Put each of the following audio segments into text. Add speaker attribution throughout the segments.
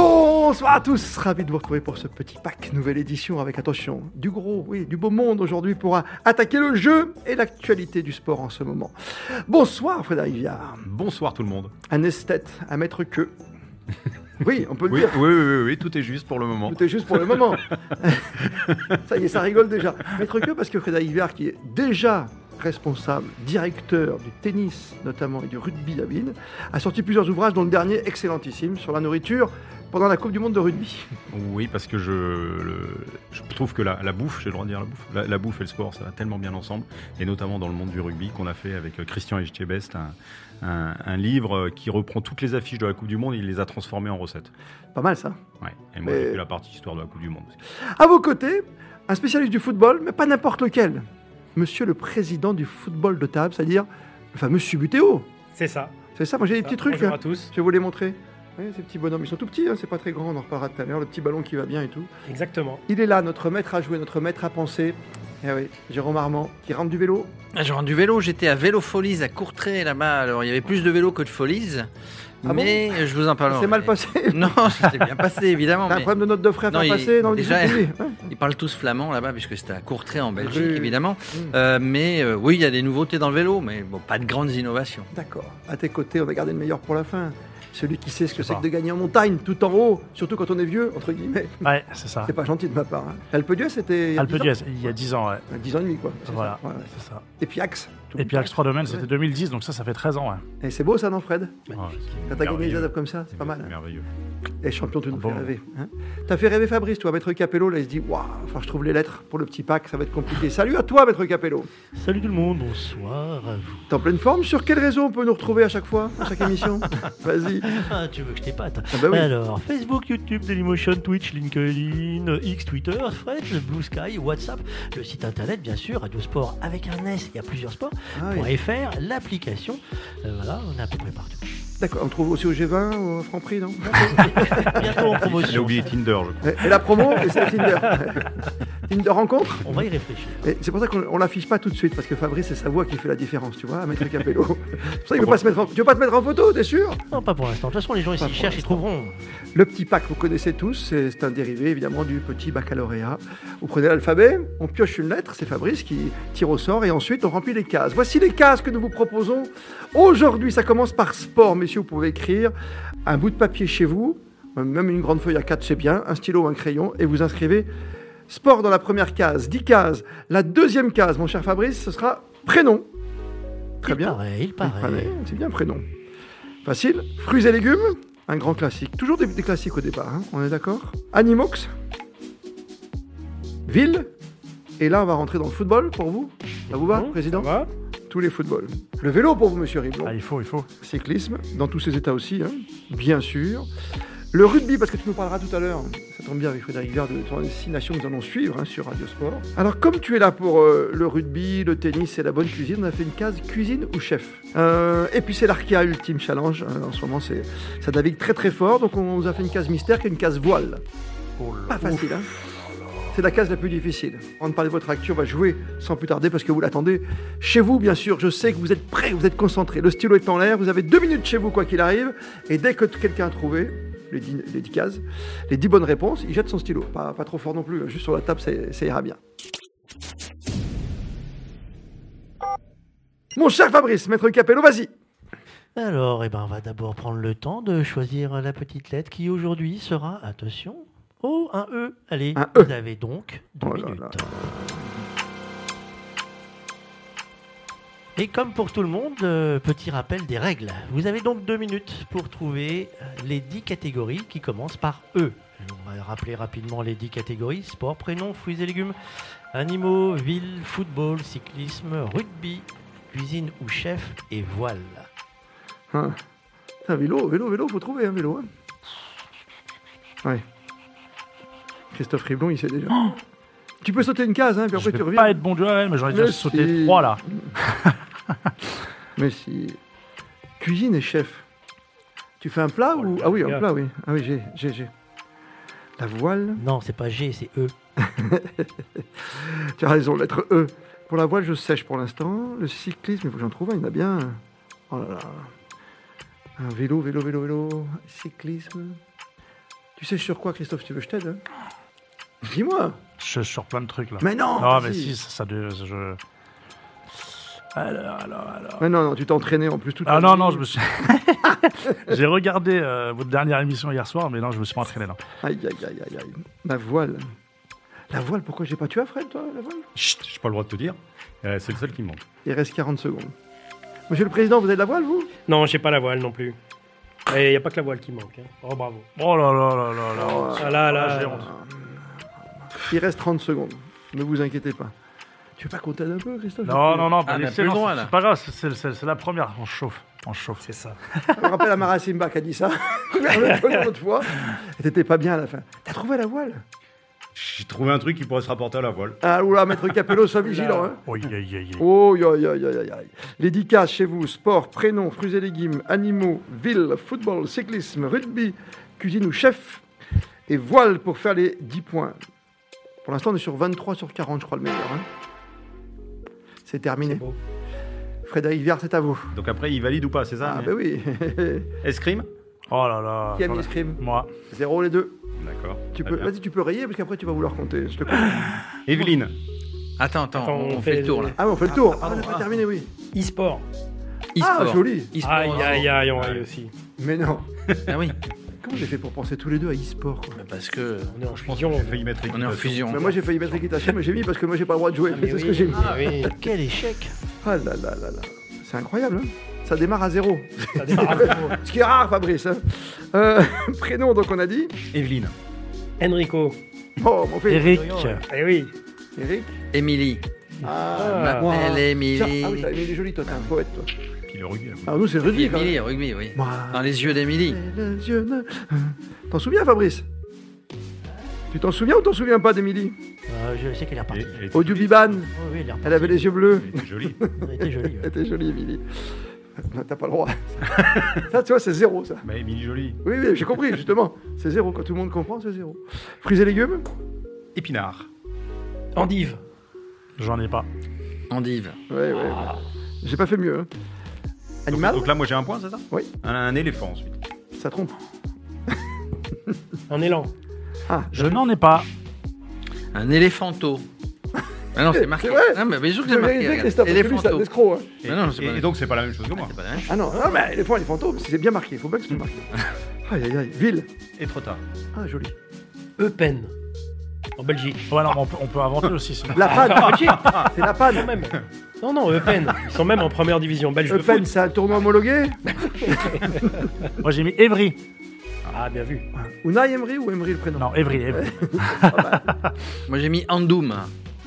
Speaker 1: Bonsoir à tous, ravi de vous retrouver pour ce petit pack, nouvelle édition avec attention, du gros, oui, du beau monde aujourd'hui pour euh, attaquer le jeu et l'actualité du sport en ce moment. Bonsoir Frédéric Viard,
Speaker 2: Bonsoir tout le monde.
Speaker 1: un esthète, un maître que. Oui, on peut le
Speaker 2: Oui,
Speaker 1: dire.
Speaker 2: oui, oui, oui, oui, tout est juste pour le moment.
Speaker 1: C'était juste pour le moment. ça y est, ça rigole déjà. Maître que parce que Frédéric Viard, qui est déjà responsable, directeur du tennis notamment et du rugby à Vienne, a sorti plusieurs ouvrages, dont le dernier excellentissime sur la nourriture pendant la Coupe du Monde de rugby.
Speaker 2: Oui, parce que je, le- je trouve que la, la bouffe, j'ai le droit de dire la bouffe, la, la bouffe et le sport, ça va tellement bien ensemble, et notamment dans le monde du rugby qu'on a fait avec euh, Christian Echtebest, un, un- un livre euh, qui reprend toutes les affiches de la Coupe du Monde, il les a transformées en recettes.
Speaker 1: Pas mal ça.
Speaker 2: Ouais. Et moi,
Speaker 1: Mais-
Speaker 2: j'ai fait la partie histoire de la Coupe du Monde.
Speaker 1: À vos côtés, un spécialiste du football, mais pas n'importe lequel. Monsieur le président du football de table, c'est-à-dire le fameux Subutéo.
Speaker 3: C'est ça.
Speaker 1: C'est ça, moi j'ai des
Speaker 3: Ça,
Speaker 1: petits trucs.
Speaker 3: Bonjour
Speaker 1: hein.
Speaker 3: à tous.
Speaker 1: Je vais vous les montrer. Oui, ces petits bonhommes, ils sont tout petits, hein, c'est pas très grand, on en reparlera tout à l'heure, le petit ballon qui va bien et tout.
Speaker 3: Exactement.
Speaker 1: Il est là, notre maître à jouer, notre maître à penser. Eh oui, Jérôme Armand, qui rentre du vélo.
Speaker 4: Ah, Je rentre du vélo, j'étais à Vélo Folies à Courtrai là-bas, alors il y avait plus de vélos que de folies,
Speaker 1: Ah bon
Speaker 4: mais je vous en parle.
Speaker 1: c'est mal passé.
Speaker 4: Non, c'était bien passé évidemment,
Speaker 1: T'as un
Speaker 4: mais
Speaker 1: problème de note de frais à
Speaker 4: Non,
Speaker 1: faire
Speaker 4: il-
Speaker 1: passer dans le Hein
Speaker 4: déjà-
Speaker 1: 18 Ouais.
Speaker 4: ils parlent tous flamand là-bas puisque c'était à Courtrai en Belgique
Speaker 1: Oui.
Speaker 4: évidemment.
Speaker 1: Mm.
Speaker 4: Euh, mais euh, oui, il y a des nouveautés dans le vélo, mais bon, pas de grandes innovations.
Speaker 1: Euh, D'accord. À tes côtés, on va garder le meilleur pour la fin. Celui qui sait ce que c'est que
Speaker 2: pas.
Speaker 1: de gagner en montagne, tout en haut, surtout quand on est vieux, entre guillemets.
Speaker 5: Ouais, c'est ça.
Speaker 1: C'est pas gentil de ma part. Hein. Alpe d'Huez, c'était. il y a
Speaker 5: Alpe
Speaker 1: 10 ans
Speaker 5: d'Huez, il y a 10 ans, ouais.
Speaker 1: Euh, 10 ans et demi, quoi. c'est
Speaker 5: Voilà.
Speaker 1: ça. Ouais, ouais.
Speaker 5: C'est ça.
Speaker 1: Et puis Axe. tout
Speaker 5: Et puis Axe 3 Domaines, c'était
Speaker 1: Ouais.
Speaker 5: 2010, donc ça, ça fait 13 ans, ouais.
Speaker 1: Et c'est beau ça, non, Fred
Speaker 2: Ouais, oh, c'est
Speaker 1: Quand t'as gagné des
Speaker 2: merveilleux.
Speaker 1: étapes comme ça, c'est pas
Speaker 2: C'est
Speaker 1: mal. hein.
Speaker 2: merveilleux.
Speaker 1: Et champion, tu nous
Speaker 5: Bon.
Speaker 1: fais rêver. hein. T'as fait rêver Fabrice, toi, Maître Capello. Là, il se dit Waouh, faut que je trouve les lettres pour le petit pack, ça va être compliqué. Salut à toi, Maître Capello.
Speaker 6: Salut tout le monde, bonsoir à vous.
Speaker 1: T'es en pleine forme Sur quel réseau on peut nous retrouver à chaque fois, à chaque émission Vas-y.
Speaker 6: Ah, tu veux que je t'épate
Speaker 1: Ah bah oui.
Speaker 5: Euh,
Speaker 6: Alors, Facebook, YouTube, Dailymotion, Twitch, LinkedIn, euh, X, Twitter, French, Blue Sky, WhatsApp, le site internet, bien sûr, Radio Sport avec un S, il y a plusieurs sports,
Speaker 1: Ah oui.
Speaker 6: point .fr, l'application, euh, voilà, on est à peu près partout.
Speaker 1: D'accord, on trouve aussi au G20, au Franprix, non
Speaker 6: Bientôt en
Speaker 2: Il a
Speaker 6: promotion,
Speaker 2: oublié Tinder, je crois.
Speaker 1: Et et la promo, et c'est Tinder. Tinder rencontre
Speaker 6: on va y réfléchir.
Speaker 1: Et c'est pour ça qu'on on l'affiche pas tout de suite, parce que Fabrice, c'est sa voix qui fait la différence, tu vois, à Maître Capello. C'est pour ça qu'il veut pas se mettre en... Tu veux pas te mettre en photo, t'es sûr
Speaker 6: Non, pas pour l'instant, de toute façon, les gens,
Speaker 1: Pas
Speaker 6: ici
Speaker 1: pour
Speaker 6: cherchent, ils trouveront.
Speaker 1: Le petit pack, vous connaissez tous, c'est c'est un dérivé évidemment du petit baccalauréat. Vous prenez l'alphabet, on pioche une lettre, c'est Fabrice qui tire au sort, et ensuite on remplit les cases. Voici les cases que nous vous proposons aujourd'hui. Ça commence par sport, messieurs, vous pouvez écrire un bout de papier chez vous, même une grande feuille à 4 c'est bien, un stylo ou un crayon, et vous inscrivez sport dans la première case, 10 cases. La deuxième case, mon cher Fabrice, ce sera prénom. Très
Speaker 6: il
Speaker 1: bien.
Speaker 6: Paraît, il
Speaker 1: Ah ouais,
Speaker 6: paraît.
Speaker 1: C'est bien prénom. Facile. Fruits et légumes, un grand classique. Toujours des, des classiques au départ, hein, on est d'accord Animox. Ville. Et là, on va rentrer dans le football pour vous. Ça vous va,
Speaker 3: Bon,
Speaker 1: Président
Speaker 3: Mmh. ça va
Speaker 1: Tous les footballs. Le vélo pour vous, monsieur Riblon.
Speaker 5: Ah, il faut, il faut.
Speaker 1: Cyclisme, dans tous ses états aussi, hein, bien sûr. Le rugby, parce que tu nous parleras tout à l'heure. Ça tombe bien avec Frédéric Vert de de six nations que nous allons suivre hein, sur Radio Sport. Alors, comme tu es là pour euh, le rugby, le tennis et la bonne cuisine, on a fait une case cuisine ou chef. Euh, et puis, c'est l'Arkea Ultime Challenge. hein. en ce moment, c'est, ça navigue très très fort. Donc, on vous a fait une case mystère qui est une case voile.
Speaker 5: Oh
Speaker 1: Pas facile, hein c'est la case la plus difficile. On ne parle de votre actu, on va jouer sans plus tarder parce que vous l'attendez. Chez vous, bien sûr, je sais que vous êtes prêts, vous êtes concentrés. Le stylo est en l'air, vous avez deux minutes chez vous, quoi qu'il arrive. Et dès que quelqu'un a trouvé les dix, les dix cases, les dix bonnes réponses, il jette son stylo. Pas, pas trop fort non plus, hein. juste sur la table, ça, ça ira bien. Mon cher Fabrice, maître Capello, vas-y
Speaker 6: Alors, eh ben, on va d'abord prendre le temps de choisir la petite lettre qui aujourd'hui sera, attention, oh, un E. Allez,
Speaker 1: Un E.
Speaker 6: vous avez donc deux
Speaker 1: Oh là
Speaker 6: minutes.
Speaker 1: là.
Speaker 6: Et comme pour tout le monde, euh, petit rappel des règles. Vous avez donc deux minutes pour trouver euh, les dix catégories qui commencent par E. On va rappeler rapidement les dix catégories sport, prénom, fruits et légumes, animaux, ville, football, cyclisme, rugby, cuisine ou chef et voile.
Speaker 1: Hein. Putain, vélo, vélo, vélo, faut trouver un vélo. hein. Ouais. Christophe Riblon, il sait déjà. tu peux sauter une case, hein, puis
Speaker 5: Oh Je
Speaker 1: après tu
Speaker 5: vais
Speaker 1: reviens.
Speaker 5: pas être bon Dieu, ouais, mais j'en ai déjà
Speaker 1: Mais si.
Speaker 5: sauté 3 là.
Speaker 1: Mais si. Cuisine et chef. Tu fais un plat
Speaker 3: Oh,
Speaker 1: ou.
Speaker 3: le
Speaker 1: Ah oui, un
Speaker 3: gars.
Speaker 1: plat, oui. Ah oui, j'ai, j'ai, j'ai. La voile.
Speaker 6: Non, c'est pas G, c'est E.
Speaker 1: Tu as raison, lettre E. Pour la voile, je sèche pour l'instant. Le cyclisme, il faut que j'en trouve un, il y en a bien. Oh là là. Un vélo, vélo, vélo, vélo. Cyclisme. Tu sais sur quoi, Christophe, tu veux que je t'aide hein Dis-moi
Speaker 5: Je sur plein de trucs là.
Speaker 1: Mais non
Speaker 5: non, Ah, mais
Speaker 1: vas-y.
Speaker 5: si, ça, ça de- je. Alors, alors, alors.
Speaker 1: Mais non, non, tu t'es entraîné en plus tout
Speaker 5: Ah non, non, je me suis. J'ai regardé euh, votre dernière émission hier soir, mais non, je me suis pas entraîné. Non.
Speaker 1: Aïe, aïe, aïe, aïe, aïe. La voile. La voile, pourquoi j'ai pas tué Fred, toi, la voile
Speaker 2: Chut, j'ai pas le droit de te dire. Euh, c'est le seul qui me manque.
Speaker 1: Il reste 40 secondes. Monsieur le Président, vous avez de la voile, vous
Speaker 3: Non, j'ai pas la voile non plus. Et il n'y a pas que la voile qui manque. hein. Oh, bravo.
Speaker 5: Oh là là là là là.
Speaker 3: Ah là, là,
Speaker 5: j'ai
Speaker 3: euh,
Speaker 5: honte.
Speaker 1: Il reste 30 secondes. Ne vous inquiétez pas. Tu veux pas qu'on t'aide un peu, Christophe
Speaker 5: Non, non, non,
Speaker 4: Ah, mais
Speaker 5: mais
Speaker 4: on a
Speaker 5: c'est
Speaker 4: plus le
Speaker 5: non,
Speaker 4: droit,
Speaker 5: c'est-
Speaker 4: là.
Speaker 5: c'est pas grave, c'est- c'est c'est- c'est la première. On chauffe, on chauffe. C'est ça.
Speaker 1: Je me rappelle Amara Simba qui a dit ça. L'autre fois. Et T'étais pas bien à la fin. T'as trouvé la voile
Speaker 2: J'ai trouvé un truc qui pourrait se rapporter à la voile.
Speaker 1: Ah, oula, Maître Capello, sois vigilant. Hein.
Speaker 5: Oui, oui, oui, oui.
Speaker 1: Oh, yo, yo, yo, yo, yo. Les 10 cases chez vous, sport, prénom, fruits et légumes, animaux, ville, football, cyclisme, rugby, cuisine ou chef. Et voile pour faire les 10 points. Pour l'instant, on est sur 23 sur 40, je crois, le meilleur. hein. C'est terminé.
Speaker 3: beau.
Speaker 1: Frédéric Viard, c'est à vous.
Speaker 2: Donc après, il valide ou pas, c'est ça
Speaker 1: Ah,
Speaker 2: mais-
Speaker 1: ben oui.
Speaker 2: Escrime
Speaker 5: Oh là là.
Speaker 1: Qui a mis
Speaker 5: voilà.
Speaker 1: l'escrime
Speaker 5: Moi.
Speaker 1: Zéro les deux.
Speaker 2: D'accord.
Speaker 1: Tu
Speaker 2: très
Speaker 1: peux,
Speaker 2: bien.
Speaker 1: vas-y, tu peux rayer parce qu'après tu vas vouloir compter. Je te compte.
Speaker 2: Evelyne,
Speaker 4: Attends, attends,
Speaker 3: Attends,
Speaker 4: on, on fait le tour là.
Speaker 1: Ah, mais on fait le tour. Ah, on n'a pas terminé, oui.
Speaker 3: E-sport.
Speaker 1: Ah,
Speaker 4: E-sport.
Speaker 1: joli.
Speaker 4: E-sport.
Speaker 5: hein.
Speaker 3: Aïe, aïe, aïe, on raille aussi.
Speaker 1: Mais non.
Speaker 4: Ah oui,
Speaker 1: Comment j'ai fait pour penser tous les deux à e-sport quoi
Speaker 4: bah parce que
Speaker 3: On est en
Speaker 2: je pense
Speaker 3: fusion.
Speaker 2: que j'ai failli mettre
Speaker 4: on est en
Speaker 2: équitation.
Speaker 4: fusion.
Speaker 1: Mais moi j'ai failli mettre équitation, mais j'ai mis parce que moi j'ai pas le droit de jouer.
Speaker 3: Ah, mais
Speaker 1: c'est ce
Speaker 3: oui,
Speaker 1: que j'ai mis.
Speaker 3: mais oui.
Speaker 6: Quel échec
Speaker 1: Ah là là là là. C'est incroyable. hein. Ça démarre à zéro.
Speaker 3: Ça démarre à zéro.
Speaker 1: Ce qui est rare, Fabrice. hein. Euh, prénom, donc on a dit.
Speaker 2: Evelyne,
Speaker 3: Enrico.
Speaker 1: Oh, mon fait.
Speaker 5: Eric.
Speaker 3: Eh oui.
Speaker 1: Eric.
Speaker 4: Émilie.
Speaker 1: Ah,
Speaker 3: Ah,
Speaker 1: moi.
Speaker 4: Elle est
Speaker 1: Tiens, ah oui,
Speaker 4: Émilie.
Speaker 1: t'as mis des jolis, toi, t'es un poète, toi.
Speaker 2: puis le rugby.
Speaker 1: Alors nous, c'est le rugby, quand même.
Speaker 4: Émilie, rugby, oui.
Speaker 1: hein. Moi,
Speaker 4: Dans les yeux d'Émilie.
Speaker 1: j'ai les yeux bleus. Hein T'en souviens, Fabrice Tu t'en souviens ou t'en souviens pas d'Emilie
Speaker 6: Euh, Je sais qu'elle est repartie.
Speaker 2: Et- et-
Speaker 1: Au Dubiban,
Speaker 6: Oui, oui, elle est repartie.
Speaker 1: elle avait les yeux bleus.
Speaker 2: Elle était jolie.
Speaker 6: Elle était jolie. ouais.
Speaker 1: Elle était jolie, Émilie. Non, T'as pas le droit. ça, tu vois, c'est zéro, ça.
Speaker 2: Bah, Émilie Jolie.
Speaker 1: Oui, oui, j'ai compris, justement. C'est zéro. Quand tout le monde comprend, c'est zéro. Fruits et légumes
Speaker 2: Épinard.
Speaker 3: Andive.
Speaker 5: J'en ai pas.
Speaker 4: Endive.
Speaker 1: Ouais, ouais, ouais. J'ai pas fait mieux. hein.
Speaker 2: Donc-
Speaker 1: Animal
Speaker 2: donc, là, moi j'ai un point, c'est ça
Speaker 1: Oui.
Speaker 2: Un, un éléphant ensuite.
Speaker 1: Ça trompe.
Speaker 3: Un élan.
Speaker 5: Je n'en ai pas.
Speaker 4: Un éléphanto. Ah non, c'est marqué.
Speaker 1: C'est vrai.
Speaker 4: Ah, mais bien sûr que
Speaker 1: Je vais
Speaker 4: c'est marqué.
Speaker 1: vérifier, Christophe, parce que
Speaker 4: regarde.
Speaker 1: lui, c'est un
Speaker 4: Éléphanto.
Speaker 1: escroc, hein.
Speaker 2: Et,
Speaker 4: Mais non, c'est pas
Speaker 2: et-
Speaker 4: la-
Speaker 2: et donc c'est pas la même chose que moi.
Speaker 4: C'est pas la même chose.
Speaker 1: Ah non, non, mais les fois, les fantômes, c'est bien marqué. Faut bien que c'est marqué. Aïe, aïe, aïe. Ville
Speaker 2: Et trop tard.
Speaker 1: Ah, joli.
Speaker 3: Eupen. En Belgique.
Speaker 5: Ouais, non, mais on peut, on peut inventer aussi. sinon.
Speaker 1: La panne Ah, C'est la
Speaker 3: Quand
Speaker 1: panne
Speaker 3: même. Non, non, Eupen. Ils sont même en première division belge de
Speaker 1: Eupen,
Speaker 3: foot.
Speaker 1: c'est un tournoi homologué
Speaker 5: Moi, j'ai mis Evry.
Speaker 3: Ah, bien vu.
Speaker 1: Unai Emery ou Emery le prénom
Speaker 5: Non, Evry, Evry.
Speaker 4: Moi j'ai mis Andoum.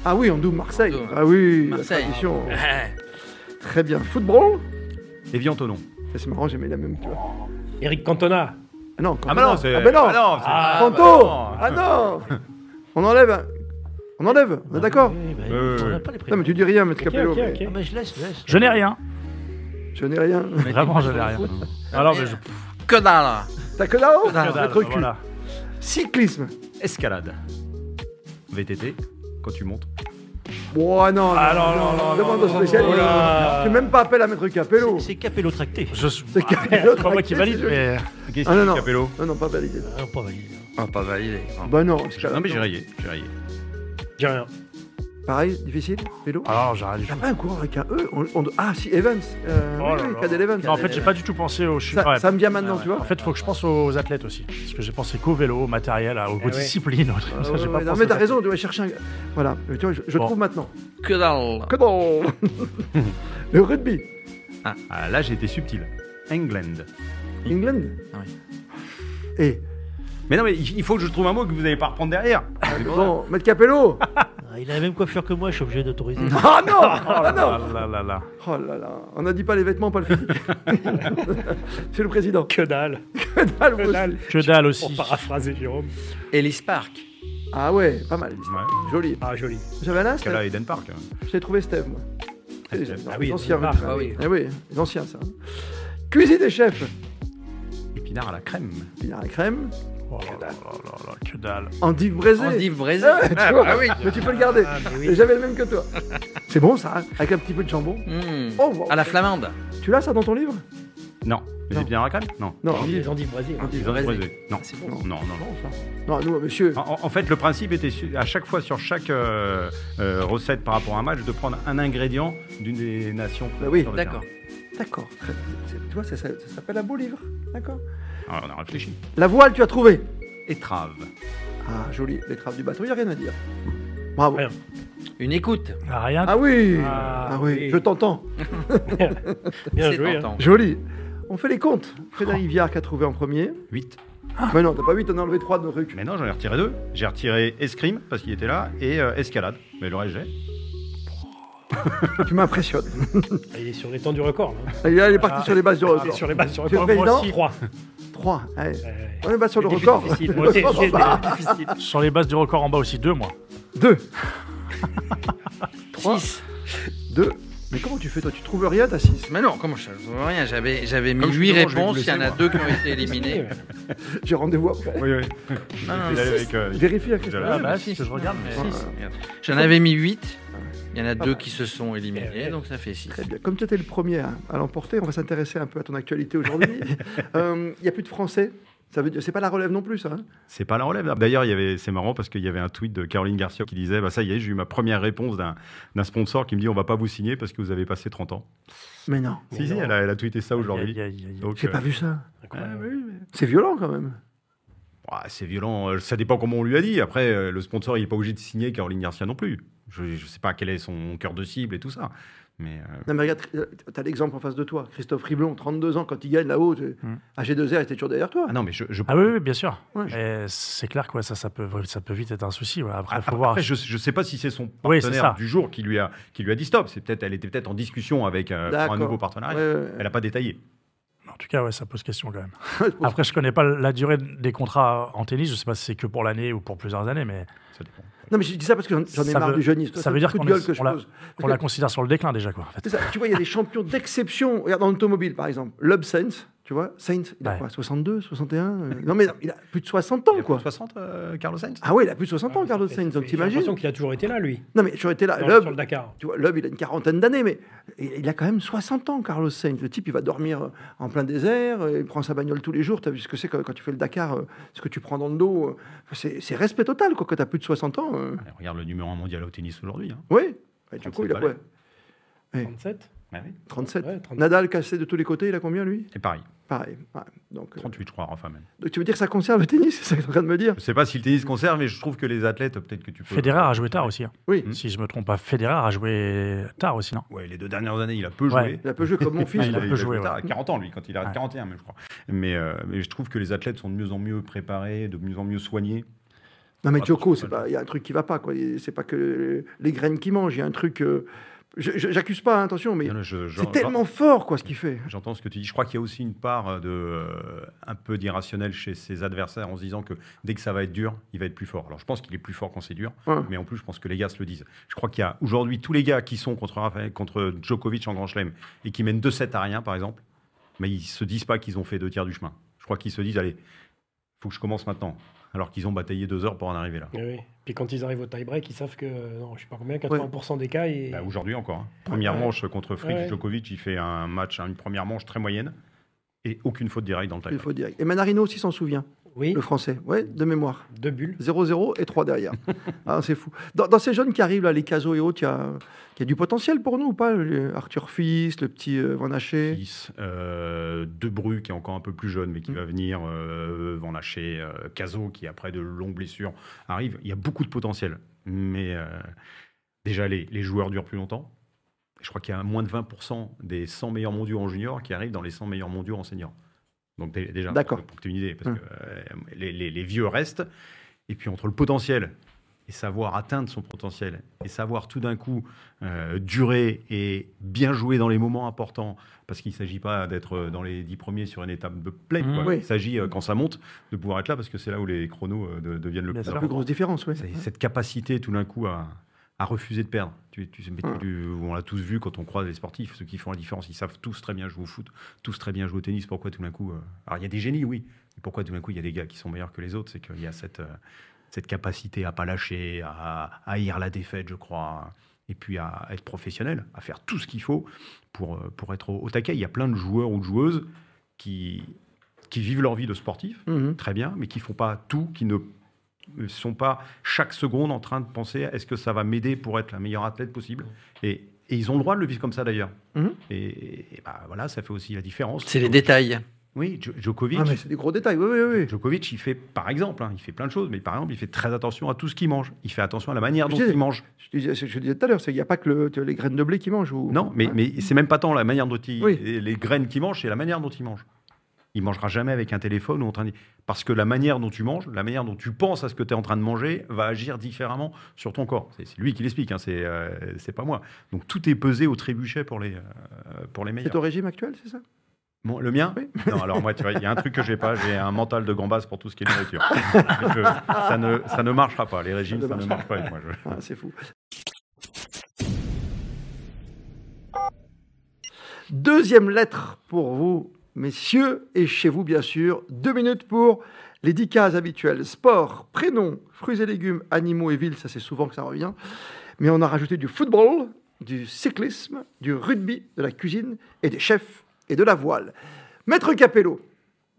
Speaker 1: Ah oui, on double Marseille.
Speaker 4: Andoum.
Speaker 1: Ah oui, la
Speaker 4: Marseille.
Speaker 1: tradition.
Speaker 5: Ah.
Speaker 4: Ouais.
Speaker 1: Très bien. Football
Speaker 2: Et Viantonon.
Speaker 1: Ça, C'est marrant, j'ai mis la même, tu vois.
Speaker 3: Eric Cantona.
Speaker 1: Ah non, quand
Speaker 2: Ah,
Speaker 1: même.
Speaker 2: bah non, c'est.
Speaker 1: Ah bah non,
Speaker 2: c'est-
Speaker 4: Ah,
Speaker 1: Fanto
Speaker 2: bah
Speaker 1: Ah non On enlève un- On enlève, on est d'accord
Speaker 6: Oui, bah,
Speaker 2: Euh,
Speaker 6: on n'a
Speaker 2: oui.
Speaker 6: pas les prénoms.
Speaker 1: Non, mais tu dis rien, maître
Speaker 3: Ok,
Speaker 1: Capello.
Speaker 3: ok,
Speaker 1: mais
Speaker 3: ok.
Speaker 6: Ah, mais je laisse, je laisse.
Speaker 5: Je n'ai rien.
Speaker 1: Je n'ai rien.
Speaker 5: Vraiment, je n'ai rien. Alors, mais je.
Speaker 4: Que dalle.
Speaker 1: T'as que là-haut
Speaker 4: Que dalle,
Speaker 1: Votre cul.
Speaker 5: Ah, Voilà.
Speaker 1: Cyclisme.
Speaker 2: Escalade. VTT, quand tu montes.
Speaker 1: Oh non,
Speaker 5: Ah non, non, non,
Speaker 1: demande
Speaker 5: non, oh
Speaker 1: au
Speaker 5: non,
Speaker 1: spécialiste.
Speaker 3: non, non, non.
Speaker 1: J'ai même pas appel à maître Capello.
Speaker 6: C'est- C'est capello tracté.
Speaker 5: Je suis.
Speaker 1: C'est
Speaker 5: Ah, C'est pas moi qui valide, mais.
Speaker 2: Qu'est-ce
Speaker 1: Ah, non,
Speaker 2: que
Speaker 1: non.
Speaker 2: c'est, Capello
Speaker 1: Non, non, pas validé.
Speaker 6: Ah, pas validé.
Speaker 4: Ah, pas validé.
Speaker 1: Bah non, c'est
Speaker 2: Non, mais j'ai rayé. J'ai rayé.
Speaker 3: J'ai rien.
Speaker 1: Pareil, difficile, vélo.
Speaker 5: Alors, j'arrête ah, du
Speaker 1: T'as
Speaker 5: tout.
Speaker 1: pas Ah, un coureur avec un E on- on- Ah si, Evans. Euh,
Speaker 5: Oh
Speaker 1: oui,
Speaker 5: là
Speaker 1: oui,
Speaker 5: là.
Speaker 1: Cadel Evans.
Speaker 5: Non, en fait, j'ai pas du tout pensé au. je suis-
Speaker 1: ça,
Speaker 5: ouais.
Speaker 1: ça me vient maintenant,
Speaker 4: Ah
Speaker 1: tu vois.
Speaker 5: En fait, faut que je pense aux athlètes aussi. Parce que j'ai pensé qu'au vélo, au matériel, à- aux
Speaker 3: ouais.
Speaker 5: disciplines, aux trucs
Speaker 1: Eh
Speaker 5: comme
Speaker 1: Ah,
Speaker 5: ça.
Speaker 1: ouais,
Speaker 5: J'ai
Speaker 1: ouais,
Speaker 5: pas
Speaker 1: non,
Speaker 5: pensé
Speaker 1: mais t'as
Speaker 5: aux
Speaker 1: raison, on doit chercher un. Voilà, mais tu vois, je, je
Speaker 5: Bon.
Speaker 1: trouve maintenant.
Speaker 4: Que dalle.
Speaker 1: Que dans Le rugby.
Speaker 2: Ah, là, j'ai été subtil. England.
Speaker 1: England
Speaker 4: Ah oui.
Speaker 1: Et
Speaker 2: Mais non, mais il il faut que je trouve un mot que vous n'allez pas reprendre derrière.
Speaker 5: Ah,
Speaker 1: bon, Maître Capello
Speaker 6: Ah, Il a la même coiffure que moi, je suis obligé d'autoriser.
Speaker 1: Ah non Ah
Speaker 5: athlètes.
Speaker 1: non
Speaker 5: Ah là là là.
Speaker 1: Oh là là, on n'a dit pas les vêtements, pas le physique. Monsieur le Président.
Speaker 3: Que dalle.
Speaker 1: Ah, le
Speaker 3: Que dalle.
Speaker 5: Que dalle
Speaker 3: Pour
Speaker 5: aussi.
Speaker 3: paraphraser Jérôme.
Speaker 4: Ellis Park.
Speaker 1: Ah ouais, pas mal.
Speaker 2: Ouais.
Speaker 1: Joli.
Speaker 3: Ah, joli.
Speaker 1: J'avais un as,
Speaker 2: Parce que là,
Speaker 1: Steph
Speaker 2: Eden Park. hein.
Speaker 1: Je l'ai trouvé Steve, moi. C'est les-
Speaker 2: Steve.
Speaker 1: non,
Speaker 3: Ah
Speaker 1: les
Speaker 3: oui,
Speaker 1: anciens.
Speaker 3: ah,
Speaker 1: rugby.
Speaker 4: ah oui.
Speaker 1: Ah oui, les anciens, ça. Cuisine des chefs.
Speaker 2: Épinard à la crème.
Speaker 1: Il y a la crème.
Speaker 5: Oh là là là là, que dalle.
Speaker 1: Andive braisée.
Speaker 4: Andive Brésil.
Speaker 1: Ah, tu vois, mais tu peux le garder.
Speaker 3: Ah, mais
Speaker 1: Et
Speaker 3: oui.
Speaker 1: J'avais le même que toi. C'est bon, ça, hein, avec un petit peu de jambon.
Speaker 4: Hmm.
Speaker 1: Oh, wow.
Speaker 4: À la flamande.
Speaker 1: Tu l'as, ça, dans ton livre
Speaker 2: Non. Les
Speaker 1: Non.
Speaker 2: épines araucales Non.
Speaker 1: Non,
Speaker 3: Les Antilles Brésil.
Speaker 1: Antilles.
Speaker 2: Les Antilles
Speaker 4: Brésil.
Speaker 2: brésilées Non.
Speaker 1: Ah, c'est bon.
Speaker 2: Non, non, non.
Speaker 1: Non, ça. Non, non, monsieur.
Speaker 2: En, en fait, le principe était su- à chaque fois sur chaque euh, euh, recette par rapport à un match de prendre un ingrédient d'une des nations.
Speaker 1: Bah oui.
Speaker 2: sur le
Speaker 4: D'accord.
Speaker 1: D'accord. Très- c'est- Tu vois, ça, ça- ça s'appelle un beau livre. D'accord.
Speaker 2: terrain. Alors, on a réfléchi.
Speaker 1: La voile, tu as trouvé.
Speaker 2: Étrave.
Speaker 1: Ah, joli. L'étrave du bateau, il n'y a rien à dire. Bravo.
Speaker 3: Rien.
Speaker 4: Une écoute.
Speaker 5: Ah, rien.
Speaker 1: Ah oui
Speaker 3: Ah,
Speaker 1: Ah oui,
Speaker 3: oui.
Speaker 1: je t'entends.
Speaker 3: Bien
Speaker 4: C'est
Speaker 3: joué. hein.
Speaker 4: tentant.
Speaker 1: Joli. On fait les comptes. Frédéric Rivière qui a trouvé en premier.
Speaker 2: 8.
Speaker 1: Mais non, t'as pas vu, t'en as enlevé trois de nos trucs.
Speaker 2: Mais non, j'en ai retiré deux. J'ai retiré escrime parce qu'il était là et euh, escalade. Mais le reste, j'ai.
Speaker 1: Tu m'impressionnes.
Speaker 3: Ah, Il est sur les temps du record. là.
Speaker 1: Et là, il est parti
Speaker 5: Ah.
Speaker 1: sur les bases du
Speaker 3: Il est
Speaker 1: record.
Speaker 3: sur les bases du
Speaker 1: Tu es
Speaker 3: record.
Speaker 1: président
Speaker 3: 3.
Speaker 1: Trois. Allez. On est bas sur le record.
Speaker 3: Difficile. Moi, c'est- c'est- c'est difficile.
Speaker 5: Sur les bases du record en bas aussi, deux, moi.
Speaker 1: Deux. Trois.
Speaker 4: Six.
Speaker 1: Deux. Mais comment tu fais, toi Tu trouves rien, t'as six
Speaker 4: Mais non, comment je je vois rien J'avais j'avais mis
Speaker 2: Comme je suis
Speaker 4: 8
Speaker 2: devant, je vais vous
Speaker 4: réponses, il y en a
Speaker 2: laisser,
Speaker 4: deux qui ont été
Speaker 3: Oui,
Speaker 4: éliminées.
Speaker 3: ouais.
Speaker 1: J'ai rendez-vous après.
Speaker 2: Oui, oui.
Speaker 4: Ah,
Speaker 2: Il est avec, euh,
Speaker 1: Vérifie avec
Speaker 2: Ah,
Speaker 5: Ah,
Speaker 1: Christophe.
Speaker 5: bah,
Speaker 4: si.
Speaker 5: si, que je regarde, mais.
Speaker 1: Voilà.
Speaker 4: J'en avais mis 8. Il y en a
Speaker 1: Pas
Speaker 4: deux
Speaker 1: mal.
Speaker 4: qui se sont
Speaker 3: Eh
Speaker 4: éliminés,
Speaker 3: ouais.
Speaker 4: donc ça fait 6.
Speaker 1: Très bien. Comme tu étais le premier à, à l'emporter, on va s'intéresser un peu à ton actualité aujourd'hui. Euh, Il n'y a plus de français. Ça veut dire, c'est pas la relève non plus, ça. hein
Speaker 2: C'est pas la relève. Ah, D'ailleurs, il y avait, c'est marrant parce qu'il y avait un tweet de Caroline Garcia qui disait, bah ça y est, j'ai eu ma première réponse d'un, d'un sponsor qui me dit, on va pas vous signer parce que vous avez passé 30 ans.
Speaker 1: Mais non.
Speaker 2: si, si, elle a, elle a tweeté ça aujourd'hui.
Speaker 5: Aïe, aïe, aïe, aïe.
Speaker 2: Donc,
Speaker 1: J'ai
Speaker 2: euh,
Speaker 1: pas vu ça.
Speaker 2: ah,
Speaker 3: Incroyable.
Speaker 2: oui, mais-
Speaker 1: C'est violent quand même.
Speaker 2: Ouah, c'est violent. Euh, Ça dépend comment on lui a dit. Après, euh, le sponsor, il n'est pas obligé de signer Caroline Garcia non plus. Je ne sais pas quel est son cœur de cible et tout ça. Mais euh,
Speaker 1: Non, mais regarde, euh, t'as l'exemple en face de toi. Christophe Riblon, 32 ans, quand il gagne là-haut, tu-
Speaker 5: Hmm.
Speaker 1: AG2R était toujours derrière toi.
Speaker 2: ah non, mais je, je-
Speaker 5: Ah oui, oui, bien sûr.
Speaker 1: Ouais.
Speaker 5: Mais c'est clair que ouais, ça, ça, peut, ça peut vite être un souci. voilà. Après,
Speaker 2: Ah,
Speaker 5: il faut
Speaker 2: après,
Speaker 5: voir.
Speaker 2: je ne sais pas si c'est son partenaire
Speaker 5: Oui, c'est ça.
Speaker 2: du jour qui lui a qui lui a dit stop. C'est peut-être elle était peut-être en discussion avec euh, pour
Speaker 1: D'accord.
Speaker 2: un nouveau partenariat.
Speaker 1: Ouais, ouais, ouais.
Speaker 2: Elle n'a pas détaillé.
Speaker 5: En tout cas, ouais, ça pose question quand même.
Speaker 1: Ça pose-
Speaker 5: Après, je connais pas la durée des contrats en tennis. Je sais pas si c'est que pour l'année ou pour plusieurs années, mais
Speaker 2: Ça dépend.
Speaker 1: Non, mais je dis ça parce que j'en- j'en ai
Speaker 5: Ça
Speaker 1: marre
Speaker 5: veut-
Speaker 1: du jeunisme.
Speaker 5: ça
Speaker 1: C'est
Speaker 5: veut
Speaker 1: le
Speaker 5: dire
Speaker 1: coup de
Speaker 5: qu'on
Speaker 1: gueule
Speaker 5: est-
Speaker 1: que je
Speaker 5: on l'a-
Speaker 1: pose.
Speaker 5: on la considère sur le déclin déjà, quoi. en fait.
Speaker 1: C'est ça. Tu vois, il y a des champions d'exception. Regarde, en automobile, par exemple. Lob Sainz, tu vois. Sainz, il a
Speaker 5: Ouais.
Speaker 1: quoi 62, 61 euh, Non, mais il a plus de 60 ans,
Speaker 2: Il a
Speaker 1: quoi.
Speaker 2: 60, euh, Carlos Sainz.
Speaker 1: Ah ouais, il a plus de 60 ans, Carlos
Speaker 3: Ça fait-
Speaker 1: Sainz.
Speaker 3: ça
Speaker 1: Donc
Speaker 3: fait- J'ai
Speaker 1: t'imagines Ah,
Speaker 3: l'impression qu'il a toujours été là, lui,
Speaker 1: Non, mais j'aurais été là.
Speaker 3: dans-
Speaker 1: Loeb,
Speaker 3: sur le Dakar.
Speaker 1: tu vois, Loeb, il a une quarantaine d'années, mais il il a quand même 60 ans, Carlos Sainz. Le type, il va dormir euh, en plein désert, euh, il prend sa bagnole tous les jours. Tu as vu ce que c'est quand, quand tu fais le Dakar, euh, ce que tu prends dans le dos. euh, C'est c'est respect total, quoi, quand tu as plus de 60 ans. euh.
Speaker 2: Allez, regarde le numéro 1 mondial au tennis aujourd'hui. hein.
Speaker 1: Oui. Et du coup,
Speaker 2: 37
Speaker 1: il a quoi
Speaker 2: balais.
Speaker 3: 37
Speaker 1: Ah 37.
Speaker 3: Ouais, 37.
Speaker 1: Nadal cassé de tous les côtés, il a combien, lui
Speaker 2: Et pareil,
Speaker 1: Pareil. ouais. Donc, euh,
Speaker 2: 38 je crois, enfin même.
Speaker 1: donc tu veux dire que ça conserve le tennis C'est ça que tu es en train de me dire
Speaker 2: Je sais pas si le tennis conserve, mais je trouve que les athlètes, peut-être que tu peux.
Speaker 5: Federer a joué tard aussi. hein.
Speaker 1: Oui.
Speaker 5: Si je me trompe pas, Federer a joué tard aussi, non
Speaker 2: Ouais, les deux dernières années, il a peu
Speaker 5: Ouais.
Speaker 2: joué.
Speaker 1: Il a peu joué comme mon fils.
Speaker 5: Ah, il a
Speaker 1: quoi.
Speaker 5: peu joué,
Speaker 2: tard,
Speaker 5: ouais.
Speaker 2: à 40 ans, lui, quand il arrête
Speaker 5: Ouais.
Speaker 2: 41, même, je crois. Mais, euh, mais je trouve que les athlètes sont de mieux en mieux préparés, de mieux en mieux soignés.
Speaker 1: Non, mais
Speaker 2: Ah,
Speaker 1: Djoko,
Speaker 2: c'est
Speaker 1: c'est
Speaker 2: pas-
Speaker 1: pas- il y a un truc qui va pas. quoi. Il- C'est pas que les graines qui mangent, il y a un truc. euh, je- je- J'accuse pas, hein, attention, mais
Speaker 2: Non, non, je- je-
Speaker 1: c'est tellement fort, quoi, ce qu'il fait.
Speaker 2: j'en- J'entends ce que tu dis. Je crois qu'il y a aussi une part de euh, un peu d'irrationnel chez ses adversaires en se disant que dès que ça va être dur, il va être plus fort. Alors je pense qu'il est plus fort quand c'est dur,
Speaker 1: Ouais.
Speaker 2: mais en plus je pense que les gars se le disent. Je crois qu'il y a aujourd'hui tous les gars qui sont contre Rafael, contre Djokovic en Grand Chelem et qui mènent 2-7 à rien par exemple, mais ils se disent pas qu'ils ont fait deux tiers du chemin. Je crois qu'ils se disent allez, faut que je commence maintenant, alors qu'ils ont bataillé deux heures pour en arriver là.
Speaker 3: Eh Oui, oui. Puis quand ils arrivent au tie-break, ils savent que, euh, non, je sais pas combien, 80% des cas, ils-
Speaker 2: Bah, aujourd'hui encore. hein. Première
Speaker 1: Ouais.
Speaker 2: manche contre Frick
Speaker 3: Ouais.
Speaker 2: Djokovic, il fait un match, hein, une première manche très moyenne et aucune faute directe dans le
Speaker 1: Il
Speaker 2: time.
Speaker 1: faut dire. Et Manarino aussi s'en souvient,
Speaker 3: oui,
Speaker 1: le français, ouais, de mémoire.
Speaker 3: deux bulles.
Speaker 1: 0-0 et 3 derrière. Ah, c'est fou. Dans, dans ces jeunes qui arrivent, là, les Caso et autres, il y a, il y a du potentiel pour nous ou pas le- Arthur Fils, le petit euh, Van Haché.
Speaker 2: Fils, euh, De Bru qui est encore un peu plus jeune mais qui
Speaker 1: Mm.
Speaker 2: va venir, euh, Van Lâcher, euh, Cazot qui après de longues blessures arrive. Il y a beaucoup de potentiel, mais euh, déjà les, les joueurs durent plus longtemps. Je crois qu'il y a moins de 20% des 100 meilleurs mondiaux en junior qui arrivent dans les 100 meilleurs mondiaux en senior. Donc dé- déjà,
Speaker 1: D'accord.
Speaker 2: pour que tu aies une idée, parce
Speaker 1: Mm.
Speaker 2: que euh, les, les- les vieux restent. Et puis entre le potentiel et savoir atteindre son potentiel et savoir tout d'un coup euh, durer et bien jouer dans les moments importants, parce qu'il ne s'agit pas d'être euh, dans les dix premiers sur une étape de play.
Speaker 5: Mhm.
Speaker 2: quoi.
Speaker 1: Oui.
Speaker 2: Il s'agit, euh, quand ça monte, de pouvoir être là, parce que c'est là où les chronos euh, de- deviennent le
Speaker 5: Bien
Speaker 2: plus
Speaker 5: sûr.
Speaker 1: La
Speaker 2: important.
Speaker 1: plus grosse différence, oui.
Speaker 2: C'est cette capacité tout d'un coup à, à refuser de perdre. Tu, tu- mais tu-
Speaker 1: Ouais.
Speaker 2: tu- on l'a tous vu quand on croise les sportifs, ceux qui font la différence, ils savent tous très bien jouer au foot, tous très bien jouer au tennis. Pourquoi tout d'un coup euh, Alors il y a des génies, oui. Mais pourquoi tout d'un coup il y a des gars qui sont meilleurs que les autres C'est qu'il y a cette, euh, cette capacité à pas lâcher, à, à haïr la défaite, je crois. Et puis à être professionnel, à faire tout ce qu'il faut pour, euh, pour être au, au taquet. Il y a plein de joueurs ou de joueuses qui, qui vivent leur vie de sportif,
Speaker 1: Mhm.
Speaker 2: très bien, mais qui font pas tout, qui ne sont pas chaque seconde en train de penser est-ce que ça va m'aider pour être la meilleure athlète possible et, et ils ont le droit de le vivre comme ça d'ailleurs.
Speaker 1: Mhm.
Speaker 2: Et, et bah, voilà, ça fait aussi la différence.
Speaker 4: C'est les détails.
Speaker 2: Oui, Jo- Djokovic.
Speaker 1: Ah, mais c'est des gros détails, oui, oui, oui.
Speaker 2: Djokovic, il fait, par exemple, hein, il fait plein de choses, mais par exemple, il fait très attention à tout ce qu'il mange. Il fait attention à la manière
Speaker 1: Je
Speaker 2: dont
Speaker 1: disais-
Speaker 2: il mange.
Speaker 1: Je te disais, je te disais tout à l'heure, c'est- il n'y a pas que le- que les graines de blé qui mangent. Ou...
Speaker 2: Non, mais,
Speaker 1: Hein
Speaker 2: mais c'est même pas tant la manière dont il,
Speaker 1: Oui.
Speaker 2: et les graines qu'il mange, c'est la manière dont il mange. Il mangera jamais avec un téléphone ou en train de... Parce que la manière dont tu manges, la manière dont tu penses à ce que tu es en train de manger, va agir différemment sur ton corps. C'est c'est lui qui l'explique, hein, c'est euh, c'est pas moi. Donc tout est pesé au trébuchet pour les, euh, pour les
Speaker 1: C'est
Speaker 2: meilleurs.
Speaker 1: ton régime actuel, c'est ça
Speaker 2: Mon- le mien
Speaker 1: Oui.
Speaker 2: Non, alors moi, tu vois, il y a un truc que j'ai pas, j'ai un mental de gambasse pour tout ce qui est nourriture. Je- ça, ne, ça ne marchera pas, les régimes,
Speaker 1: Ça
Speaker 2: ça,
Speaker 1: ne
Speaker 2: ne marche pas avec moi. je-
Speaker 1: Ah, C'est fou. Deuxième lettre pour vous, messieurs, et chez vous, bien sûr. Deux minutes pour les dix cases habituelles. Sport, prénom, fruits et légumes, animaux et villes, ça c'est souvent que ça revient. Mais on a rajouté du football, du cyclisme, du rugby, de la cuisine, et des chefs, et de la voile. Maître Capello,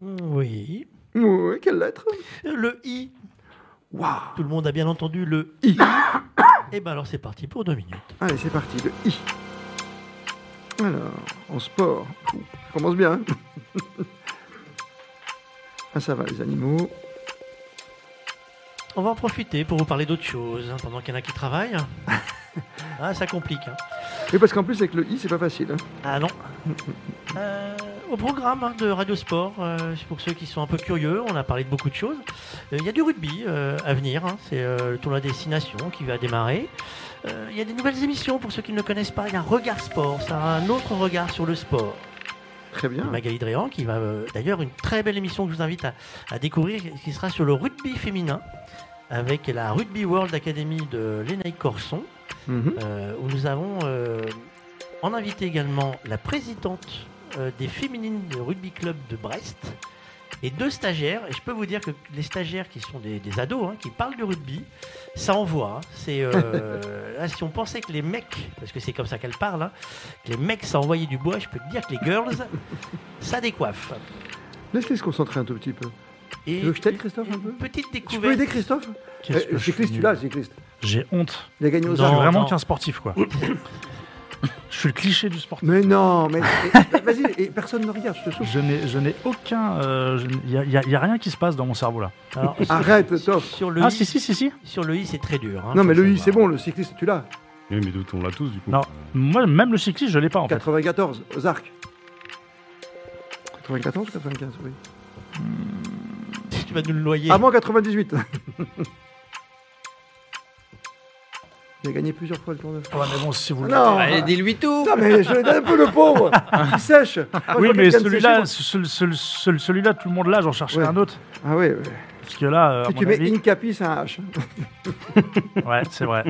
Speaker 6: Hmm, Oui.
Speaker 1: oui, quelle lettre
Speaker 6: Le I.
Speaker 1: Waouh
Speaker 6: Tout le monde a bien entendu le
Speaker 1: I.
Speaker 6: Eh ben alors c'est parti pour deux minutes.
Speaker 1: Allez, c'est parti, le I. Alors, en sport, Ouh, ça commence bien. hein. ah, ça va, les animaux.
Speaker 6: On va en profiter pour vous parler d'autre chose hein, pendant qu'il y en a qui travaillent. ah, ça complique. hein.
Speaker 1: Et parce qu'en plus, avec le I, c'est pas facile. hein.
Speaker 6: Ah non. Euh, au programme hein, de Radio Sport, euh, c'est pour ceux qui sont un peu curieux, on a parlé de beaucoup de choses. Euh, Il y a du rugby euh, à venir, hein, c'est euh, le tournoi destination qui va démarrer. Euh, Il y a des nouvelles émissions pour ceux qui ne le connaissent pas. Il y a Regard Sport, ça a un autre regard sur le sport.
Speaker 1: Très bien.
Speaker 6: de Magali Dréan, qui va euh, d'ailleurs une très belle émission que je vous invite à, à découvrir, qui sera sur le rugby féminin, avec la Rugby World Academy de Lénaï Corson,
Speaker 1: Mhm.
Speaker 6: euh, où nous avons euh, en invité également la présidente euh, des féminines de rugby club de Brest et deux stagiaires. Et je peux vous dire que les stagiaires qui sont des, des ados, hein, qui parlent de rugby, ça envoie. hein. C'est euh, là, si on pensait que les mecs, parce que c'est comme ça qu'elles parlent, hein, que les mecs ça envoyait du bois, je peux te dire que les girls, ça décoiffe.
Speaker 1: Laisse-les se concentrer un tout petit peu.
Speaker 6: Et
Speaker 1: Tu veux que je t'aide, Christophe, un peu
Speaker 6: une petite
Speaker 1: Tu peux
Speaker 6: découverte.
Speaker 1: aider, Christophe
Speaker 5: Qu'est-ce
Speaker 1: Eh,
Speaker 5: que
Speaker 1: Le
Speaker 5: je suis
Speaker 1: cycliste, tu
Speaker 5: nul.
Speaker 1: l'as, le cycliste.
Speaker 5: J'ai honte.
Speaker 1: Il a gagné aux
Speaker 5: Je suis
Speaker 1: armes.
Speaker 6: Non,
Speaker 5: vraiment
Speaker 6: non.
Speaker 5: qu'un sportif, quoi. je suis le cliché du sportif.
Speaker 1: Mais non, mais eh, vas-y, et personne ne regarde, je te souffle.
Speaker 5: Je n'ai, je n'ai aucun. euh, je- Il n'y a, il y a rien qui se passe dans mon cerveau là.
Speaker 6: Alors, sur-
Speaker 1: Arrête, Christophe.
Speaker 6: Sur le,
Speaker 5: ah,
Speaker 6: i,
Speaker 5: si, si, si, si.
Speaker 6: sur le i, c'est très dur. hein,
Speaker 1: Non,
Speaker 6: faut
Speaker 1: mais le I,
Speaker 6: savoir.
Speaker 1: c'est bon, le cycliste, tu l'as.
Speaker 2: Oui, mais d'où on l'a tous, du coup.
Speaker 5: Non. Moi, même le cycliste, je l'ai pas en fait.
Speaker 1: 94, aux arcs. 94 95, oui.
Speaker 6: Tu vas nous le loyer.
Speaker 1: Avant 98. Il a gagné plusieurs fois le Tour de
Speaker 3: Ah
Speaker 1: France.
Speaker 5: Ouais, mais bon, si vous le-
Speaker 1: Non,
Speaker 4: Allez, dis-lui tout.
Speaker 1: Putain, mais je l'ai donné un peu le pauvre. Il sèche. Moi, je
Speaker 5: Oui,
Speaker 1: vois
Speaker 5: mais
Speaker 1: quelqu'un de
Speaker 5: celui-là,
Speaker 1: sécher,
Speaker 5: ce- ce- ce- celui-là, tout le monde l'a, j'en cherchais
Speaker 1: Ouais.
Speaker 5: un autre.
Speaker 1: moi. Ah ouais. ouais.
Speaker 5: Parce que là, euh, à
Speaker 1: Si
Speaker 5: mon
Speaker 1: tu mets
Speaker 5: avis-
Speaker 1: Incapi, c'est un H.
Speaker 5: Ouais, c'est vrai.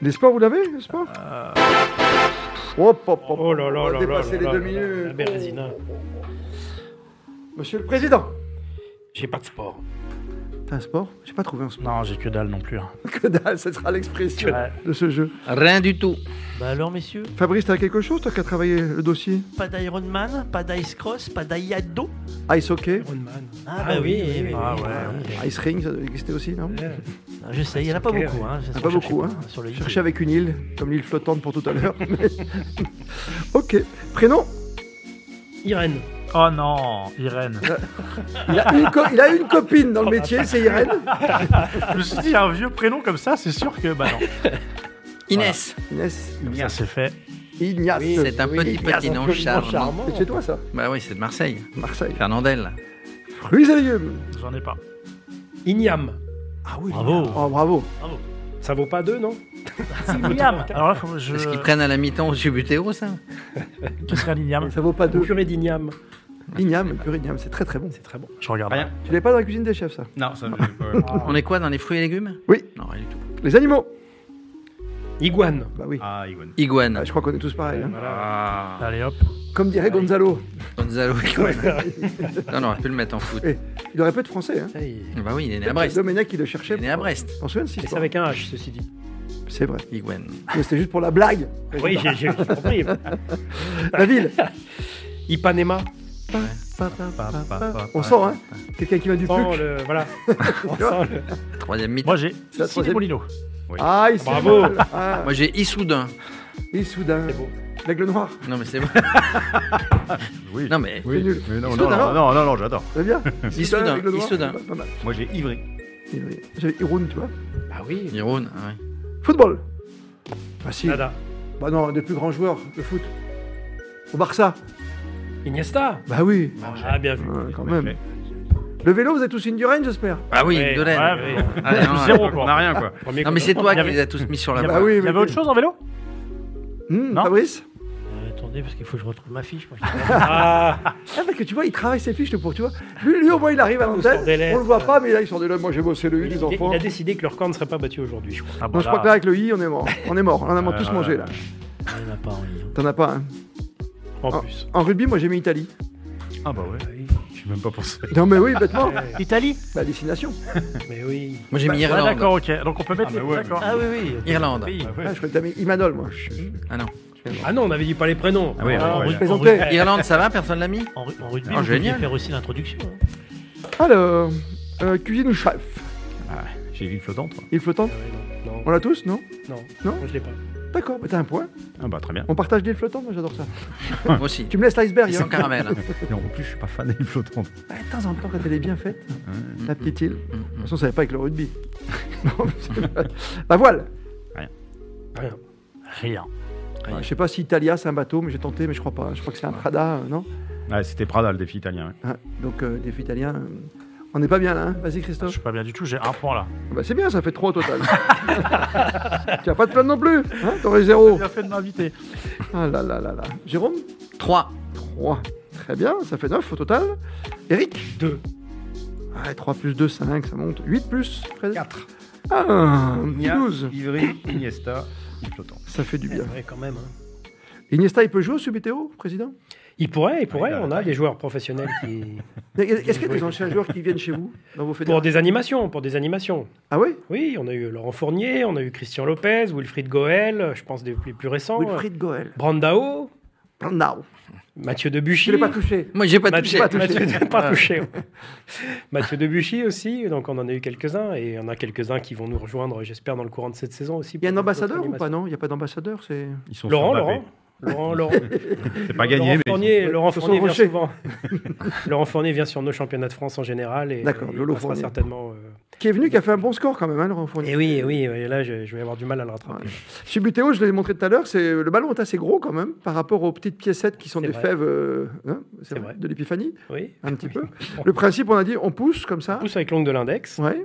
Speaker 1: Les sports, vous l'avez Les sports Hop, hop, hop.
Speaker 3: Euh, Oh là
Speaker 1: On
Speaker 3: là
Speaker 1: va
Speaker 3: là là.
Speaker 1: dépasser les Oh.
Speaker 3: là
Speaker 1: deux
Speaker 3: là là, La
Speaker 1: minutes.
Speaker 3: Bérésina.
Speaker 1: Monsieur le Président.
Speaker 3: J'ai pas de sport.
Speaker 1: T'as un sport J'ai pas trouvé un sport.
Speaker 5: Non, j'ai que dalle non plus. hein.
Speaker 1: Que dalle, ce sera l'expression
Speaker 5: Ouais.
Speaker 1: de ce jeu.
Speaker 4: Rien du tout.
Speaker 6: Bah alors, messieurs,
Speaker 1: Fabrice, t'as quelque chose, toi qui as travaillé le dossier
Speaker 6: pas d'Ironman, pas d'Ice Cross, pas d'Ayado.
Speaker 1: Ice hockey
Speaker 3: Ironman.
Speaker 6: Ah, bah oui, oui, oui,
Speaker 5: Ah
Speaker 6: oui,
Speaker 5: ouais,
Speaker 6: ah oui.
Speaker 1: Ice ring, ça devait exister aussi, non
Speaker 3: Ouais.
Speaker 6: Ah, Je sais, il n'y en a pas
Speaker 3: Soccer,
Speaker 6: beaucoup. Hein,
Speaker 1: pas beaucoup, hein.
Speaker 6: Sur le
Speaker 1: Chercher avec une île, comme l'île flottante pour tout à l'heure. ok. Prénom
Speaker 3: Irène.
Speaker 5: Oh non, Irène.
Speaker 1: il a, une co- il a une copine dans le métier, c'est Irène.
Speaker 5: je me suis dit, un vieux prénom comme ça, c'est sûr que. Bah non.
Speaker 4: Inès.
Speaker 1: Inès,
Speaker 5: Comme ça, c'est fait.
Speaker 1: Ignace.
Speaker 4: Oui, c'est un petit patinant
Speaker 1: absolument
Speaker 4: charmant.
Speaker 1: C'est chez toi, ça
Speaker 4: Bah oui, c'est de Marseille.
Speaker 1: Marseille.
Speaker 4: Fernandel.
Speaker 1: Fruits et légumes.
Speaker 5: J'en ai pas.
Speaker 3: Ignam.
Speaker 1: Ah oui.
Speaker 6: Bravo.
Speaker 1: Oh, bravo.
Speaker 3: Ça vaut pas deux, non
Speaker 5: L'igname. Alors là, faut- je.
Speaker 4: Est-ce qu'ils prennent à la mi-temps au Subutéo, ça
Speaker 5: Qu'est-ce qu'un l'igname
Speaker 1: Ça vaut pas
Speaker 3: Le
Speaker 1: deux.
Speaker 3: purée d'ignam.
Speaker 1: Igname, purée igname, c'est très très bon.
Speaker 3: C'est très bon.
Speaker 5: Je regarde.
Speaker 2: Rien.
Speaker 1: Tu l'avais pas dans la cuisine des chefs, ça
Speaker 2: Non, ça, euh,
Speaker 4: On est quoi dans les fruits et légumes
Speaker 1: Oui.
Speaker 4: Non, rien du tout.
Speaker 1: Les animaux
Speaker 3: Iguane.
Speaker 1: Bah oui.
Speaker 2: Ah, Iwan.
Speaker 4: Iguane.
Speaker 1: Ah, je crois qu'on est tous pareils. hein.
Speaker 5: Allez hop.
Speaker 1: Comme dirait Gonzalo.
Speaker 4: Gonzalo Iguane. on aurait pu le mettre en foot.
Speaker 1: Il aurait pu être français. Hein.
Speaker 3: Ça y est.
Speaker 4: Bah oui, il est né à Brest.
Speaker 1: Domenech, il le
Speaker 4: Il
Speaker 1: cherchait.
Speaker 4: est né à Brest,
Speaker 1: T'en souviens de cette
Speaker 3: Mais c'est
Speaker 1: histoire
Speaker 3: avec un H, ceci dit.
Speaker 1: C'est vrai.
Speaker 4: Iguane.
Speaker 1: Mais c'était juste pour la blague.
Speaker 3: Oui, j'ai j'ai compris.
Speaker 1: La ville
Speaker 3: Ipanema.
Speaker 1: pa, pa,
Speaker 2: Pa,
Speaker 1: pa,
Speaker 2: pa,
Speaker 1: pa, pa.
Speaker 2: pa,
Speaker 1: On
Speaker 2: pa.
Speaker 1: sent, hein Quelqu'un qui vient du
Speaker 3: Sans
Speaker 1: puc.
Speaker 3: le, voilà. On sent le-
Speaker 4: Troisième mythe.
Speaker 5: Moi, j'ai
Speaker 1: la
Speaker 5: Sidi
Speaker 1: troisième.
Speaker 5: Molino.
Speaker 1: Ah, il s'est-
Speaker 3: Bravo.
Speaker 1: Ah,
Speaker 4: Moi j'ai Issoudun.
Speaker 1: Et soudain,
Speaker 3: C'est beau.
Speaker 1: l'aigle noir,
Speaker 4: Non mais c'est bon.
Speaker 2: Oui.
Speaker 4: Non mais
Speaker 2: Oui,
Speaker 1: C'est nul.
Speaker 2: mais non,
Speaker 1: Ils
Speaker 2: non,
Speaker 1: sont
Speaker 2: non,
Speaker 3: hein.
Speaker 1: d'accord
Speaker 2: non, non, non, j'adore.
Speaker 1: très bien.
Speaker 4: Issoudun,
Speaker 1: l'aigle noir,
Speaker 4: Issoudun.
Speaker 1: c'est pas- pas mal.
Speaker 2: Moi, j'ai ivré.
Speaker 1: C'est vrai. J'avais Iroun, tu vois.
Speaker 6: Bah oui.
Speaker 4: Iron, ah ouais.
Speaker 1: Football. Facile.
Speaker 3: Nada.
Speaker 1: Bah non, un des plus grands joueurs de foot. Au Barça.
Speaker 3: Iniesta.
Speaker 1: Bah oui,
Speaker 3: Ah, bien vu.
Speaker 1: euh, quand même. Le vélo, vous êtes tous une Durain, j'espère
Speaker 4: Ah oui,
Speaker 3: Ouais,
Speaker 4: une de laine.
Speaker 5: ouais, ouais.
Speaker 4: Allez, non, non,
Speaker 5: Zéro,
Speaker 2: On
Speaker 5: quoi.
Speaker 2: n'a rien, quoi.
Speaker 3: Premier
Speaker 4: non, mais c'est
Speaker 3: contact.
Speaker 4: toi
Speaker 5: Il y
Speaker 4: qui
Speaker 5: avait-
Speaker 4: les as tous mis sur la
Speaker 5: Il y
Speaker 1: Bah
Speaker 4: barre.
Speaker 1: oui,
Speaker 5: Il y
Speaker 1: mais-
Speaker 5: avait autre chose en vélo
Speaker 1: Hmm,
Speaker 5: Non.
Speaker 1: Fabrice
Speaker 6: Euh, attendez, parce qu'il faut que je retrouve ma fiche. Moi.
Speaker 3: Ah,
Speaker 1: Ah, parce que tu vois, il travaille ses fiches le pour, tu vois. Lui, lui, au moins, il arrive à l'antenne.
Speaker 3: sort des
Speaker 1: On
Speaker 3: lettres.
Speaker 1: le voit pas, mais là, il sort des lettres. Moi, j'ai bossé le i,
Speaker 3: il,
Speaker 1: les
Speaker 3: il-
Speaker 1: enfants.
Speaker 3: il a décidé que leur camp ne serait pas battu aujourd'hui, je crois.
Speaker 5: Ah,
Speaker 1: Non, je crois que bah là, avec le i, on est mort. On est mort. On en a
Speaker 2: Ah,
Speaker 3: Euh,
Speaker 1: tous
Speaker 2: là,
Speaker 1: mangé, là.
Speaker 2: là.
Speaker 6: Ah, Il n'y en a pas en lien.
Speaker 1: T'en as pas un.
Speaker 3: En
Speaker 1: Ah.
Speaker 3: plus.
Speaker 1: En rugby, moi, j'ai mis Italie.
Speaker 2: Ah, bah ouais. Je suis même pas pensé.
Speaker 1: Non, mais oui, bêtement. Bah,
Speaker 6: hein.
Speaker 5: Italie
Speaker 1: La destination.
Speaker 3: Mais oui.
Speaker 4: Moi j'ai mis
Speaker 5: Ah,
Speaker 4: Irlande.
Speaker 5: d'accord, ok. Donc, on peut mettre
Speaker 2: Ah,
Speaker 5: les.
Speaker 2: bah ouais,
Speaker 5: D'accord.
Speaker 6: Ah oui, oui.
Speaker 4: Irlande.
Speaker 6: Pays.
Speaker 1: Ah, je crois que t'as mis Imanol, moi.
Speaker 4: Ah non.
Speaker 3: Ah non, on avait dit pas les prénoms.
Speaker 2: Ah oui,
Speaker 3: Ah,
Speaker 2: ah,
Speaker 1: Je
Speaker 2: ouais.
Speaker 1: plaisantais.
Speaker 4: Irlande, ça va Personne l'a mis
Speaker 6: En, ru- en rugby,
Speaker 4: Ah,
Speaker 6: on peut
Speaker 4: génial.
Speaker 6: faire aussi l'introduction. hein.
Speaker 1: Alors, euh, cuisine ou chef
Speaker 2: Ah, J'ai l'île flottante. quoi.
Speaker 1: Il faut tenter.
Speaker 3: Ah ouais, non,
Speaker 1: On
Speaker 3: non,
Speaker 1: l'a tous, non
Speaker 3: non,
Speaker 1: Non
Speaker 3: moi, je l'ai pas.
Speaker 1: D'accord, bah t'as un point.
Speaker 2: Ah, bah très bien.
Speaker 1: On partage des flottants, moi j'adore ça.
Speaker 4: Moi aussi.
Speaker 1: Tu me laisses l'iceberg,
Speaker 4: Ils
Speaker 1: hein.
Speaker 4: sont caramel. hein.
Speaker 2: Non, en plus, je suis pas fan d'île flottante.
Speaker 1: Ah, De temps en temps, quand elle est bien faite,
Speaker 2: Ouais.
Speaker 1: la petite île. De
Speaker 4: Mm,
Speaker 1: toute
Speaker 4: mm.
Speaker 1: façon, ça va pas avec le rugby. Non, c'est pas- la voile.
Speaker 3: Rien.
Speaker 5: Rien.
Speaker 1: Ouais, Je sais pas si Italia c'est un bateau, mais j'ai tenté, mais je crois pas. hein. Je crois que c'est un Prada, euh, non
Speaker 2: Ah, C'était Prada, le défi italien. ouais.
Speaker 1: Ah, Donc, euh, défi italien. euh, On n'est pas bien là, hein vas-y
Speaker 5: Je
Speaker 1: Christophe.
Speaker 5: suis pas bien du tout, j'ai un point là.
Speaker 1: Ah bah, c'est bien, ça fait 3 au total. tu n'as pas de plainte non plus, hein t'aurais 0.
Speaker 5: fait de m'inviter.
Speaker 1: Ah là là là là. Jérôme
Speaker 4: Trois.
Speaker 1: 3. Très bien, ça fait 9 au total. Eric
Speaker 3: Deux.
Speaker 1: Ah, 3 plus 2, 5, ça monte. 8 plus Fred
Speaker 3: 4.
Speaker 1: Ah, un petit
Speaker 2: Nia,
Speaker 1: 12.
Speaker 2: Ivry, Iniesta, île flottante.
Speaker 1: Ça fait du bien.
Speaker 3: Ouais, quand même. hein.
Speaker 1: Iniesta, il peut jouer au Subiteo, président
Speaker 3: Il pourrait, il pourrait.
Speaker 2: Ouais,
Speaker 3: on a des joueurs professionnels qui.
Speaker 1: Est-ce qu'il y a des anciens joueurs qui viennent chez vous dans vos
Speaker 3: pour
Speaker 1: fédérations
Speaker 3: des animations, pour des animations.
Speaker 1: Ah ouais
Speaker 3: Oui, on a eu Laurent Fournier, on a eu Christian Lopez, Wilfried Goel, je pense des plus, plus récents.
Speaker 1: Wilfried Goel.
Speaker 3: Brandao,
Speaker 1: Brandao.
Speaker 3: Mathieu
Speaker 1: Je
Speaker 3: Debuchy.
Speaker 1: ne l'ai pas Bah, touché. Ah.
Speaker 4: Moi j'ai pas touché.
Speaker 3: Mathieu, Mathieu- pas
Speaker 4: Ouais.
Speaker 3: touché. Mathieu Debuchy aussi, donc on en a eu quelques-uns et on a quelques-uns qui vont nous rejoindre, j'espère, dans le courant de cette saison aussi.
Speaker 1: Il y a un
Speaker 3: pour
Speaker 1: ambassadeur
Speaker 3: d'autres
Speaker 1: ou pas Non, il n'y a pas d'ambassadeur. C'est
Speaker 2: Ils sont
Speaker 3: Laurent,
Speaker 2: sur Mbappé.
Speaker 3: Laurent, Laurent, Laurent,
Speaker 2: C'est pas gagné,
Speaker 3: Laurent
Speaker 2: mais.
Speaker 3: Fournier, Laurent
Speaker 1: Ce sont
Speaker 3: Fournier vient
Speaker 1: Rocher.
Speaker 3: souvent. Laurent Fournier vient sur nos championnats de France en général et,
Speaker 1: D'accord,
Speaker 3: et il
Speaker 1: Lolo
Speaker 3: passera
Speaker 1: Fournier.
Speaker 3: certainement. euh,
Speaker 1: qui est venu, qui a fait un bon score quand même, hein, Laurent Fournier.
Speaker 3: Et oui, eh oui, et là je, je vais avoir du mal à le rattraper.
Speaker 1: Subiteo, je l'ai montré tout à l'heure, c'est le ballon est assez gros quand même par rapport aux petites piécettes qui sont
Speaker 3: C'est
Speaker 1: des
Speaker 3: vrai.
Speaker 1: fèves, euh, hein, c'est
Speaker 3: C'est
Speaker 1: vrai,
Speaker 3: vrai.
Speaker 1: de l'épiphanie,
Speaker 3: Oui.
Speaker 1: un petit
Speaker 3: Oui.
Speaker 1: peu. Le principe, on a dit, on pousse comme
Speaker 3: On
Speaker 1: ça.
Speaker 3: pousse avec l'ongle de l'index
Speaker 1: Ouais.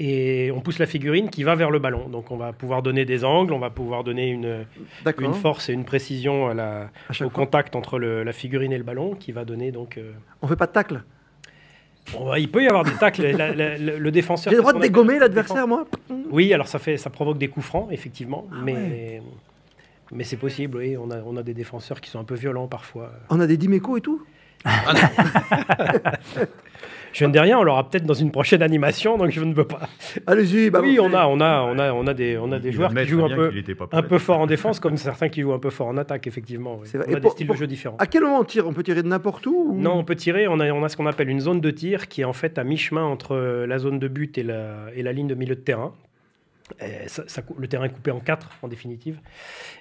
Speaker 3: et on pousse la figurine qui va vers le ballon. Donc on va pouvoir donner des angles, on va pouvoir donner une, une
Speaker 1: D'accord.
Speaker 3: force et une précision à la,
Speaker 1: À chaque
Speaker 3: au
Speaker 1: fois.
Speaker 3: contact entre le- la figurine et le ballon qui va donner donc. euh,
Speaker 1: On fait pas de tacle.
Speaker 3: bon, bah, il peut y avoir des tacles. La- la- la- le défenseur.
Speaker 1: J'ai le droit de
Speaker 3: qu'est-ce qu'on
Speaker 1: dégommer
Speaker 3: appelle-
Speaker 1: l'adversaire, moi.
Speaker 3: Oui, alors ça fait, ça provoque des coups francs effectivement, mais.
Speaker 1: Ah ouais.
Speaker 3: Mais c'est possible, oui. On a, on a des défenseurs qui sont un peu violents parfois.
Speaker 1: On a des diméco et tout.
Speaker 3: Je ne dis rien, on l'aura peut-être dans une prochaine animation, donc je ne veux pas.
Speaker 1: Allez-y. bah,
Speaker 3: oui,
Speaker 1: vous-
Speaker 3: on a, on a, on a, on a des, on a des
Speaker 2: Il
Speaker 3: joueurs
Speaker 2: admet
Speaker 3: qui jouent
Speaker 2: très
Speaker 3: un
Speaker 2: bien
Speaker 3: peu,
Speaker 2: qu'il était pas
Speaker 3: un
Speaker 2: prêt.
Speaker 3: peu fort en défense, comme certains qui jouent un peu fort en attaque, effectivement. oui.
Speaker 1: C'est vrai.
Speaker 3: On
Speaker 1: Et
Speaker 3: a
Speaker 1: pour-
Speaker 3: des styles
Speaker 1: pour-
Speaker 3: de jeu différents.
Speaker 1: À quel moment on tire On peut tirer de n'importe où ou-
Speaker 3: Non, on peut tirer. On a, on a ce qu'on appelle une zone de tir qui est en fait à mi-chemin entre euh, la zone de but et la, et la ligne de milieu de terrain. Et ça- ça cou- le terrain est coupé en quatre, en définitive.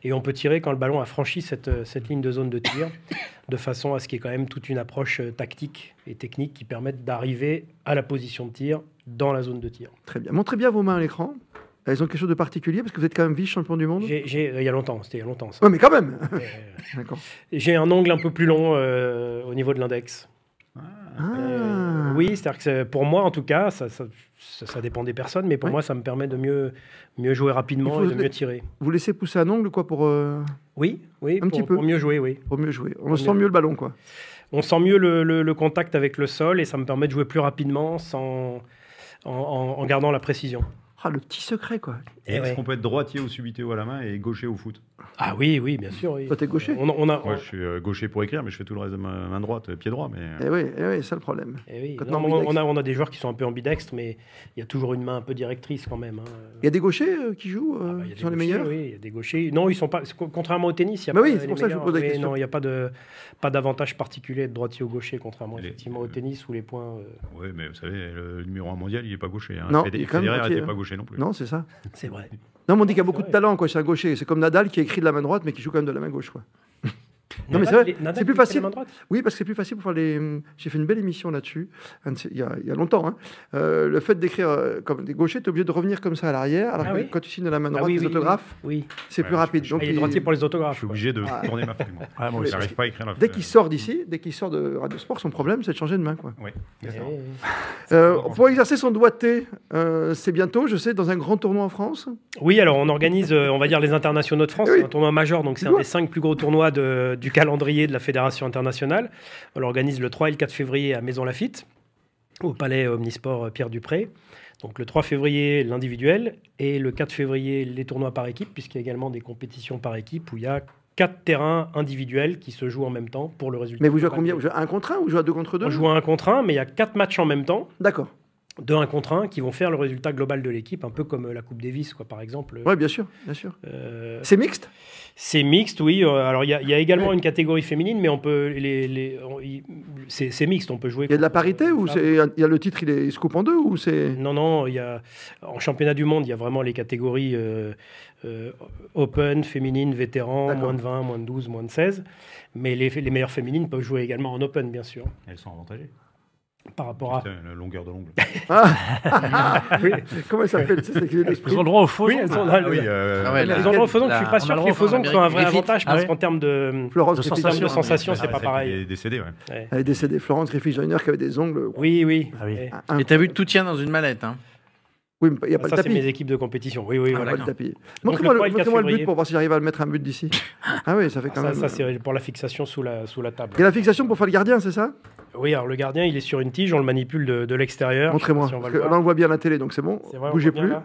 Speaker 3: Et on peut tirer quand le ballon a franchi cette, euh, cette ligne de zone de tir, de façon à ce qu'il y ait quand même toute une approche euh, tactique et technique qui permette d'arriver à la position de tir dans la zone de tir.
Speaker 1: Très bien. Montrez bien vos mains à l'écran. Elles ont quelque chose de particulier parce que vous êtes quand même vice-champion du monde.
Speaker 3: J'ai, j'ai- euh, il y a longtemps, c'était il y a longtemps. ça.
Speaker 1: Ouais, mais quand même.
Speaker 3: Euh,
Speaker 1: D'accord.
Speaker 3: j'ai un ongle un peu plus long euh, au niveau de l'index. Euh,
Speaker 1: Ah.
Speaker 3: oui, c'est-à-dire que c'est- pour moi, en tout cas, ça, ça, ça- ça dépend des personnes, mais pour
Speaker 1: Ouais.
Speaker 3: moi, ça me permet de mieux, mieux jouer rapidement
Speaker 1: Il
Speaker 3: et
Speaker 1: faut
Speaker 3: de
Speaker 1: les-
Speaker 3: mieux tirer.
Speaker 1: Vous laissez pousser un ongle quoi pour, euh,
Speaker 3: Oui, oui,
Speaker 1: Un
Speaker 3: pour,
Speaker 1: petit peu.
Speaker 3: pour mieux jouer, oui.
Speaker 1: pour mieux jouer. On
Speaker 3: Pour
Speaker 1: sent
Speaker 3: mieux-
Speaker 1: mieux le ballon quoi.
Speaker 3: On sent mieux le, le- le contact avec le sol et ça me permet de jouer plus rapidement sans, en, en- en gardant la précision.
Speaker 1: Ah, le petit secret, quoi.
Speaker 2: Et
Speaker 3: Eh
Speaker 2: Est-ce
Speaker 3: ouais.
Speaker 2: qu'on peut être droitier au subitéo à la main et gaucher au foot
Speaker 3: Ah oui, oui, bien sûr. oui.
Speaker 1: Toi, t'es gaucher
Speaker 3: On a, on a-
Speaker 2: Moi, je suis euh, gaucher pour écrire, mais je fais tout le reste de ma main droite, euh, pied droit. Mais euh,
Speaker 1: Eh oui, eh oui, c'est ça le problème.
Speaker 3: eh oui.
Speaker 1: Quand on est
Speaker 3: Non, on,
Speaker 1: ambidextre.
Speaker 3: on a, on a des joueurs qui sont un peu ambidextres, mais il y a toujours une main un peu directrice quand même. hein.
Speaker 1: Il y a des gauchers euh, qui jouent, euh,
Speaker 3: Ah bah, il y a
Speaker 1: qui
Speaker 3: des
Speaker 1: sont les
Speaker 3: gauchers,
Speaker 1: meilleurs
Speaker 3: Oui, il y a des gauchers. Non, ils sont pas. c'est co- Contrairement au tennis, il y a
Speaker 1: Bah
Speaker 3: pas
Speaker 1: oui,
Speaker 3: les
Speaker 1: c'est pour ça que je vous
Speaker 3: meilleurs.
Speaker 1: pose la
Speaker 3: Oui,
Speaker 1: question.
Speaker 3: Non, il n'y a pas de pas d'avantage particulier de droitier ou gaucher, contrairement
Speaker 2: Les-
Speaker 3: effectivement au
Speaker 2: euh,
Speaker 3: tennis où les points. euh,
Speaker 2: ouais, mais vous savez, le numéro 1 mondial, il n'est pas gaucher. Hein.
Speaker 1: Non,
Speaker 2: Fed-
Speaker 1: il est quand même
Speaker 2: Federer
Speaker 1: droitier,
Speaker 2: n'était
Speaker 1: hein.
Speaker 2: pas gaucher non plus.
Speaker 1: Non, c'est ça.
Speaker 3: C'est vrai.
Speaker 1: Non, mais on dit qu'il y a beaucoup de
Speaker 3: C'est vrai.
Speaker 1: talent, quoi, chez un gaucher. C'est comme Nadal qui écrit de la main droite, mais qui joue quand même de la main gauche, quoi. Non, mais c'est vrai, c'est plus facile. Oui, parce que c'est plus facile pour faire les. hum, J'ai fait une belle émission là-dessus, un de ces- il y a, il y a longtemps. hein. Euh, le fait d'écrire euh, comme des gauchers, tu es obligé de revenir comme ça à l'arrière, alors
Speaker 3: Ah
Speaker 1: que
Speaker 3: oui.
Speaker 1: quand tu signes de la main
Speaker 3: Ah
Speaker 1: droite,
Speaker 3: oui,
Speaker 1: les
Speaker 3: oui,
Speaker 1: autographes,
Speaker 3: Oui.
Speaker 1: c'est
Speaker 2: Ouais,
Speaker 1: plus
Speaker 2: je-
Speaker 1: rapide.
Speaker 2: je-
Speaker 1: donc
Speaker 3: Ah, il est
Speaker 1: il-
Speaker 3: droitier pour les
Speaker 2: Je
Speaker 3: autographes.
Speaker 2: suis obligé de
Speaker 1: Ah.
Speaker 2: tourner ma feuille. moi.
Speaker 5: Ouais, moi
Speaker 1: Mais-
Speaker 5: aussi.
Speaker 2: J'arrive pas à écrire la
Speaker 1: Dès
Speaker 2: feuille.
Speaker 1: qu'il sort d'ici, dès qu'il sort de Radio Sport, son problème, c'est de changer de main, quoi.
Speaker 2: Ouais.
Speaker 3: quoi.
Speaker 2: d'accord.
Speaker 3: Eh,
Speaker 1: Euh, pour exercer son doigté, euh, c'est bientôt, je sais, dans un grand tournoi en France.
Speaker 3: Oui, alors on organise, euh, on va dire, les internationaux de France.
Speaker 1: Eh oui.
Speaker 3: C'est un tournoi majeur, donc c'est un
Speaker 1: Dis-moi.
Speaker 3: des cinq plus gros tournois de- du calendrier de la Fédération internationale. On l'organise le 3 et le 4 février à Maison Lafitte, au palais Omnisport euh, Pierre Dupré. Donc le 3 février, l'individuel, et le 4 février, les tournois par équipe, puisqu'il y a également des compétitions par équipe où il y a quatre terrains individuels qui se jouent en même temps pour le résultat.
Speaker 1: Mais vous jouez à
Speaker 3: global.
Speaker 1: combien Vous jouez à un contre un ou vous jouez à deux contre deux
Speaker 3: On joue à un contre un, mais il y a quatre matchs en même temps
Speaker 1: D'accord.
Speaker 3: de un contre un qui vont faire le résultat global de l'équipe, un peu comme euh, la Coupe Davis, quoi, par exemple.
Speaker 1: Oui, bien sûr, bien sûr.
Speaker 3: Euh,
Speaker 1: C'est mixte
Speaker 3: c'est mixte, oui. euh, Alors il y, a- il y a également une catégorie féminine, mais on peut les, les- on- y- c'est c'est mixte, on peut jouer.
Speaker 1: Il y a de la
Speaker 3: contre,
Speaker 1: parité
Speaker 3: euh,
Speaker 1: ou
Speaker 3: femmes.
Speaker 1: c'est il y a le titre, il, est, il se coupe en deux ou c'est
Speaker 3: Non, non, il y a, en championnat du monde, il y a vraiment les catégories euh, euh, open, féminine, vétéran,
Speaker 1: D'accord.
Speaker 3: moins de 20, moins de 12, moins de 16. Mais les, les meilleures féminines peuvent jouer également en open, bien sûr,
Speaker 2: Elles sont avantagées.
Speaker 3: par rapport à...
Speaker 2: Putain, la longueur de l'ongle.
Speaker 3: Ah
Speaker 1: Oui. Ah Comment il s'appelle c'est- c'est- c'est-
Speaker 5: Ils ont le droit au faux.
Speaker 3: Oui,
Speaker 5: non
Speaker 3: elles sont
Speaker 2: Ah
Speaker 3: là, le-
Speaker 2: oui, euh,
Speaker 4: Ah ouais,
Speaker 3: Ils
Speaker 4: là.
Speaker 3: ont le droit aux faisans, que je
Speaker 4: Là,
Speaker 3: suis pas
Speaker 4: on
Speaker 3: sûr
Speaker 6: a le
Speaker 3: que les
Speaker 6: droit,
Speaker 3: faisans
Speaker 6: on a
Speaker 3: qui ont un
Speaker 6: les
Speaker 3: vrai
Speaker 6: filles.
Speaker 3: avantage,
Speaker 6: Ah
Speaker 3: parce
Speaker 6: ouais.
Speaker 3: qu'en termes de...
Speaker 1: Florence
Speaker 5: De
Speaker 1: Griffith
Speaker 3: En termes de
Speaker 1: Joyner.
Speaker 5: sensation.
Speaker 3: sensations,
Speaker 2: celle
Speaker 3: c'est pas
Speaker 2: qui
Speaker 3: pareil.
Speaker 2: est décédée, ouais.
Speaker 3: Ouais.
Speaker 1: Elle est décédée, Florence Griffith Joyner, qui avait des ongles.
Speaker 3: Oui, oui.
Speaker 5: Ah oui.
Speaker 3: Ouais.
Speaker 1: Ah, un-
Speaker 4: Et t'as vu, tout tient dans une mallette. Hein.
Speaker 1: Oui, mais il n'y a pas
Speaker 3: Ah, Ça,
Speaker 1: de
Speaker 3: c'est
Speaker 1: tapis. Ah,
Speaker 3: mes équipes de compétition. Oui, oui,
Speaker 1: Il y a
Speaker 4: voilà.
Speaker 1: pas de
Speaker 4: d'accord.
Speaker 1: tapis.
Speaker 3: le
Speaker 1: Montrez-moi le,
Speaker 3: trois et le quatre
Speaker 1: montrez-moi le but
Speaker 3: février.
Speaker 1: pour voir si j'arrive à le mettre un but d'ici. Ah oui, ça fait quand
Speaker 3: Ça,
Speaker 1: même.
Speaker 3: ça, c'est pour la fixation sous la, sous la table.
Speaker 1: Il y a la fixation pour faire le gardien, c'est ça
Speaker 3: Oui, alors le gardien, il est sur une tige, on le manipule de, de l'extérieur.
Speaker 1: Montrez-moi.
Speaker 3: Je sais pas Ah, si on va
Speaker 1: parce
Speaker 3: le
Speaker 1: que
Speaker 3: voir.
Speaker 1: là, on le voit bien à la télé, donc c'est bon.
Speaker 3: C'est vrai, on
Speaker 1: Bougez
Speaker 3: voit
Speaker 1: plus.
Speaker 3: bien, là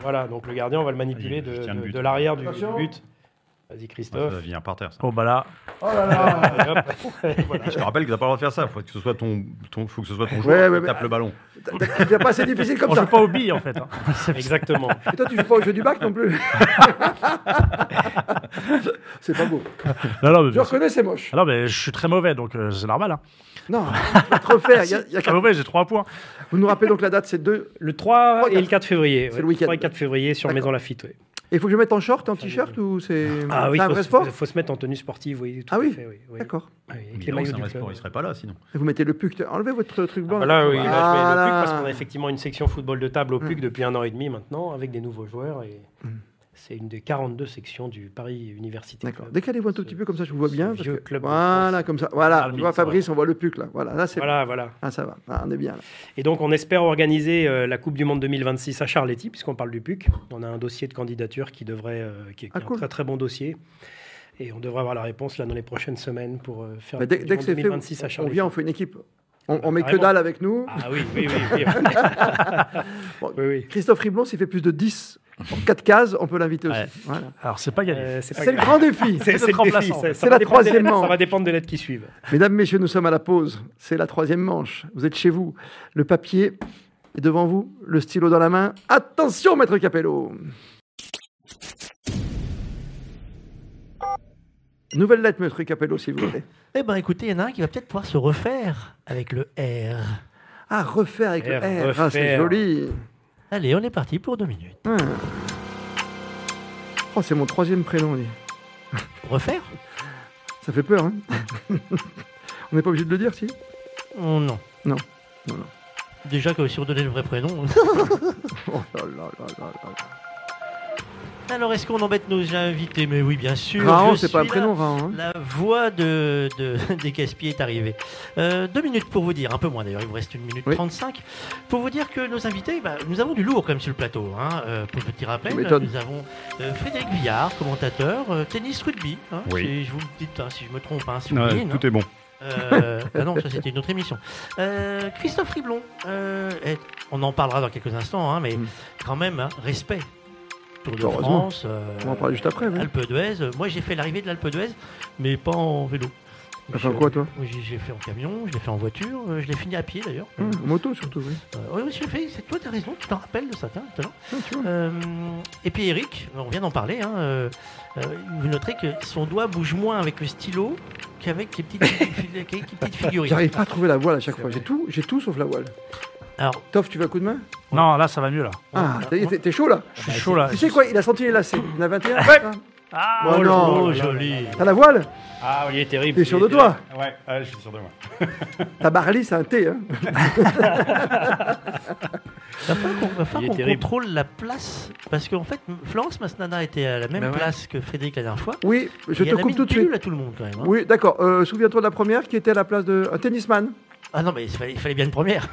Speaker 3: Voilà, donc le gardien, on va le manipuler
Speaker 2: Ah, il-
Speaker 3: de,
Speaker 2: je tiens le
Speaker 3: de-
Speaker 2: but.
Speaker 3: de l'arrière du,
Speaker 1: Attention.
Speaker 3: du but. Vas-y,
Speaker 2: Ah,
Speaker 3: Christophe.
Speaker 2: Ça vient par terre, ça.
Speaker 5: Oh bah là,
Speaker 3: Allez, hop. Voilà.
Speaker 2: Je te rappelle que t'as pas le droit de faire ça. Faut que ce soit ton, ton- faut que ce soit ton
Speaker 1: Ouais,
Speaker 2: joueur
Speaker 1: ouais,
Speaker 2: qui
Speaker 1: mais-
Speaker 2: tape le ballon.
Speaker 1: Il n'y a pas assez difficile comme
Speaker 5: on joue
Speaker 1: ça.
Speaker 5: pas aux billes en fait. hein.
Speaker 3: Exactement.
Speaker 1: Et toi, tu joues pas au jeu du bac non plus. c'est pas beau.
Speaker 5: Non, non, mais,
Speaker 1: Je reconnais, c'est moche.
Speaker 5: Ah non, mais je suis très mauvais, donc euh, c'est normal. Hein.
Speaker 1: Non, Ah, faut te refaire. Il y a- il y a
Speaker 5: Très
Speaker 1: quatre-
Speaker 5: mauvais, Ah j'ai 3 points.
Speaker 1: Vous nous rappelez donc la date, c'est 2.
Speaker 3: Le 3
Speaker 1: Trois,
Speaker 3: et le 4 février.
Speaker 1: C'est
Speaker 3: ouais.
Speaker 1: le week-end.
Speaker 3: 3 et 4 février sur
Speaker 1: D'accord.
Speaker 3: Maison Lafitte. ouais.
Speaker 1: Il faut que je mette en short, en t-shirt ou c'est
Speaker 3: Ah oui,
Speaker 1: c'est un
Speaker 3: il
Speaker 1: vrai
Speaker 3: faut,
Speaker 1: sport
Speaker 3: se- faut se mettre en tenue sportive. Oui, tout
Speaker 1: Ah
Speaker 3: à
Speaker 1: oui,
Speaker 3: fait, oui, oui.
Speaker 1: D'accord.
Speaker 3: Ah oui,
Speaker 2: Mais
Speaker 3: Avec les
Speaker 2: non, c'est un
Speaker 3: maillots du
Speaker 2: vrai
Speaker 3: club.
Speaker 2: sport, il serait pas là sinon.
Speaker 1: Et Vous mettez le puc. Enlevez votre truc blanc.
Speaker 3: Ah bah là, oui,
Speaker 1: Voilà. Mm.
Speaker 3: là, je mets le PUC parce qu'on a effectivement une section football de table au PUC depuis un an et demi maintenant, avec des nouveaux joueurs. et C'est une des 42 sections du Paris Université.
Speaker 1: D'accord.
Speaker 3: Club.
Speaker 1: Décalez-vous un tout petit peu comme ça, je vous vois
Speaker 3: ce
Speaker 1: bien. parce
Speaker 3: vieux
Speaker 1: que-
Speaker 3: club de
Speaker 1: voilà,
Speaker 3: France.
Speaker 1: comme ça. Voilà,
Speaker 5: Ah,
Speaker 1: on
Speaker 5: oui,
Speaker 1: voit
Speaker 5: c'est vrai.
Speaker 1: Fabrice, on voit le puc là. Voilà, là c'est.
Speaker 3: Voilà, voilà.
Speaker 1: Ah ça va, Ah, on est bien là.
Speaker 3: Et donc, on espère organiser euh, la Coupe du Monde 2026 à Charletti, puisqu'on parle du PUC. On a un dossier de candidature qui devrait, euh, qui est, qui
Speaker 1: Ah,
Speaker 3: est
Speaker 1: cool.
Speaker 3: un très très bon dossier. Et on devrait avoir la réponse là dans les prochaines semaines pour euh, faire
Speaker 1: Bah,
Speaker 3: la
Speaker 1: dès,
Speaker 3: Coupe
Speaker 1: dès
Speaker 3: du
Speaker 1: que
Speaker 3: Monde
Speaker 1: c'est fait,
Speaker 3: 2026
Speaker 1: on-
Speaker 3: à
Speaker 1: on
Speaker 3: Charletti.
Speaker 1: vient, on fait une équipe. On, on met que
Speaker 3: carrément.
Speaker 1: dalle avec nous.
Speaker 3: Ah oui, oui, oui. oui, oui. oui, oui.
Speaker 1: Christophe Riblon, s'il fait plus de 10 en 4 cases, on peut l'inviter aussi.
Speaker 5: Ouais.
Speaker 1: Voilà.
Speaker 5: Alors c'est pas gagné.
Speaker 3: Euh, c'est pas
Speaker 1: C'est le
Speaker 3: grave.
Speaker 1: grand défi.
Speaker 3: C'est c'est le défi.
Speaker 5: remplaçant.
Speaker 3: ça- ça
Speaker 1: C'est
Speaker 3: va
Speaker 1: la
Speaker 3: dépendre des lettres-
Speaker 1: troisième
Speaker 3: Ça va dépendre des lettres qui suivent.
Speaker 1: Mesdames, messieurs, nous sommes à la pause. C'est la troisième manche. Vous êtes chez vous. Le papier est devant vous, le stylo dans la main. Attention, maître Capello Nouvelle lettre, maître Capello, s'il vous plaît.
Speaker 6: Eh ben écoutez, il y en a un qui va peut-être pouvoir se refaire avec le R.
Speaker 1: Ah, refaire avec le
Speaker 3: R,
Speaker 1: R. Ah, c'est
Speaker 3: Eh, refaire.
Speaker 1: joli.
Speaker 6: Allez, on est parti pour deux minutes.
Speaker 1: Ah. Oh, c'est mon troisième prénom, lui.
Speaker 6: Refaire
Speaker 1: Ça fait peur, hein On n'est pas obligé de le dire, si
Speaker 6: Oh, Non.
Speaker 1: Non. Non, non.
Speaker 6: Déjà que si on donnait le vrai prénom.
Speaker 1: Oh là là là là là.
Speaker 6: Alors est-ce qu'on embête nos invités Mais oui, bien sûr.
Speaker 1: Raon,
Speaker 6: je
Speaker 1: c'est pas un
Speaker 6: suis
Speaker 1: prénom,
Speaker 6: là.
Speaker 1: Raon. hein.
Speaker 6: La voix de, de- des casse-pieds est arrivée. Euh, deux minutes pour vous dire, un peu moins d'ailleurs, il vous reste une minute
Speaker 1: Oui.
Speaker 6: 35, pour vous dire que nos invités, bah, nous avons du lourd quand même sur le plateau. Hein. Euh, pour petit rappel,
Speaker 1: Tu
Speaker 6: nous
Speaker 1: m'étonnes.
Speaker 6: avons euh, Frédéric Villard, commentateur, euh, tennis rugby, hein,
Speaker 2: Oui.
Speaker 6: si je vous le dis, hein, si je me trompe, hein, si vous
Speaker 2: Ouais,
Speaker 6: oubliez, hein.
Speaker 2: tout est bon.
Speaker 6: Euh, ah non, ça c'était une autre émission. Euh, Christophe Riblon, euh, est- on en parlera dans quelques instants, hein, mais
Speaker 1: Mm. Bah,
Speaker 6: quand même, hein, respect. Tour de
Speaker 1: Heureusement.
Speaker 6: France, euh,
Speaker 1: On va en parler juste après. oui.
Speaker 6: Alpe d'Huez. Euh, Moi j'ai fait l'arrivée de l'Alpe d'Huez, mais pas en vélo.
Speaker 1: Enfin,
Speaker 6: Je-
Speaker 1: quoi, toi
Speaker 6: Oui, j'ai- J'ai fait en camion, je l'ai fait en voiture, euh, je l'ai fini à pied d'ailleurs.
Speaker 1: Hum, Moto surtout, oui.
Speaker 6: Euh, oui, oui, je l'ai fait, c'est toi, t'as raison, tu t'en rappelles de ça, tiens, tout à l'heure.
Speaker 1: Ah, tu vois.
Speaker 6: Euh, et puis Eric, on vient d'en parler, hein, euh, euh, vous noterez que son doigt bouge moins avec le stylo qu'avec les petites, avec les petites figurines.
Speaker 1: J'arrive pas à trouver la voile à chaque
Speaker 6: C'est
Speaker 1: fois.
Speaker 6: vrai.
Speaker 1: J'ai tout, j'ai tout sauf la voile.
Speaker 6: Alors,
Speaker 1: Toff, tu veux un coup de main
Speaker 5: Non, là, ça va mieux, là.
Speaker 1: Ah,
Speaker 6: on-
Speaker 1: t'as- t'es t'es chaud là
Speaker 5: Je suis chaud, là.
Speaker 1: Bah, Tu sais quoi Il a senti les lacets. Il en a 21. hein
Speaker 5: Ah,
Speaker 1: Oh
Speaker 5: oh,
Speaker 1: non.
Speaker 6: Oh,
Speaker 3: là là
Speaker 6: joli.
Speaker 3: là là.
Speaker 1: T'as la voile
Speaker 3: Ah, il est terrible.
Speaker 1: T'es sûr de toi
Speaker 2: Ouais, ouais, je suis sûr de moi.
Speaker 1: Ta barley, c'est un thé. Hein
Speaker 6: Il va falloir qu'on- va
Speaker 3: Il est
Speaker 6: falloir qu'on
Speaker 3: terrible.
Speaker 6: contrôle la place, parce qu'en fait, Florence Masnada était à la même
Speaker 4: Bah ouais.
Speaker 6: place que Frédéric la dernière fois.
Speaker 1: oui, Ben je
Speaker 6: Et
Speaker 1: te
Speaker 6: elle a mis
Speaker 1: coupe
Speaker 6: une
Speaker 1: tout de suite.
Speaker 6: pilule à tout le monde quand même. hein.
Speaker 1: Oui, d'accord. Euh, Souviens-toi de la première qui était à la place de un tennisman.
Speaker 6: Ah non, mais il fallait, il fallait bien une première.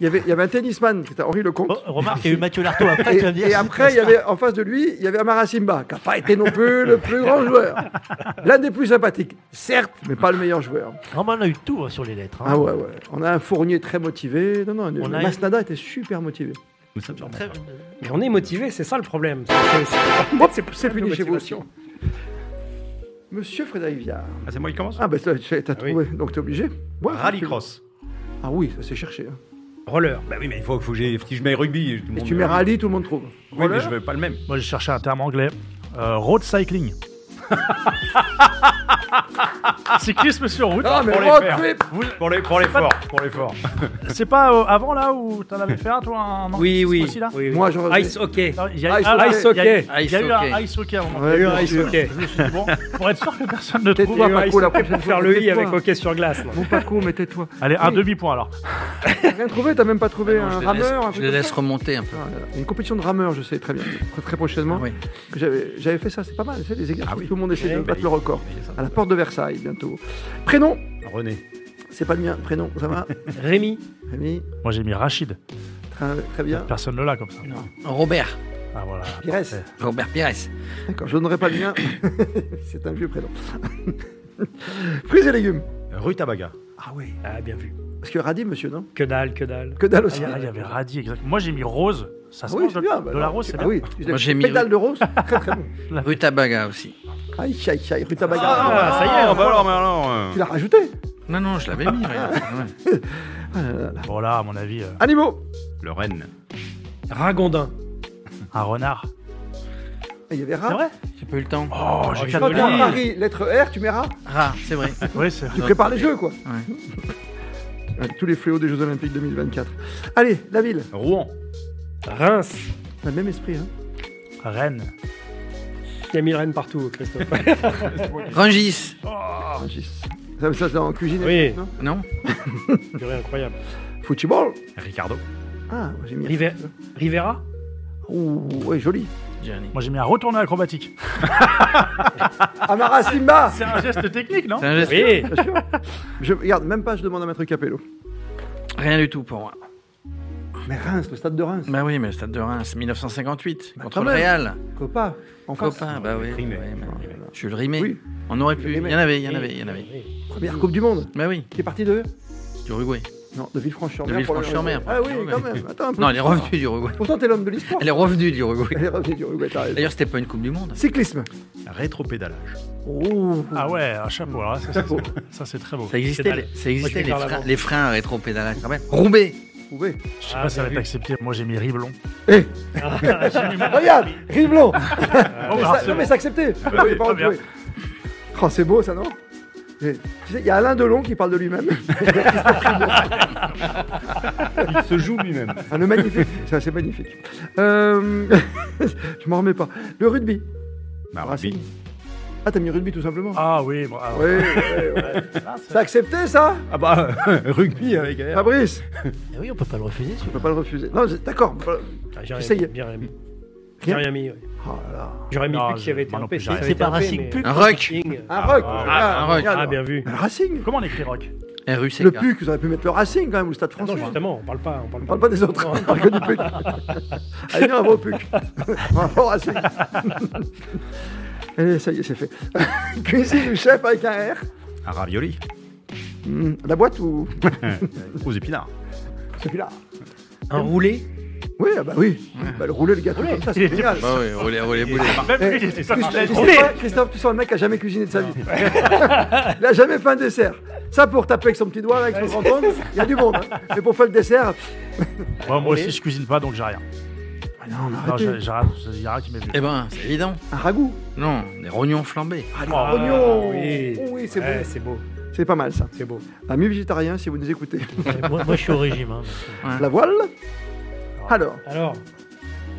Speaker 1: Il y avait, il y avait un tennisman qui était Henri Lecomte.
Speaker 6: Oh, remarque, il y a eu Mathieu Lartaud après.
Speaker 1: Et,
Speaker 6: tu vas me dire,
Speaker 1: et
Speaker 6: c'est
Speaker 1: après, il y avait en face de lui, il y avait Amara Simba, qui n'a pas été non plus le plus grand joueur. L'un des plus sympathiques, certes, mais pas le meilleur joueur.
Speaker 6: Ah, bah, on a eu tout hein, sur les lettres. hein.
Speaker 1: Ah ouais, ouais. On a un Fournier très motivé. Non, non,
Speaker 6: On a-
Speaker 1: Masnada était super motivé.
Speaker 2: Nous sommes sur-
Speaker 6: Très-
Speaker 3: Mais on est motivé, c'est ça le problème. C'est- c'est-
Speaker 1: Hop, c'est fini
Speaker 3: de
Speaker 1: chez vous aussi.
Speaker 3: motivation.
Speaker 1: Monsieur Frédéric Viard.
Speaker 2: Ah, c'est moi qui commence
Speaker 1: Ah ben, bah, t'as t'as
Speaker 3: Ah oui.
Speaker 1: trouvé, donc t'es obligé. Ouais,
Speaker 2: Rallycross.
Speaker 1: Ah oui, ça s'est cherché. hein.
Speaker 3: Roller.
Speaker 2: Bah oui, mais il faut, faut que j'ai- si je mets rugby. Tout le
Speaker 1: Et
Speaker 2: monde
Speaker 1: tu
Speaker 2: met
Speaker 1: mets rallye, tout le monde trouve.
Speaker 2: Oui, mais
Speaker 1: Roller
Speaker 2: je veux pas le même.
Speaker 5: Moi, j'ai cherché un terme anglais. Euh, road cycling. Cyclisme sur route.
Speaker 1: Ah, mais
Speaker 2: Pour les
Speaker 1: road
Speaker 2: faire.
Speaker 1: trip
Speaker 2: Pour les, pour les forts, pour les forts.
Speaker 5: C'est pas euh, avant là où t'en avais fait un, toi un
Speaker 3: Oui, oui.
Speaker 5: Aussi, là
Speaker 3: oui, oui.
Speaker 1: Moi, je reviens.
Speaker 3: Ice hockey.
Speaker 5: Non, il y a eu-
Speaker 1: Ice
Speaker 5: ah,
Speaker 1: hockey.
Speaker 5: il y a eu-
Speaker 4: Ice
Speaker 5: Il y a eu un
Speaker 4: hockey.
Speaker 5: ice hockey à un moment.
Speaker 1: Ouais,
Speaker 3: Il y a eu
Speaker 1: bien
Speaker 3: un ice
Speaker 1: sûr.
Speaker 3: hockey.
Speaker 5: Je me suis dit, bon, pour être sûr que personne ne
Speaker 3: Il
Speaker 5: trouve.
Speaker 3: y a
Speaker 1: Tais-toi,
Speaker 3: eu un
Speaker 1: Paco,
Speaker 3: ice
Speaker 1: la
Speaker 3: hockey
Speaker 1: prochaine
Speaker 3: pour faire
Speaker 1: fois,
Speaker 3: le i
Speaker 1: tais-toi.
Speaker 3: avec hockey sur glace. moi.
Speaker 1: Mon Paco, mais tais-toi.
Speaker 5: Allez, un demi point alors.
Speaker 1: T'as rien trouvé T'as même pas trouvé
Speaker 4: Non,
Speaker 1: un
Speaker 4: je les
Speaker 1: rameur un
Speaker 4: laisse, je
Speaker 1: truc
Speaker 4: les
Speaker 1: comme
Speaker 4: laisse
Speaker 1: ça
Speaker 4: remonter un peu.
Speaker 1: Ah, voilà. Une compétition de rameur, je sais très bien, très, très prochainement.
Speaker 4: Ah Oui.
Speaker 1: que J'avais j'avais fait ça, c'est pas mal, c'est des exercices.
Speaker 2: Ah oui.
Speaker 1: Tout le monde essaie de
Speaker 3: Oui,
Speaker 1: battre le record. À la porte de Versailles, bientôt. Prénom,
Speaker 2: René.
Speaker 1: c'est pas le mien, prénom, ça va
Speaker 3: Rémi.
Speaker 1: Rémi,
Speaker 5: Moi, j'ai mis Rachid.
Speaker 1: très, très bien.
Speaker 5: Personne ne l'a comme ça.
Speaker 4: Robert,
Speaker 5: Ah, voilà.
Speaker 1: Pires,
Speaker 4: Robert Pires.
Speaker 1: d'accord, je donnerai pas le mien, c'est un vieux prénom. Fruits et légumes.
Speaker 2: Rue Tabaga.
Speaker 1: Ah oui.
Speaker 3: Ah, bien vu.
Speaker 1: Parce que radis, monsieur, non
Speaker 3: Que dalle, que dalle.
Speaker 1: Que dalle
Speaker 5: Ah,
Speaker 1: aussi.
Speaker 5: Il y, a- il y avait Radi, exactement. Moi, j'ai mis Rose. Ça
Speaker 1: Ah
Speaker 5: se
Speaker 1: oui,
Speaker 5: mange
Speaker 1: c'est
Speaker 5: de,
Speaker 1: bien.
Speaker 5: de
Speaker 1: bah
Speaker 5: la
Speaker 1: non,
Speaker 5: rose,
Speaker 1: tu-
Speaker 5: c'est
Speaker 1: ah
Speaker 5: bien.
Speaker 1: oui,
Speaker 4: Moi, j'ai mis
Speaker 1: pétale de rose, très très bon.
Speaker 4: Rue Tabaga aussi.
Speaker 1: Aïe, aïe, aïe, rutabaga.
Speaker 5: Ah, ça y est,
Speaker 2: Ah,
Speaker 5: on
Speaker 2: bah alors, mais alors. euh,
Speaker 1: Tu l'as rajouté
Speaker 4: Non, non, je l'avais mis. regarde. Ah Ouais.
Speaker 5: Bon, là, à mon avis, euh,
Speaker 1: Animaux
Speaker 2: Le Rennes.
Speaker 3: Ragondin.
Speaker 5: un renard.
Speaker 1: Ah, Il y avait
Speaker 5: C'est
Speaker 1: rat.
Speaker 5: vrai
Speaker 4: J'ai pas eu le temps.
Speaker 5: Oh,
Speaker 3: j'ai
Speaker 5: j'ai
Speaker 1: Quand
Speaker 3: joli.
Speaker 1: t'es à Paris, lettre R, tu mets rat.
Speaker 4: Rat, c'est vrai.
Speaker 5: Oui,
Speaker 4: Ah,
Speaker 5: c'est
Speaker 1: Tu prépares les jeux, quoi.
Speaker 4: Ouais.
Speaker 1: Avec tous les fléaux des Jeux Olympiques 2024. Allez, la ville.
Speaker 2: Rouen.
Speaker 3: Reims.
Speaker 1: On a le même esprit, hein.
Speaker 5: Rennes.
Speaker 3: Il y a mis le Rennes partout, Christophe.
Speaker 4: Rungis,
Speaker 1: Ah, j'ai- ça, ça, c'est en cuisine.
Speaker 3: Oui.
Speaker 1: non
Speaker 4: non
Speaker 3: Purée, incroyable.
Speaker 1: Football.
Speaker 2: Ricardo.
Speaker 1: Ah, j'ai mis.
Speaker 3: River- Rivera.
Speaker 1: Ouh, ouais, joli.
Speaker 4: Gianni.
Speaker 5: Moi, j'ai mis un retourné acrobatique.
Speaker 1: Amara Simba.
Speaker 5: C'est un geste technique, non
Speaker 4: C'est un geste.
Speaker 3: Oui.
Speaker 1: Bien sûr. Je regarde, même pas, je demande à Maître Capello.
Speaker 4: Rien du tout pour moi.
Speaker 1: Mais Reims, le stade de Reims.
Speaker 4: Bah oui, mais le stade de Reims, 1958,
Speaker 1: Bah,
Speaker 4: contre
Speaker 1: quand
Speaker 4: le
Speaker 1: même.
Speaker 4: Real.
Speaker 1: Copa. En face.
Speaker 4: Copain, bah oui.
Speaker 2: Rimé.
Speaker 4: ouais, mais- Je suis le rimé.
Speaker 1: Oui.
Speaker 4: On aurait pu. Il
Speaker 1: Rimé.
Speaker 4: y en avait, il y en avait, il y en avait.
Speaker 1: Première Coupe du Monde.
Speaker 4: Bah oui,
Speaker 1: Qui est parti de
Speaker 4: d'Uruguay.
Speaker 1: Non, de Villefranche-sur-Mer.
Speaker 4: De
Speaker 1: pour le-
Speaker 4: Villefranche-sur-Mer,
Speaker 1: Ah oui,
Speaker 4: pour
Speaker 1: quand
Speaker 4: le-
Speaker 1: même. Attends un peu. Ah,
Speaker 4: Non, elle est revenue d'Uruguay.
Speaker 1: Pourtant, t'es l'homme de l'histoire.
Speaker 4: Elle est revenue d'Uruguay.
Speaker 1: Elle est revenue du Uruguay, t'as raison.
Speaker 4: D'ailleurs, c'était pas une Coupe du Monde.
Speaker 1: Cyclisme.
Speaker 2: Rétropédalage.
Speaker 1: Oh.
Speaker 5: Ah ouais, un chapeau. Alors là, ça, ça, c'est- ça, c'est très beau.
Speaker 4: Ça existait,
Speaker 3: Pédale.
Speaker 4: les, ça existait
Speaker 3: Moi, je vais
Speaker 4: les,
Speaker 3: faire
Speaker 4: freins,
Speaker 3: l'avant.
Speaker 4: les freins à rétro-pédalage. tu te rappelles
Speaker 1: Oh,
Speaker 4: Roubaix
Speaker 1: Trouvé.
Speaker 5: Je sais
Speaker 3: Ah,
Speaker 5: pas si
Speaker 3: bien
Speaker 5: ça va être
Speaker 3: vu.
Speaker 5: accepté. Moi, j'ai mis Riblon.
Speaker 1: Eh Regarde Riblon Mais ça- Non mais c'est accepté
Speaker 5: bah oui,
Speaker 1: Pas
Speaker 5: très
Speaker 1: retrouvé. Oh c'est beau ça non Et, tu sais, il y a Alain Delon qui parle de lui-même.
Speaker 2: Il se joue lui-même.
Speaker 1: Ah, le magnifique, ça c'est magnifique. Euh, je m'en remets pas. Le rugby.
Speaker 2: Bah,
Speaker 1: Racing.
Speaker 2: rugby.
Speaker 1: Ah t'as mis rugby tout simplement.
Speaker 5: Ah oui, bon, alors,
Speaker 1: Oui, ouais, ouais.
Speaker 5: là, c'est-
Speaker 1: T'as accepté ça
Speaker 2: Ah bah, rugby avec R.
Speaker 1: Fabrice
Speaker 6: Eh oui, on peut pas le refuser. celui-là.
Speaker 1: Je peux pas le refuser. Non, c'est- d'accord. voilà.
Speaker 3: Ah, J'ai
Speaker 1: Essaye.
Speaker 3: rien, bien rien mis. J'ai rien mis. ouais.
Speaker 1: Oh là là.
Speaker 3: J'aurais mis
Speaker 5: Non,
Speaker 3: le puck s'il y avait
Speaker 5: je-
Speaker 3: été
Speaker 5: moi
Speaker 3: un
Speaker 5: non
Speaker 3: P.
Speaker 5: plus,
Speaker 3: si
Speaker 5: j'ai
Speaker 3: ça
Speaker 5: rien.
Speaker 3: avait
Speaker 4: C'est
Speaker 3: été P, hein.
Speaker 4: pas Racing
Speaker 3: mais-
Speaker 4: Puck.
Speaker 3: Ah,
Speaker 4: Un rock
Speaker 3: King.
Speaker 1: Un rock
Speaker 5: ah,
Speaker 1: regarde,
Speaker 4: un rock.
Speaker 1: regarde.
Speaker 3: Ah, bien vu.
Speaker 1: Le Racing
Speaker 5: Comment on écrit rock
Speaker 4: RU, c'est
Speaker 1: Le PUC, vous auriez pu mettre le Racing quand même, ou le Stade
Speaker 3: Ah Non,
Speaker 1: français.
Speaker 3: justement, on parle pas. On parle
Speaker 1: On
Speaker 3: pas,
Speaker 1: parle pas des autres, on parle que du puc. Allez, viens, on va au puc. On va voir Eh, assez. Allez, ça y est, c'est fait. Cuisine du chef avec un R.
Speaker 2: Un ravioli.
Speaker 1: Hmm, La boîte ou
Speaker 2: Aux épinards.
Speaker 1: celui-là
Speaker 3: Un roulé
Speaker 1: Oui, ah bah oui. Bah, le rouler le gâteau comme ça, c'est génial.
Speaker 4: Bah oui, roulez, roulez, roulez.
Speaker 5: Même
Speaker 1: Eh,
Speaker 5: lui, il était sur
Speaker 1: Christophe, tu sais
Speaker 3: roulé.
Speaker 1: quoi, Christophe, tu sens le mec qui a jamais cuisiné de sa vie. il a jamais fait un dessert. Ça pour taper avec son petit doigt, là, avec son grand ongle, il y a du monde. hein. Mais pour faire le dessert,
Speaker 5: Ouais, moi aussi, je cuisine pas, donc j'ai rien.
Speaker 1: non,
Speaker 5: Non,
Speaker 1: arrêtez.
Speaker 5: j'ai j'ai rien, il y a rien qui m'est venu.
Speaker 4: Eh ben, c'est évident.
Speaker 1: un ragoût.
Speaker 4: Non, des rognons flambés.
Speaker 1: Ah, des
Speaker 3: Ah,
Speaker 1: rognons.
Speaker 3: oui.
Speaker 1: Oh oui, c'est bon.
Speaker 3: Ouais, Eh, C'est beau,
Speaker 1: C'est pas mal ça.
Speaker 3: c'est beau.
Speaker 1: Amis végétariens, si vous nous écoutez.
Speaker 4: Hein.
Speaker 6: Ouais, moi, moi, je suis au régime. hein.
Speaker 1: La voile
Speaker 4: Ah.
Speaker 1: Alors,
Speaker 3: Alors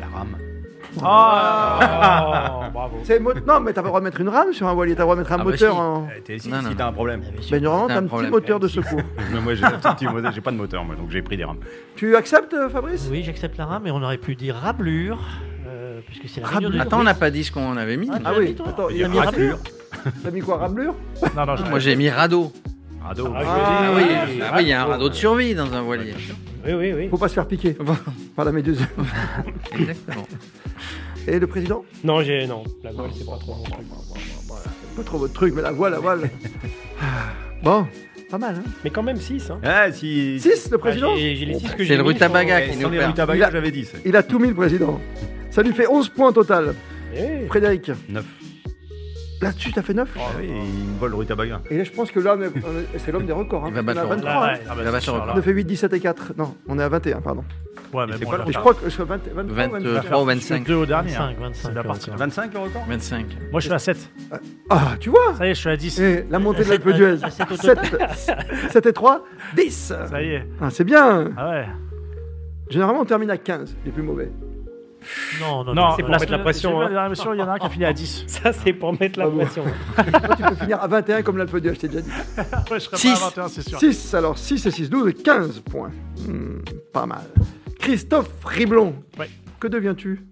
Speaker 2: La rame.
Speaker 3: Ah Bravo
Speaker 1: c'est mo- non, mais t'as pas le droit de mettre une rame sur un voilier, t'as le droit de mettre un
Speaker 4: Ah bah
Speaker 1: moteur
Speaker 4: si.
Speaker 1: en.
Speaker 2: Eh, t'es- si,
Speaker 4: Non,
Speaker 2: si
Speaker 4: non,
Speaker 2: t'as un problème.
Speaker 1: Mais normalement,
Speaker 4: C'est
Speaker 1: t'as
Speaker 4: un
Speaker 1: un petit
Speaker 4: problème.
Speaker 1: moteur de secours.
Speaker 2: Mais moi, j'ai un petit- moi, j'ai pas de moteur, moi, donc j'ai pris des rames.
Speaker 1: tu acceptes, euh, Fabrice
Speaker 6: Oui, j'accepte la rame, mais on aurait pu dire rablure, euh, puisque c'est la
Speaker 1: Rablure.
Speaker 6: rablure de
Speaker 4: Attends, on n'a pas dit ce qu'on avait mis.
Speaker 6: Ah,
Speaker 1: Ah
Speaker 6: Tu l'as
Speaker 1: oui,
Speaker 6: mis, toi
Speaker 1: attends,
Speaker 6: Il
Speaker 1: il a
Speaker 6: l'a
Speaker 1: mis,
Speaker 6: mis rablure.
Speaker 1: t'as mis quoi, ramelure
Speaker 5: Non, non,
Speaker 4: Moi,
Speaker 5: j'ai
Speaker 4: j'ai mis radeau.
Speaker 2: Radeau.
Speaker 3: Ah,
Speaker 4: Ah oui, ah oui,
Speaker 3: oui,
Speaker 4: il y a un radeau de survie dans un voilier.
Speaker 3: Oui, oui, oui.
Speaker 1: Faut pas se faire piquer par la méduse.
Speaker 4: Exactement.
Speaker 1: Et le président
Speaker 3: Non, j'ai. Non, la voile, c'est pas trop mon truc.
Speaker 1: Pas trop votre truc, mais la voile, la voile. Ah, bon, pas mal, hein
Speaker 3: Mais quand même 6. Hein.
Speaker 2: Ah, si.
Speaker 1: 6, le
Speaker 3: Ah,
Speaker 1: président
Speaker 3: j'ai- j'ai les six que
Speaker 4: C'est le
Speaker 3: j'ai mis,
Speaker 4: rutabaga
Speaker 2: Eh,
Speaker 4: qui
Speaker 2: Sans
Speaker 4: nous
Speaker 2: les rues
Speaker 4: perd.
Speaker 1: Il a-
Speaker 2: tabac, j'avais dit, c'est
Speaker 1: Il a tout mis, le président. Ça lui fait 11 points total.
Speaker 3: sont- Eh,
Speaker 1: Frédéric,
Speaker 2: 9.
Speaker 1: là-dessus, t'as fait 9
Speaker 2: Eh oui, il me vole le rue tabaga.
Speaker 1: Et là, je pense que là, on est- on est- c'est l'homme des records. Hein,
Speaker 4: Il va
Speaker 1: on est
Speaker 4: battre
Speaker 1: à
Speaker 4: le
Speaker 1: 23.
Speaker 5: Ah,
Speaker 1: hein.
Speaker 5: ouais, ah, bah,
Speaker 4: La vache
Speaker 5: c'est
Speaker 4: au
Speaker 5: sûr,
Speaker 4: record.
Speaker 1: On a fait 8, 17 et 4. Non, on est à 21, pardon.
Speaker 5: Ouais, mais
Speaker 2: c'est
Speaker 5: bon,
Speaker 2: quoi
Speaker 5: là,
Speaker 2: le
Speaker 1: Je crois que je suis à 20 23
Speaker 5: je
Speaker 4: 23
Speaker 5: vais
Speaker 4: 23
Speaker 5: faire-
Speaker 4: ou
Speaker 5: je suis
Speaker 4: 25.
Speaker 5: deux au dernier. hein.
Speaker 6: 25, 25.
Speaker 5: C'est la partie.
Speaker 6: encore.
Speaker 2: 25 le record
Speaker 4: 25.
Speaker 5: Moi, je suis à 7.
Speaker 1: Ah, tu vois
Speaker 5: Ça y est, je suis à 10.
Speaker 1: Eh, La montée de
Speaker 6: Sept-
Speaker 1: l'Alpe d'Huez.
Speaker 6: euh, sept au
Speaker 1: 7, 7 et 3, 10
Speaker 5: Ça y est.
Speaker 1: Ah, C'est bien
Speaker 5: Ah ouais.
Speaker 1: Généralement, on termine à 15, les plus mauvais.
Speaker 6: Non, non,
Speaker 5: Non,
Speaker 6: non.
Speaker 3: c'est pour
Speaker 5: la
Speaker 3: mettre la
Speaker 5: semaine-
Speaker 3: pression,
Speaker 5: j'ai vu
Speaker 3: hein.
Speaker 5: La dernière mission, il y en a un qui a fini à 10.
Speaker 3: ça, c'est pour mettre la
Speaker 1: Ah bon.
Speaker 3: pression.
Speaker 1: Toi, tu peux finir à 21 comme l'Alpe d'Huez, je t'ai déjà dit.
Speaker 5: Ouais, je serai pas à
Speaker 4: Six.
Speaker 5: 21, c'est sûr.
Speaker 1: 6, alors 6 et 6, 12, 15 points. Hmm, pas mal. Christophe Riblon,
Speaker 5: Ouais.
Speaker 1: que deviens-tu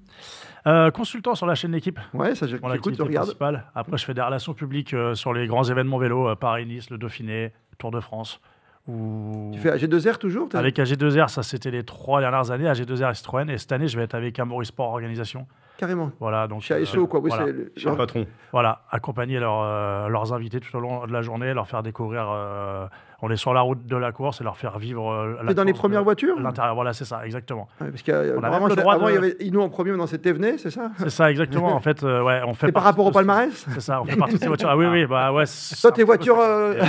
Speaker 5: Euh, consultant sur la chaîne L'équipe,
Speaker 1: Ouais, ça, je-
Speaker 5: mon
Speaker 1: j'écoute, je
Speaker 5: activité
Speaker 1: regarde.
Speaker 5: principale. Après, je fais des relations publiques euh, sur les grands événements vélo, euh, Paris-Nice, le Dauphiné, Tour de France. Ou...
Speaker 1: Tu fais AG2R toujours t'as-
Speaker 5: Avec AG2R, ça c'était les trois dernières années, AG2R et Citroën. Et cette année, je vais être avec Amaury Sport Organisation.
Speaker 1: Carrément.
Speaker 5: Voilà, donc.
Speaker 1: Chez
Speaker 5: euh,
Speaker 1: ASO, quoi. Oui,
Speaker 5: voilà.
Speaker 1: c'est le-
Speaker 2: Chez le patron.
Speaker 5: Voilà, accompagner leurs, euh, leurs invités tout au long de la journée, leur faire découvrir. euh, on est sur la route de la course et leur faire vivre. euh, la
Speaker 1: T'es dans les
Speaker 5: course
Speaker 1: premières
Speaker 5: de-
Speaker 1: voitures
Speaker 5: L'intérieur, voilà, c'est ça, exactement.
Speaker 1: Ouais, Parce qu'avant,
Speaker 5: On a même le droit
Speaker 1: avant, il y
Speaker 5: de-
Speaker 1: avait Inou en premier, maintenant c'est Thévenet, c'est ça
Speaker 5: C'est ça, exactement. en fait, euh, ouais, on fait.
Speaker 1: Et par
Speaker 5: partie
Speaker 1: rapport au
Speaker 5: de-
Speaker 1: palmarès
Speaker 5: C'est ça, on fait partie de ces voitures. Ah oui, oui, bah ouais. c'est-
Speaker 1: Toi, tes voitures. euh,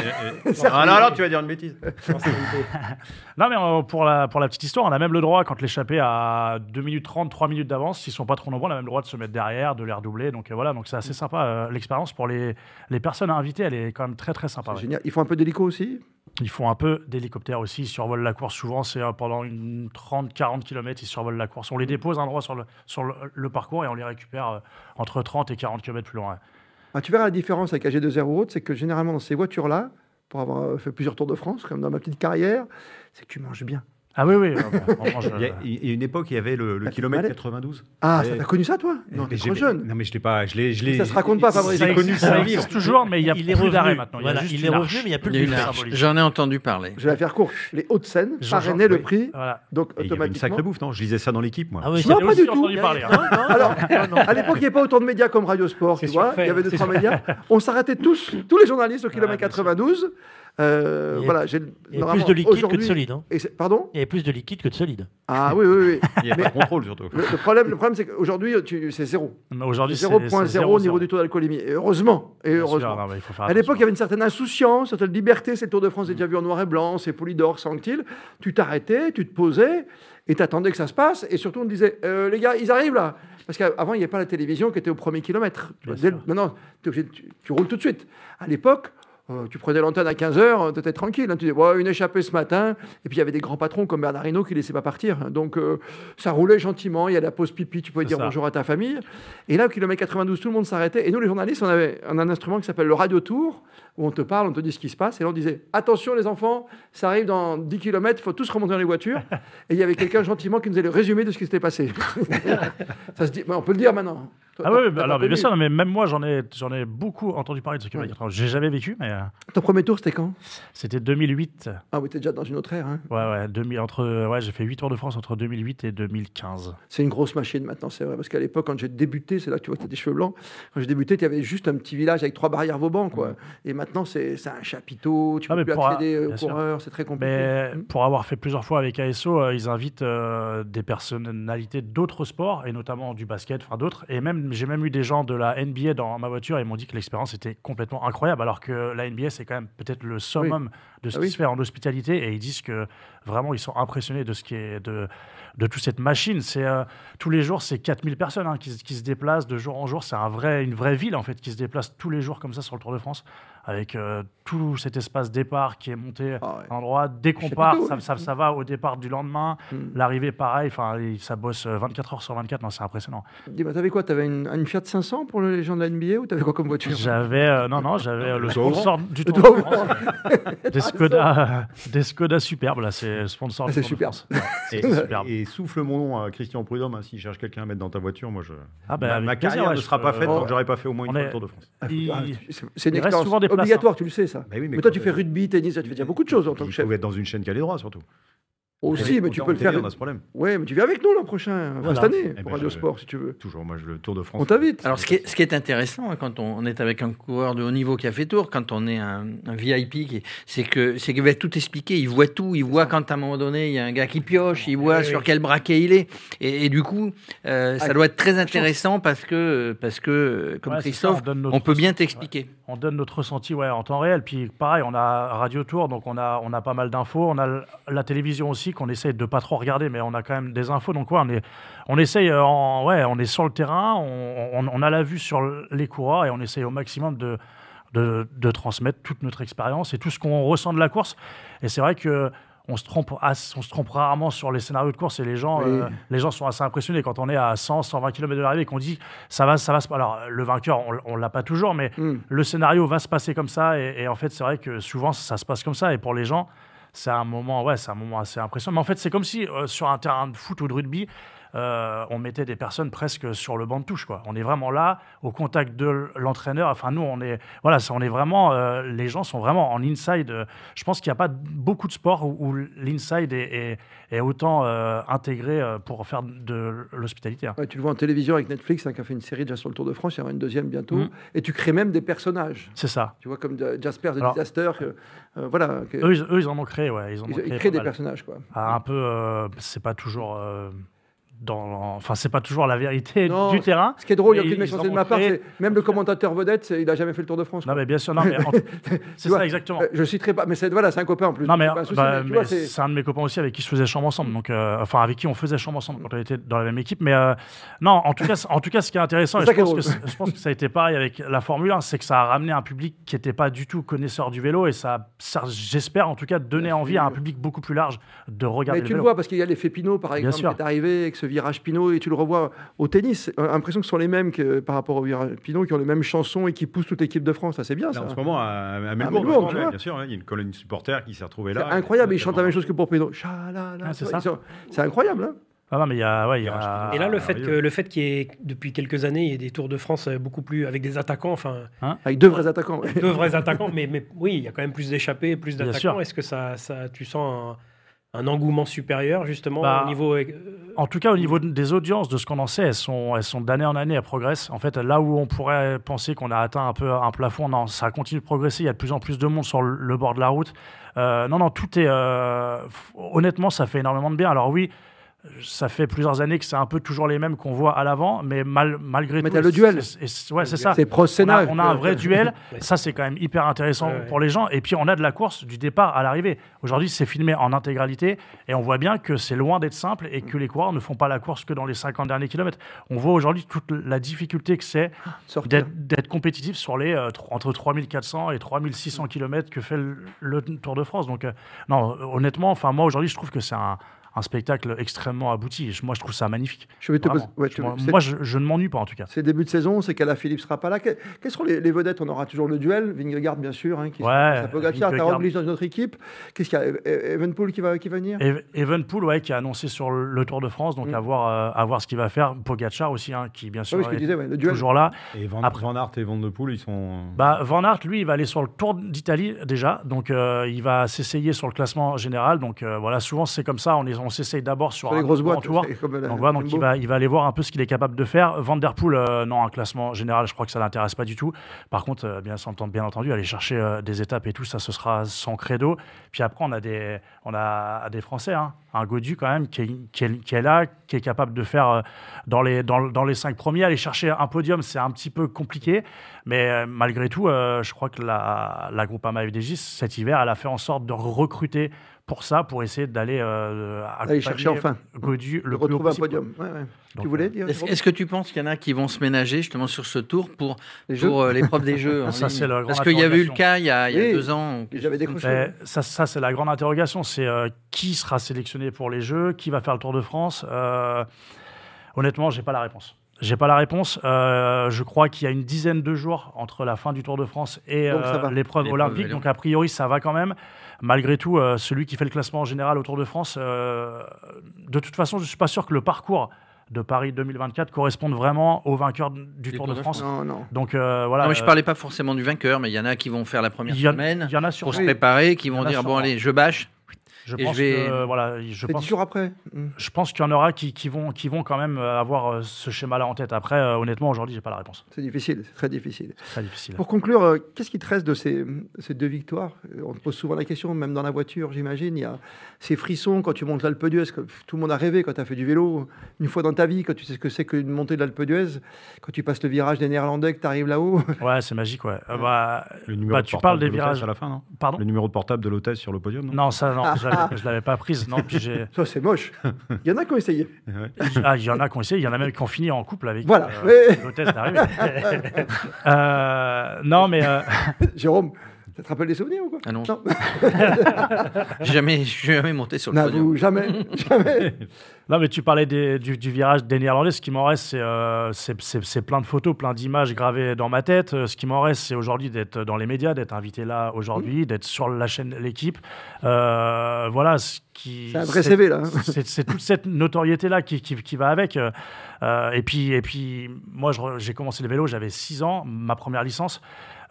Speaker 2: Ah non, alors tu vas dire une bêtise.
Speaker 5: Non, mais euh, pour, la, pour la petite histoire, on a même le droit, quand l'échappée à 2 minutes 30, 3 minutes d'avance, s'ils sont pas trop nombreux, on a même le droit de se mettre derrière, de les redoubler. Donc euh, voilà, donc c'est assez sympa. euh, L'expérience pour les, les personnes à inviter, elle est quand même très très sympa. ouais.
Speaker 1: Génial. Ils font un peu d'hélico aussi
Speaker 5: Ils font un peu d'hélicoptère aussi, ils survolent la course souvent, c'est euh, pendant une 30-40 km, ils survolent la course. On les dépose un endroit sur le, sur le, le parcours et on les récupère euh, entre 30 et 40 km plus loin. ouais.
Speaker 1: Ah, tu verras la différence avec AG2R ou autre, c'est que généralement dans ces voitures-là, pour avoir euh, fait plusieurs tours de France, comme dans ma petite carrière, c'est que tu manges bien.
Speaker 5: Ah oui, oui, on- on mange, euh,
Speaker 2: Il y, a, il y a une époque, il y avait le, le
Speaker 1: Ah,
Speaker 2: kilomètre
Speaker 1: allez.
Speaker 2: 92.
Speaker 1: Ah,
Speaker 2: Eh,
Speaker 1: ça, t'as connu ça toi Non,
Speaker 2: Mais
Speaker 1: t'es
Speaker 2: j'ai-
Speaker 1: trop jeune.
Speaker 2: Non, mais je l'ai pas. Je l'ai, je l'ai-
Speaker 1: Ça se raconte pas,
Speaker 2: je l'ai
Speaker 1: Fabrice.
Speaker 5: Ça
Speaker 2: connu
Speaker 5: existe,
Speaker 2: sans
Speaker 5: ça
Speaker 2: vivre.
Speaker 5: existe toujours, mais il y a
Speaker 6: il est
Speaker 5: plus d'arrêt
Speaker 6: revenu.
Speaker 5: maintenant.
Speaker 6: Voilà,
Speaker 5: il, y a juste
Speaker 6: il est
Speaker 5: une
Speaker 6: revenu,
Speaker 5: arche.
Speaker 6: mais il n'y a plus
Speaker 4: Il
Speaker 6: le
Speaker 4: y a
Speaker 6: but
Speaker 4: une arche.
Speaker 6: symbolique.
Speaker 4: J'en ai entendu parler.
Speaker 1: Je vais la faire courte. Les Hauts-de-Seine
Speaker 5: Jean-Jean-
Speaker 1: parrainaient le
Speaker 5: oui,
Speaker 1: prix,
Speaker 5: Voilà.
Speaker 1: donc
Speaker 2: Et Il y avait une sacrée
Speaker 1: automatiquement.
Speaker 2: bouffe, non Je lisais ça dans l'équipe, moi.
Speaker 6: Ah oui,
Speaker 1: Non,
Speaker 6: c'est-
Speaker 1: pas du
Speaker 5: J'ai
Speaker 1: tout.
Speaker 5: entendu parler. hein.
Speaker 6: Non, non,
Speaker 1: Alors,
Speaker 6: non, non.
Speaker 1: À l'époque, il n'y avait pas autant de médias comme Radio Sport,
Speaker 3: C'est
Speaker 1: tu vois.
Speaker 3: surfait,
Speaker 1: Il y avait
Speaker 3: hein,
Speaker 1: deux,
Speaker 3: c'est
Speaker 1: trois médias. On s'arrêtait tous, tous les journalistes au kilomètre
Speaker 5: bien sûr.
Speaker 1: 92. Euh,
Speaker 6: Ah, Il y a-
Speaker 1: voilà, j'ai
Speaker 6: Il y a plus
Speaker 1: normalement,
Speaker 6: de liquide que de
Speaker 1: aujourd'hui-
Speaker 6: solide. hein.
Speaker 1: Et c'est- pardon
Speaker 6: Il y avait plus de liquide que de solide.
Speaker 1: Ah oui, oui, oui.
Speaker 2: Il y avait pas de contrôle, surtout.
Speaker 1: Le, le problème, le problème, c'est qu'aujourd'hui, tu- c'est zéro.
Speaker 5: Mais Aujourd'hui, c'est
Speaker 1: 0.0 au niveau du taux d'alcoolémie. Et heureusement. Et
Speaker 5: Bien sûr,
Speaker 1: heureusement.
Speaker 5: non, mais il faut faire
Speaker 1: À l'époque, il y
Speaker 5: attention.
Speaker 1: avait une certaine insouciance, une certaine liberté. C'est le Tour de France déjà vu en noir et blanc, c'est Polydor, Sanctil. Tu t'arrêtais, tu te posais et t'attendais que ça se passe. Et surtout, on te disait, Euh, les gars, ils arrivent là. Parce qu'avant, il n'y avait pas la télévision qui était au premier kilomètre. Tu vois,
Speaker 5: Bien
Speaker 1: dès
Speaker 5: sûr.
Speaker 1: le- Maintenant, t'es obligé de- tu, tu roules tout de suite. À l'époque, euh, tu prenais l'antenne à 15h, tu étais tranquille. hein. tu disais, Ouais, une échappée ce matin. Et puis, il y avait des grands patrons comme Bernard Hinault qui ne laissaient pas partir. Donc, euh, ça roulait gentiment. Il y a la pause pipi, tu pouvais
Speaker 5: C'est
Speaker 1: dire
Speaker 5: ça.
Speaker 1: bonjour à ta famille. Et là, au kilomètre 92, tout le monde s'arrêtait. Et nous, les journalistes, on avait on a un instrument qui s'appelle le radio tour, où on te parle, on te dit ce qui se passe. Et là, on disait Attention, les enfants, ça arrive dans 10 km, il faut tous remonter dans les voitures. Et il y avait quelqu'un gentiment qui nous faisait le résumé de ce qui s'était passé. ça se dit, mais bah, on peut le dire maintenant. Toi, t'as-
Speaker 5: Ah oui, oui,
Speaker 1: t'as
Speaker 5: bah,
Speaker 1: pas
Speaker 5: alors, mais bien
Speaker 1: connu.
Speaker 5: sûr, non, mais même moi, j'en ai, j'en ai beaucoup entendu parler de ce que
Speaker 1: Oui.
Speaker 5: J'ai jamais vécu, mais euh,
Speaker 1: Ton premier tour, c'était quand
Speaker 5: c'était 2008.
Speaker 1: Ah oui, t'es déjà dans une autre ère. hein.
Speaker 5: Ouais, ouais, 2000, entre, euh, ouais, j'ai fait 8 tours de France entre 2008 et 2015.
Speaker 1: C'est une grosse machine maintenant, c'est vrai. Parce qu'à l'époque, quand j'ai débuté, c'est là que tu vois que tu des cheveux blancs. Quand j'ai débuté, tu avais juste un petit village avec trois barrières Vauban. Quoi. Et maintenant, c'est c'est un chapiteau. Tu
Speaker 5: Ah,
Speaker 1: peux
Speaker 5: mais
Speaker 1: plus
Speaker 5: pour un-
Speaker 1: accéder aux
Speaker 5: bien sûr.
Speaker 1: coureurs. C'est très compliqué.
Speaker 5: Mais
Speaker 1: Mm.
Speaker 5: pour avoir fait plusieurs fois avec ASO, euh, ils invitent euh, des personnalités d'autres sports, et notamment du basket, enfin d'autres. Et même, j'ai même eu des gens de la NBA dans ma voiture, et ils m'ont dit que l'expérience était complètement incroyable, alors que la NBA, c'est quand même peut-être le summum de ce
Speaker 1: Ah
Speaker 5: qui
Speaker 1: oui.
Speaker 5: se fait en hospitalité, et ils disent que vraiment, ils sont impressionnés de ce qui est de, de toute cette machine. C'est euh, tous les jours, c'est 4000 personnes hein, qui, se- qui se déplacent de jour en jour. C'est un vrai, une vraie ville en fait qui se déplace tous les jours comme ça sur le Tour de France, avec euh, tout cet espace départ qui est monté
Speaker 1: Ah ouais.
Speaker 5: un endroit. Dès qu'on
Speaker 1: Chapiteau,
Speaker 5: part,
Speaker 1: oui.
Speaker 5: ça, ça- ça va au départ du lendemain.
Speaker 1: Mm.
Speaker 5: L'arrivée, pareil. Enfin, il- ça bosse euh, 24 heures sur 24. Non, c'est impressionnant.
Speaker 1: Dis-moi, bah, t'avais quoi T'avais une, une Fiat 500 pour les gens de la NBA ou t'avais quoi comme voiture
Speaker 5: J'avais, euh, non, non, j'avais euh, le
Speaker 2: Le doigt au
Speaker 5: sponsor du Tour
Speaker 1: doigt
Speaker 5: de
Speaker 1: au
Speaker 5: France. Des Skoda, des Skoda superbes là. C'est le sponsor.
Speaker 1: Ah,
Speaker 5: du
Speaker 1: c'est
Speaker 5: Tour de
Speaker 1: superbe.
Speaker 5: France.
Speaker 2: Et,
Speaker 5: Superbe.
Speaker 2: et souffle mon nom à Christian Prudhomme hein, s'il cherche quelqu'un à mettre dans ta voiture. Moi, je...
Speaker 5: Ah, ben,
Speaker 2: ma,
Speaker 5: avec
Speaker 2: ma
Speaker 5: plaisir,
Speaker 2: carrière
Speaker 5: ouais,
Speaker 2: ne
Speaker 5: je
Speaker 2: sera
Speaker 5: peux-
Speaker 2: pas faite
Speaker 1: Oh.
Speaker 2: tant que j'aurais pas fait au moins une
Speaker 5: On
Speaker 2: fois
Speaker 5: est-
Speaker 2: le Tour de France.
Speaker 5: Il-
Speaker 1: Ah, c'est- C'est une
Speaker 5: il reste
Speaker 1: expérience
Speaker 5: souvent des places, hein.
Speaker 1: obligatoire, tu le sais ça.
Speaker 2: Bah oui,
Speaker 1: mais,
Speaker 2: quand-
Speaker 1: toi, tu fais rugby, tennis, ça, tu fais dire beaucoup de choses en tant que
Speaker 2: Il
Speaker 1: chef.
Speaker 2: faut être dans une chaîne qui a les droits, surtout.
Speaker 1: Aussi, mais tu peux le faire.
Speaker 2: On a ce problème.
Speaker 1: Ouais, mais tu viens avec nous l'an prochain, enfin,
Speaker 5: Voilà. Eh
Speaker 1: cette année,
Speaker 2: ben,
Speaker 1: pour Radio
Speaker 2: je-
Speaker 1: Sport, si tu veux.
Speaker 2: Toujours, moi, je- le Tour de France.
Speaker 1: On t'invite.
Speaker 4: Alors, ce qui est, ce qui est intéressant hein, quand on, on est avec un coureur de haut niveau qui a fait tour, quand on est un, un VIP, qui- c'est que c'est qu'il va tout expliquer. Il voit tout. Il voit quand à un moment donné il y a un gars qui pioche. Il voit
Speaker 5: Eh
Speaker 3: oui.
Speaker 4: sur quel braquet il est. Et, et du coup, euh, ça
Speaker 1: Ah,
Speaker 4: doit être très intéressant parce que parce que comme
Speaker 5: Ouais, c'est ça,
Speaker 4: Christophe,
Speaker 5: on donne
Speaker 4: on,
Speaker 5: notre
Speaker 4: peut bien t'expliquer.
Speaker 5: on donne notre ressenti ouais, en temps réel. Puis pareil, on a Radio Tour, donc on a, on a pas mal d'infos. On a l- la télévision aussi qu'on essaye de pas trop regarder, mais on a quand même des infos. Donc ouais, on, est, on essaye, euh, en, ouais, on est sur le terrain, on, on- on a la vue sur l- les coureurs et on essaye au maximum de, de, de transmettre toute notre expérience et tout ce qu'on ressent de la course. Et c'est vrai que on se, trompe, as- on se trompe rarement sur les scénarios de course et les gens,
Speaker 1: Oui.
Speaker 5: euh, les gens sont assez impressionnés quand on est à 100, 120 km de l'arrivée et qu'on dit ça va, ça va. se- Alors le vainqueur, on, l- on l'a pas toujours, mais
Speaker 1: Hmm.
Speaker 5: le scénario va se passer comme ça et, et en fait c'est vrai que souvent ça se passe comme ça et pour les gens c'est un moment ouais c'est un moment assez impressionnant mais en fait c'est comme si euh, sur un terrain de foot ou de rugby euh, on mettait des personnes presque sur le banc de touche quoi on est vraiment là au contact de l'entraîneur enfin nous on est voilà ça, on est vraiment euh, les gens sont vraiment en inside euh, je pense qu'il n'y a pas beaucoup de sports où, où l'inside est, est- est autant euh, intégré euh, pour faire de l'hospitalité hein.
Speaker 1: Ouais, tu le vois en télévision avec Netflix, hein, qui a fait une série déjà sur le Tour de France, il y en aura une deuxième bientôt.
Speaker 5: Mm.
Speaker 1: Et tu crées même des personnages,
Speaker 5: c'est ça
Speaker 1: tu vois, comme de- Jasper the
Speaker 5: Alors-
Speaker 1: Disaster. que, euh, voilà, que-
Speaker 5: eux, ils- eux, ils en ont créé ouais ils en ont
Speaker 1: ils, ils
Speaker 5: créé
Speaker 1: créent
Speaker 5: pas
Speaker 1: des
Speaker 5: mal.
Speaker 1: personnages, quoi.
Speaker 5: Ah, un peu, euh, c'est pas toujours euh, dans, enfin c'est pas toujours la vérité
Speaker 1: Non,
Speaker 5: du terrain.
Speaker 1: Ce qui est drôle, il
Speaker 5: Mais
Speaker 1: y a aucune
Speaker 5: ils
Speaker 1: méchanceté
Speaker 5: en
Speaker 1: de
Speaker 5: ont
Speaker 1: ma part,
Speaker 5: créé.
Speaker 1: c'est même le commentateur vedette, c'est- il n'a jamais fait le Tour de France.
Speaker 5: Non
Speaker 1: quoi.
Speaker 5: mais bien sûr, non mais en- c'est
Speaker 1: vois,
Speaker 5: ça exactement.
Speaker 1: Euh, je ne citerai pas, mais c'est voilà, c'est un copain en plus.
Speaker 5: non mais,
Speaker 1: c'est pas un souci,
Speaker 5: bah,
Speaker 1: mais tu
Speaker 5: mais
Speaker 1: vois, c'est-
Speaker 5: c'est un de mes copains aussi avec qui je faisais chambre ensemble, donc euh, enfin avec qui on faisait chambre ensemble quand on était dans la même équipe. Mais euh, non, en tout cas, en tout cas, ce qui est intéressant,
Speaker 1: C'est ça
Speaker 5: et je,
Speaker 1: qui est
Speaker 5: pense que,
Speaker 1: drôle.
Speaker 5: c'est- je pense que ça a été pareil avec la Formule 1, c'est que ça a ramené un public qui n'était pas du tout connaisseur du vélo et ça, a- ça j'espère en tout cas donner
Speaker 1: Bien
Speaker 5: envie
Speaker 1: sûr.
Speaker 5: à un public beaucoup plus large de regarder
Speaker 1: Bah, Mais tu
Speaker 5: le
Speaker 1: le
Speaker 5: vélo.
Speaker 1: vois parce qu'il y a l'effet Pinot par exemple
Speaker 5: sûr.
Speaker 1: qui est arrivé avec ce virage Pinot et tu le revois au tennis. Euh, L'impression que ce sont les mêmes que par rapport au virage Pinot qui ont les mêmes chansons et qui poussent toute l'équipe de France. Ça c'est bien
Speaker 2: Là,
Speaker 1: ça.
Speaker 2: en ce moment, à, à Melbourne,
Speaker 1: Melbourne,
Speaker 2: ouais,
Speaker 1: tu vois.
Speaker 2: bien sûr, hein, il y a une colonne de supporters qui s'est retrouvée
Speaker 1: C'est
Speaker 2: là.
Speaker 1: incroyable,
Speaker 2: Et-
Speaker 1: ils chantent la même chose que pour Pinot. Chalala,
Speaker 5: Ah, c'est
Speaker 1: tu vois,
Speaker 5: ça.
Speaker 1: ils sont- c'est incroyable. hein.
Speaker 5: Ah non mais il y a, ouais, il y a-
Speaker 3: Et là, le
Speaker 2: Ah,
Speaker 3: fait que
Speaker 2: merveilleux.
Speaker 3: le fait qu'il y ait depuis quelques années il y ait des tours de France euh, beaucoup plus avec des attaquants, enfin
Speaker 1: Avec deux vrais attaquants. ouais.
Speaker 3: deux vrais attaquants, mais, mais oui, il y a quand même plus d'échappés, plus
Speaker 5: Bien
Speaker 3: d'attaquants.
Speaker 5: sûr.
Speaker 3: Est-ce que ça, ça, tu sens un, un engouement supérieur justement
Speaker 5: Bah,
Speaker 3: au niveau euh,
Speaker 5: En tout cas, au niveau de- des audiences, de ce qu'on en sait, elles sont, elles sont d'année en année, elles progressent. En fait, là où on pourrait penser qu'on a atteint un peu un plafond, non, ça continue de progresser. Il y a de plus en plus de monde sur le- le bord de la route. Euh, non, non, tout est. euh, f- honnêtement, ça fait énormément de bien. Alors oui, ça fait plusieurs années que c'est un peu toujours les mêmes qu'on voit à l'avant, mais mal- malgré
Speaker 1: Mais
Speaker 5: tout.
Speaker 1: t'as le
Speaker 5: et-
Speaker 1: duel.
Speaker 5: et- et- ouais, c'est ça.
Speaker 1: C'est pro
Speaker 5: On a,
Speaker 1: Sénat.
Speaker 5: on a un vrai duel.
Speaker 3: Ouais.
Speaker 5: Ça, c'est quand même hyper intéressant
Speaker 3: Ouais, ouais.
Speaker 5: pour les gens. Et puis, on a de la course du départ à l'arrivée. Aujourd'hui, c'est filmé en intégralité et on voit bien que c'est loin d'être simple et que les coureurs ne font pas la course que dans les 50 derniers kilomètres. On voit aujourd'hui toute la difficulté que c'est
Speaker 1: Sortir.
Speaker 5: d'être d'être compétitif sur les euh, tr- entre 3400 et 3600 kilomètres que fait le, le Tour de France. Donc, euh, non, honnêtement, enfin, moi, aujourd'hui, je trouve que c'est un, un un spectacle extrêmement abouti. Et je- Moi, je trouve ça magnifique.
Speaker 1: Je vais te
Speaker 5: Vraiment.
Speaker 1: poser- ouais, je
Speaker 5: Je
Speaker 1: te-
Speaker 5: m'en-
Speaker 1: c'est-
Speaker 5: moi, je, je ne m'ennuie pas en tout cas.
Speaker 1: C'est début de saison, c'est qu'Ala Philippe sera pas là. Que- Quelles seront les, les vedettes On aura toujours le duel, Vingegaard bien sûr, hein, qui
Speaker 5: Ouais,
Speaker 1: se- ça peut gâcher.
Speaker 5: Vingegaard.
Speaker 1: T'as obligé dans notre équipe. Qu'est-ce qu'il y a E- E- Evenpool qui va, qui va venir
Speaker 5: Ev- Evenpool, ouais, qui a annoncé sur le le Tour de France, donc
Speaker 1: Mm.
Speaker 5: à, voir, euh, à voir ce qu'il va faire. Pogacar aussi, hein, qui bien
Speaker 1: Ah
Speaker 5: sûr
Speaker 1: oui, ce que je
Speaker 5: est
Speaker 1: disais, ouais, le duel.
Speaker 5: toujours là.
Speaker 2: Et Van,
Speaker 5: Après-
Speaker 2: Van Aert et Van de Poel, ils sont.
Speaker 5: Bah, Van Aert, lui, il va aller sur le Tour d'Italie déjà, donc euh, il va s'essayer sur le classement général. Donc euh, voilà, souvent c'est comme ça, on, est- on s'essaye d'abord sur,
Speaker 1: Sur
Speaker 5: un
Speaker 1: les grosses
Speaker 5: grand
Speaker 1: boîtes.
Speaker 5: tour.
Speaker 1: c'est comme la-
Speaker 5: Donc voilà, donc
Speaker 1: Jumbo.
Speaker 5: il va, il va aller voir un peu ce qu'il est capable de faire. Van Der Poel, euh, non, un classement général, je crois que ça l'intéresse pas du tout. Par contre, euh, bien, s'entend- bien entendu, aller chercher euh, des étapes et tout, ça, ce sera sans credo. Puis après, on a des, on a des Français, hein. un Godu quand même, qui est, qui est- qui est là, qui est capable de faire euh, dans, les, dans, dans les cinq premiers. Aller chercher un podium, c'est un petit peu compliqué. Mais euh, malgré tout, euh, je crois que la, la Groupama FDJ, cet hiver, elle a fait en sorte de recruter pour ça, pour essayer d'aller euh,
Speaker 1: Aller chercher
Speaker 5: accompagner
Speaker 1: enfin.
Speaker 5: Godu le
Speaker 1: Le
Speaker 5: plus haut
Speaker 1: Hmm. retrouve un
Speaker 5: possible, quoi.
Speaker 1: podium. Ouais, ouais.
Speaker 5: Donc, euh,
Speaker 1: tu voulais dire
Speaker 4: Est-ce
Speaker 1: Jérôme
Speaker 4: est-ce que tu penses qu'il y en a qui vont se ménager justement sur ce tour pour,
Speaker 1: Les jeux
Speaker 4: pour euh, l'épreuve des jeux en
Speaker 5: Ça,
Speaker 4: ligne
Speaker 5: c'est la grande
Speaker 4: Parce qu'il y avait eu le
Speaker 5: interrogation.
Speaker 4: cas il y a, il y a
Speaker 1: Oui.
Speaker 4: deux ans.
Speaker 1: J'avais décroché.
Speaker 5: Mais ben, ça, ça, c'est la grande interrogation. C'est euh, qui sera sélectionné pour les Jeux, qui va faire le Tour de France. Euh, honnêtement, j'ai pas la réponse. J'ai pas la réponse. Euh, je crois qu'il y a une dizaine de jours entre la fin du Tour de France et
Speaker 1: Donc, ça
Speaker 5: euh,
Speaker 1: va.
Speaker 5: l'épreuve
Speaker 4: L'épreuve
Speaker 5: olympique.
Speaker 4: olympique.
Speaker 5: Donc a priori, ça va quand même. Malgré tout, euh, celui qui fait le classement en général au Tour de France, euh, de toute façon, je suis pas sûr que le parcours de Paris 2024 corresponde vraiment au vainqueur du Tour de France.
Speaker 1: Non, non.
Speaker 5: Donc euh, voilà.
Speaker 4: Non, mais je parlais pas forcément du vainqueur, mais il y en a qui vont faire la première
Speaker 5: il y, en-
Speaker 4: semaine
Speaker 5: il y en a
Speaker 4: pour se
Speaker 5: sûrement.
Speaker 4: préparer, qui
Speaker 5: en
Speaker 4: vont
Speaker 5: a
Speaker 4: dire bon
Speaker 5: sûrement.
Speaker 4: allez, je bâche.
Speaker 5: Je
Speaker 4: Et
Speaker 5: pense
Speaker 4: je vais-
Speaker 5: que, euh, voilà, je
Speaker 1: C'est
Speaker 5: pense
Speaker 1: dix jours après. Mm.
Speaker 5: Je pense qu'il y en aura qui, qui vont, qui vont quand même euh, avoir euh, ce schéma-là en tête. Après, euh, honnêtement, aujourd'hui, j'ai pas la réponse.
Speaker 1: C'est difficile, c'est très difficile.
Speaker 5: C'est très difficile.
Speaker 1: Pour conclure, euh, qu'est-ce qui te reste de ces, ces deux victoires Euh, On te pose souvent la question, même dans la voiture, j'imagine. Il y a ces frissons quand tu montes l'Alpe d'Huez. que, pff, Tout le monde a rêvé quand tu as fait du vélo. Une fois dans ta vie, quand tu sais ce que c'est qu'une montée de l'Alpe d'Huez, quand tu passes le virage des Néerlandais, que tu arrives là-haut.
Speaker 5: Ouais, c'est magique, ouais. Euh, bah,
Speaker 2: Le numéro
Speaker 5: bah,
Speaker 2: de
Speaker 5: tu
Speaker 2: portable
Speaker 5: parles des
Speaker 2: de l'hôtesse
Speaker 5: virages.
Speaker 2: à la fin, non
Speaker 5: Pardon
Speaker 2: Le numéro de portable de l'hôtesse sur le podium, non
Speaker 5: Non, ça,
Speaker 1: Ah.
Speaker 5: non, je l'avais- je l'avais pas prise. Non, puis j'ai.
Speaker 1: Ça, c'est moche. Il y en a qui ont essayé.
Speaker 2: Ouais.
Speaker 5: Ah, il y en a qui ont essayé, il y en a même qui ont fini en couple avec
Speaker 1: Voilà,
Speaker 5: euh,
Speaker 1: oui.
Speaker 5: l'hôtesse d'arrivée. Euh, non, mais euh,
Speaker 1: Jérôme, ça te rappelle des souvenirs ou quoi
Speaker 4: Ah non.
Speaker 1: Non,
Speaker 4: Jamais, je suis jamais monté sur le podium.
Speaker 1: n'avoue, jamais. jamais.
Speaker 5: Non, mais tu parlais des- du, du virage des Néerlandais. Ce qui m'en reste, c'est euh, c'est- c'est- c'est plein de photos, plein d'images gravées dans ma tête. Euh, Ce qui m'en reste, c'est aujourd'hui d'être dans les médias, d'être invité là aujourd'hui, d'être sur la chaîne L'équipe. Euh, voilà ce qui.
Speaker 1: C'est un vrai CV, là. hein.
Speaker 5: c'est c'est toute cette notoriété-là qui, qui- qui va avec. Euh, euh, et, puis, et puis, moi, je re- j'ai commencé le vélo, j'avais 6 ans, ma première licence.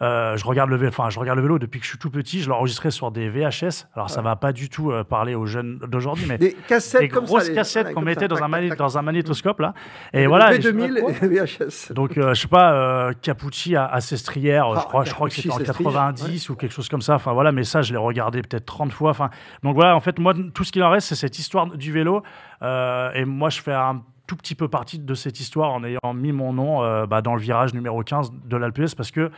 Speaker 5: Euh, je, regarde le vélo, enfin, je regarde le vélo depuis que je suis tout petit, je l'enregistrais sur des VHS. Alors, ça va pas du tout euh, parler aux jeunes d'aujourd'hui, mais
Speaker 1: Des cassettes
Speaker 5: des
Speaker 1: comme
Speaker 5: grosses
Speaker 1: ça. les-
Speaker 5: cassettes
Speaker 1: voilà,
Speaker 5: qu'on
Speaker 1: comme
Speaker 5: mettait
Speaker 1: ça,
Speaker 5: dans,
Speaker 1: tac,
Speaker 5: un mani-
Speaker 1: tac, tac.
Speaker 5: dans un magnétoscope là. Et voilà. et je sais pas quoi.
Speaker 1: V2000 et VHS.
Speaker 5: donc, euh, je sais pas, euh, Capucci à, à Sestrière, euh,
Speaker 1: Ah,
Speaker 5: je crois, je crois que
Speaker 1: Capucci,
Speaker 5: c'était en
Speaker 1: Sestrière,
Speaker 5: 90 ou quelque chose comme ça. Enfin voilà, mais ça, je l'ai regardé peut-être 30 fois. Enfin, donc voilà, en fait, moi, tout ce qu'il en reste, c'est cette histoire du vélo. Euh, et moi, je fais un tout petit peu partie de cette histoire en ayant mis mon nom euh, bah, dans le virage numéro 15 de l'Alpe d'Huez parce que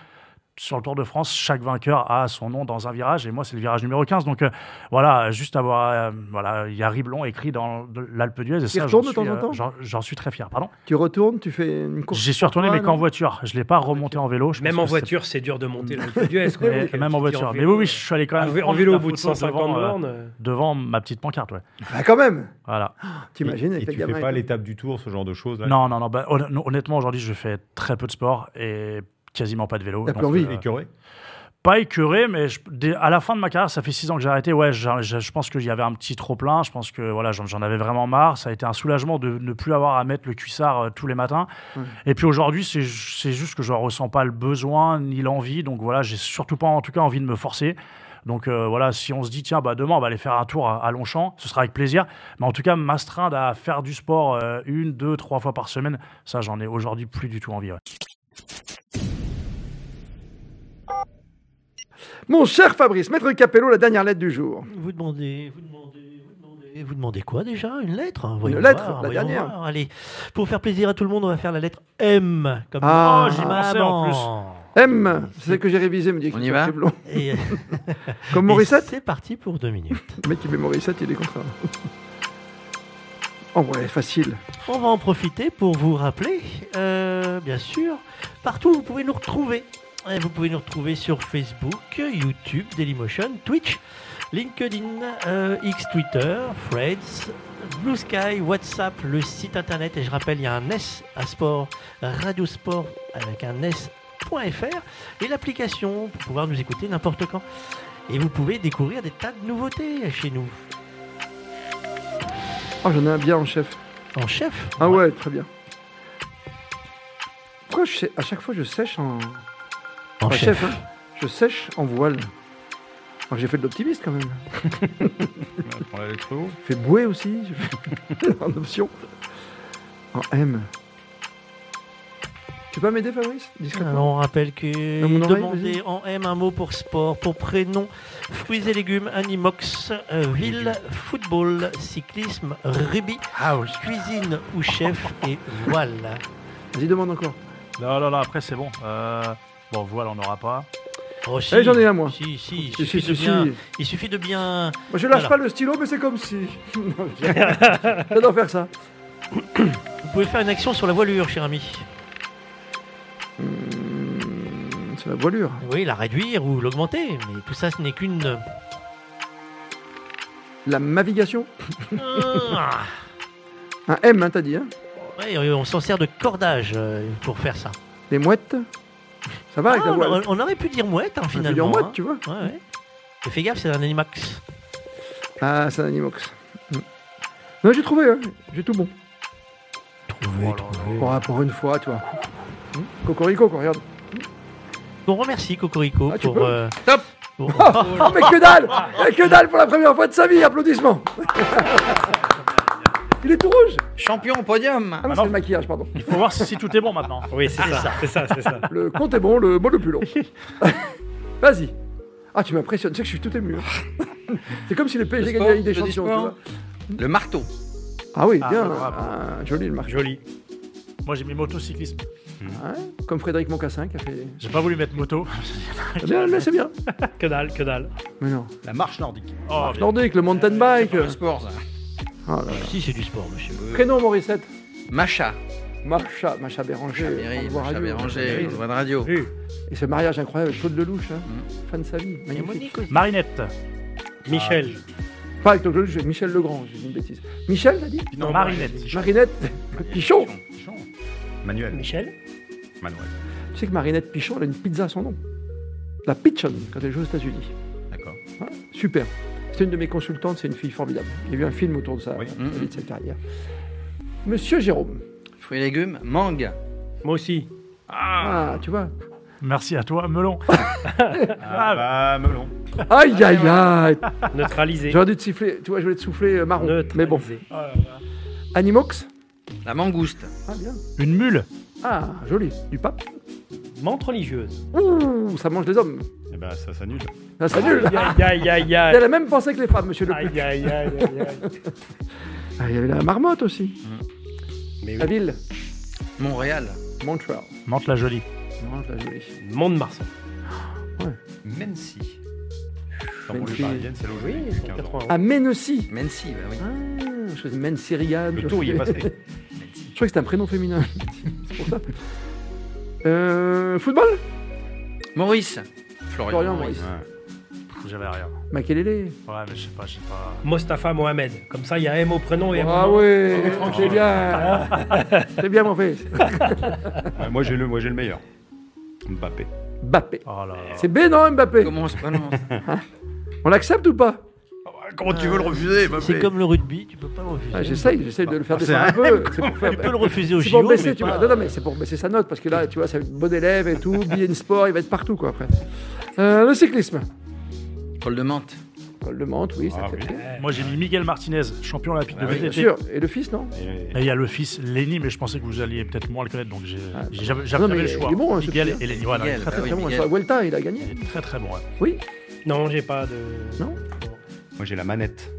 Speaker 5: sur le Tour de France, chaque vainqueur a son nom dans un virage, et moi, c'est le virage numéro 15. Donc, euh, voilà, juste avoir. euh, voilà, il y a Riblon écrit dans de l'Alpe d'Huez, et ça, j'en
Speaker 1: retourne de
Speaker 5: suis,
Speaker 1: temps en
Speaker 5: euh,
Speaker 1: temps
Speaker 5: j'en- j'en suis très fier. Pardon
Speaker 1: Tu retournes, tu fais une course.
Speaker 5: J'y suis retourné,
Speaker 1: Ouais,
Speaker 5: mais qu'en
Speaker 1: non.
Speaker 5: voiture. Je ne l'ai pas remonté en vélo. Je
Speaker 3: Même
Speaker 5: pense
Speaker 3: en
Speaker 5: que
Speaker 3: voiture, c'est dur de monter le du S.
Speaker 5: c'est- mais- même en voiture. Mais oui, oui, je suis allé quand même.
Speaker 3: Ah, En
Speaker 5: prendre
Speaker 3: vélo,
Speaker 5: la
Speaker 3: au bout de
Speaker 5: photo
Speaker 3: 150
Speaker 5: devant, euh,
Speaker 3: bornes.
Speaker 5: Devant ma petite pancarte, ouais.
Speaker 1: Bah, quand même
Speaker 5: Voilà.
Speaker 1: T'imagines
Speaker 2: Et-
Speaker 1: avec
Speaker 2: Et
Speaker 1: les
Speaker 2: tu fais
Speaker 1: gamins et
Speaker 2: pas
Speaker 1: tout.
Speaker 2: l'étape du tour, ce genre de choses là
Speaker 5: Non, non, non. bah, hon- honnêtement, aujourd'hui, je fais très peu de sport et quasiment pas de vélo.
Speaker 1: T'as
Speaker 5: Donc,
Speaker 1: plus envie.
Speaker 5: euh,
Speaker 2: Écœuré
Speaker 5: pas écœuré, mais je- dès- à la fin de ma carrière, ça fait six ans que j'ai arrêté. Ouais, je, je- je pense qu'il y avait un petit trop plein. Je pense que voilà, j'en, j'en avais vraiment marre. Ça a été un soulagement de ne plus avoir à mettre le cuissard euh, tous les matins.
Speaker 1: Ouais.
Speaker 5: Et puis aujourd'hui, c'est, ju- c'est juste que je ressens pas le besoin ni l'envie. Donc voilà, j'ai surtout pas en tout cas envie de me forcer. Donc euh, voilà, si on se dit tiens, bah demain on va aller faire un tour à, à Longchamp, ce sera avec plaisir. Mais en tout cas, m'astreindre à faire du sport euh, une, deux, trois fois par semaine, ça j'en ai aujourd'hui plus du tout envie. ouais.
Speaker 1: Mon cher Fabrice, Maître Capello, la dernière lettre du jour.
Speaker 6: Vous demandez, vous demandez, vous demandez. Vous demandez quoi déjà Une lettre hein Voyons
Speaker 1: lettre, la
Speaker 6: voyons
Speaker 1: dernière.
Speaker 6: voir. Allez, pour faire plaisir à tout le monde, on va faire la lettre M. Comme Oh,
Speaker 1: Ah,
Speaker 5: j'y pensais en
Speaker 1: M, c'est celle que j'ai révisée, me dit
Speaker 4: On
Speaker 1: Christian
Speaker 4: y va
Speaker 1: Cheblon.
Speaker 6: plus. Et,
Speaker 1: Comme
Speaker 6: et
Speaker 1: Morissette
Speaker 6: c'est parti pour deux minutes.
Speaker 1: Le mec qui met Morissette, il est contraire. Oh ouais, facile.
Speaker 6: On va en profiter pour vous rappeler, euh, bien sûr, partout vous pouvez nous retrouver. Et Vous pouvez nous retrouver sur Facebook, YouTube, Dailymotion, Twitch, LinkedIn, euh, X Twitter, Threads, Blue Sky, WhatsApp, le site internet. Et je rappelle, il y a un S à sport, Radio Sport avec un S.fr et l'application pour pouvoir nous écouter n'importe quand. Et vous pouvez découvrir des tas de nouveautés chez nous.
Speaker 1: Ah, j'en ai un bien en chef.
Speaker 6: En chef
Speaker 1: Ah ouais, très bien. Pourquoi je sais- à chaque fois je sèche en,
Speaker 6: En
Speaker 1: Enfin,
Speaker 6: chef.
Speaker 1: hein. Je sèche en voile. Alors que j'ai fait de l'optimiste quand même.
Speaker 2: On l'avait trouvé où
Speaker 1: J'ai fait bouée aussi. j'ai fait- en option. En M. Tu peux pas m'aider Fabrice
Speaker 6: Alors,
Speaker 1: Discrètement.
Speaker 6: on rappelle que
Speaker 1: Dans mon oreille,
Speaker 6: demandez en M un mot pour sport, pour prénom, fruits et légumes, animox, euh, ville, football, cyclisme, rugby,
Speaker 1: Ah
Speaker 6: cuisine ou chef et voile.
Speaker 1: Vas-y demande encore.
Speaker 5: Non, non, non, après, c'est bon. Euh, bon, voilà, on n'aura pas.
Speaker 6: Oh, si,
Speaker 1: Allez, Eh, j'en ai un, moi.
Speaker 6: Si, si, il
Speaker 1: Si,
Speaker 6: suffit,
Speaker 1: si,
Speaker 6: de
Speaker 1: si,
Speaker 6: bien,
Speaker 1: si.
Speaker 6: il suffit de
Speaker 1: Moi,
Speaker 6: bien.
Speaker 1: je lâche
Speaker 6: Voilà.
Speaker 1: pas le stylo mais c'est comme si. Non, j'ai- J'adore faire ça.
Speaker 6: Vous pouvez faire une action sur la voilure, cher ami.
Speaker 1: Hmm, C'est la voilure.
Speaker 6: Oui, la réduire ou l'augmenter, mais tout ça, ce n'est qu'une.
Speaker 1: La navigation.
Speaker 6: Ah,
Speaker 1: Un M, hein, t'as dit. Hein.
Speaker 6: ouais, on s'en sert de cordage euh, pour faire ça.
Speaker 1: Les mouettes. Ça va avec
Speaker 6: Ah,
Speaker 1: la
Speaker 6: on,
Speaker 1: voile.
Speaker 6: aurait- on aurait pu dire mouette, hein,
Speaker 1: Je veux dire
Speaker 6: finalement.
Speaker 1: mouette,
Speaker 6: hein.
Speaker 1: tu vois.
Speaker 6: Ouais, ouais. Et fais gaffe, c'est un Animax.
Speaker 1: Ah, c'est un animox. Hmm. Non, j'ai trouvé, hein. j'ai tout bon.
Speaker 6: Trouvé,
Speaker 1: Pour, pour une fois, tu vois. Hmm. Cocorico, quoi, regarde.
Speaker 6: On remercie Cocorico
Speaker 1: Ah, tu
Speaker 6: pour.
Speaker 1: peux
Speaker 6: euh,
Speaker 4: Top.
Speaker 6: pour-
Speaker 1: Oh, mais que dalle Mais que dalle pour la première fois de sa vie, applaudissements Il est tout rouge
Speaker 4: Champion podium.
Speaker 1: Ah non, c'est le maquillage, pardon.
Speaker 5: Il faut voir si tout est bon maintenant.
Speaker 3: Oui, c'est ça, c'est ça, c'est ça.
Speaker 1: Le compte est bon, le mot le plus long. Vas-y. Ah, tu m'impressionnes, tu sais que je suis tout ému. hein. c'est comme si le PSG
Speaker 4: Le
Speaker 1: gagnait la Ligue des
Speaker 4: sport, le
Speaker 1: Champions, tu
Speaker 4: sport.
Speaker 1: vois.
Speaker 4: Le marteau.
Speaker 1: Ah oui,
Speaker 5: Ah,
Speaker 1: bien.
Speaker 5: bravo.
Speaker 1: Ah, joli le marché.
Speaker 3: Joli.
Speaker 5: Moi, j'ai mis motocyclisme.
Speaker 1: Comme Frédéric Moncassin qui a fait...
Speaker 5: J'ai pas voulu mettre moto.
Speaker 1: C'est bien, mais c'est bien.
Speaker 3: Que dalle, que dalle.
Speaker 1: Mais non.
Speaker 2: La marche nordique.
Speaker 5: Oh, bien.
Speaker 1: Nordique, le mountain bike.
Speaker 4: Le sport. ça.
Speaker 1: Ah, là, là.
Speaker 6: Si, c'est du sport, monsieur.
Speaker 1: Prénom Morissette.
Speaker 4: Macha.
Speaker 1: Macha, Macha Béranger.
Speaker 4: Macha
Speaker 1: on
Speaker 4: Berry,
Speaker 1: le voit
Speaker 4: Macha
Speaker 1: radio.
Speaker 4: Béranger,
Speaker 1: Oui.
Speaker 4: voix de radio.
Speaker 3: Vu.
Speaker 1: Et ce mariage incroyable, Claude Lelouch, hein, fan de sa vie,
Speaker 6: Et
Speaker 1: magnifique.
Speaker 6: Monique aussi.
Speaker 5: Marinette.
Speaker 3: Michel.
Speaker 1: Pas avec Claude Lelouch, c'est Michel Legrand, j'ai dit une bêtise. Michel, t'as dit
Speaker 5: Non, Marinette.
Speaker 1: Marinette Pichon
Speaker 2: Pichon. Manuel.
Speaker 3: Ah. Michel
Speaker 2: Manuel.
Speaker 1: Tu sais que Marinette Pichon, elle a une pizza à son nom. La Pichon, quand elle joue aux États-Unis.
Speaker 2: D'accord.
Speaker 1: Voilà, Super. C'était une de mes consultantes, c'est une fille formidable. Il y a eu un film autour de sa,
Speaker 2: Oui.
Speaker 1: sa vie, de sa carrière. Monsieur Jérôme.
Speaker 4: Fruits et légumes. Mangue.
Speaker 3: Moi aussi.
Speaker 1: Ah, tu vois.
Speaker 5: Merci à toi, Melon.
Speaker 2: Ah, bah, melon.
Speaker 1: Aïe, aïe, aïe.
Speaker 3: Neutralisé.
Speaker 1: J'aurais dû te siffler, tu vois, je voulais te souffler euh, marron.
Speaker 3: Neutralisé.
Speaker 1: Mais bon. Animox
Speaker 4: La mangouste.
Speaker 1: Ah, bien.
Speaker 5: Une mule.
Speaker 1: Ah, joli. Du pape.
Speaker 3: Mente religieuse.
Speaker 1: Ouh, ça mange les hommes.
Speaker 2: Eh ben, ça s'annule.
Speaker 1: Ah, c'est nul.
Speaker 3: Aïe, aïe, aïe,
Speaker 1: Il a
Speaker 3: aïe.
Speaker 1: la même pensée que les femmes, monsieur Le Puc.
Speaker 3: Aïe, aïe, aïe, aïe, aïe.
Speaker 1: Ah, il y avait la marmotte aussi.
Speaker 3: Mais
Speaker 1: La
Speaker 3: oui.
Speaker 1: ville,
Speaker 4: Montréal.
Speaker 1: Montreal.
Speaker 5: Mente la jolie.
Speaker 1: Non, je la jolie.
Speaker 3: Monde Marsan.
Speaker 2: Mency. Dans
Speaker 1: Mency.
Speaker 2: banlieue parisienne, c'est là où je
Speaker 3: Oui,
Speaker 2: vis depuis 15 ans.
Speaker 3: 180.
Speaker 1: À Mennecy.
Speaker 4: Mency, bah oui.
Speaker 1: Ah, je faisais Menserian.
Speaker 2: Le tour y est passé.
Speaker 1: Je crois que c'est un prénom féminin. c'est pour ça. Euh, football
Speaker 4: Maurice. Florian.
Speaker 1: Florian Maurice.
Speaker 4: Maurice.
Speaker 2: Ouais.
Speaker 5: J'avais rien.
Speaker 1: Makelele.
Speaker 5: Ouais, mais je sais pas, je sais pas.
Speaker 3: Mostafa Mohamed. Comme ça, Oh, il y a M au prénom et M au
Speaker 1: Ah
Speaker 3: nom.
Speaker 1: ouais, c'est bien. c'est bien mon fils.
Speaker 2: Ouais, Moi, j'ai le, moi, j'ai le meilleur. Mbappé.
Speaker 1: Mbappé.
Speaker 5: Oh là là.
Speaker 1: C'est B, non, Mbappé
Speaker 4: Comment on se prononce
Speaker 1: On l'accepte ou pas
Speaker 2: Comment tu veux le refuser,
Speaker 6: C'est comme le rugby, tu peux pas le refuser.
Speaker 1: Ah, J'essaye, j'essaye de le faire
Speaker 2: Ah, c'est
Speaker 1: descendre un
Speaker 2: un
Speaker 1: peu. C'est pour faire...
Speaker 6: Tu peux le refuser au
Speaker 1: C'est
Speaker 6: JO.
Speaker 1: pour baisser,
Speaker 6: mais
Speaker 1: tu
Speaker 6: pas-
Speaker 1: vois. Non, non, mais c'est pour baisser sa note, parce que là, tu vois, c'est un bon élève et tout, billet de sport, il va être partout, quoi, après. Euh, le cyclisme.
Speaker 4: Col de menthe.
Speaker 1: On le Mante, oui, c'est
Speaker 2: Ah,
Speaker 1: accepté.
Speaker 5: Moi, j'ai mis Miguel Martinez, champion olympique de
Speaker 2: Ah oui,
Speaker 1: Eh. Bien
Speaker 5: VTT.
Speaker 1: sûr. Et le fils, non
Speaker 5: Et il y a le fils Lenny, mais je pensais que vous alliez peut-être moins le connaître, donc j'ai- j'ai- j'avais j'avais
Speaker 1: Ah, Non, mais
Speaker 5: le
Speaker 1: il
Speaker 5: choix.
Speaker 1: est bon, hein, ce
Speaker 5: Miguel
Speaker 1: petit,
Speaker 5: et Lenny, voilà,
Speaker 4: Miguel,
Speaker 5: très,
Speaker 4: bah
Speaker 5: très,
Speaker 4: oui,
Speaker 1: Très bon,
Speaker 4: Miguel.
Speaker 1: sur la Vuelta, il a gagné.
Speaker 5: il est très très bon. ouais.
Speaker 1: Oui.
Speaker 3: Non, j'ai pas de.
Speaker 1: Non
Speaker 2: Moi, j'ai la manette.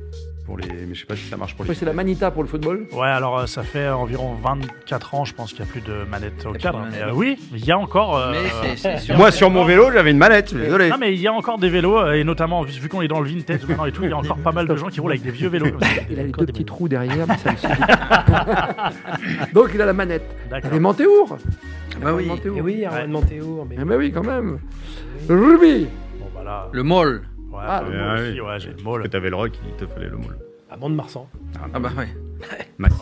Speaker 2: Pour les... Mais je sais pas si ça marche pour les.
Speaker 1: Après, c'est la Manita pour le football.
Speaker 5: Ouais, alors euh, ça fait environ 24 ans, je pense qu'il n'y a plus de manette au
Speaker 4: Il y a
Speaker 5: cadre.
Speaker 4: plus de
Speaker 5: mais,
Speaker 4: manette.
Speaker 5: euh, oui, il y a encore. euh,
Speaker 4: Mais c'est- c'est sûr.
Speaker 2: Moi, sur mon vélo, j'avais une manette. je suis Désolé.
Speaker 5: Non, mais il y a encore des vélos, euh, et notamment, vu vu qu'on est dans le vintage maintenant et tout, il y a encore pas mal de gens qui roulent avec des vieux vélos. comme ça.
Speaker 1: Il a les
Speaker 6: Encore
Speaker 1: deux
Speaker 6: des
Speaker 1: petits trous derrière, mais ça le suffit. Donc il a la manette. Il
Speaker 5: D'accord.
Speaker 1: avait Montéour
Speaker 4: Bah oui.
Speaker 1: Montéour.
Speaker 3: Eh oui, Armand Matteo, mais-
Speaker 1: Eh ben oui, quand même Ruby
Speaker 5: Bon, bah là.
Speaker 4: Le mol.
Speaker 5: Ouais,
Speaker 1: Ah,
Speaker 5: bah,
Speaker 1: le
Speaker 5: moi
Speaker 2: mall.
Speaker 5: aussi, ouais, j'ai le
Speaker 2: Parce
Speaker 5: mall.
Speaker 2: que t'avais le rock, il te fallait le moule.
Speaker 3: à Mont-de-Marsan.
Speaker 4: Ah bah ouais.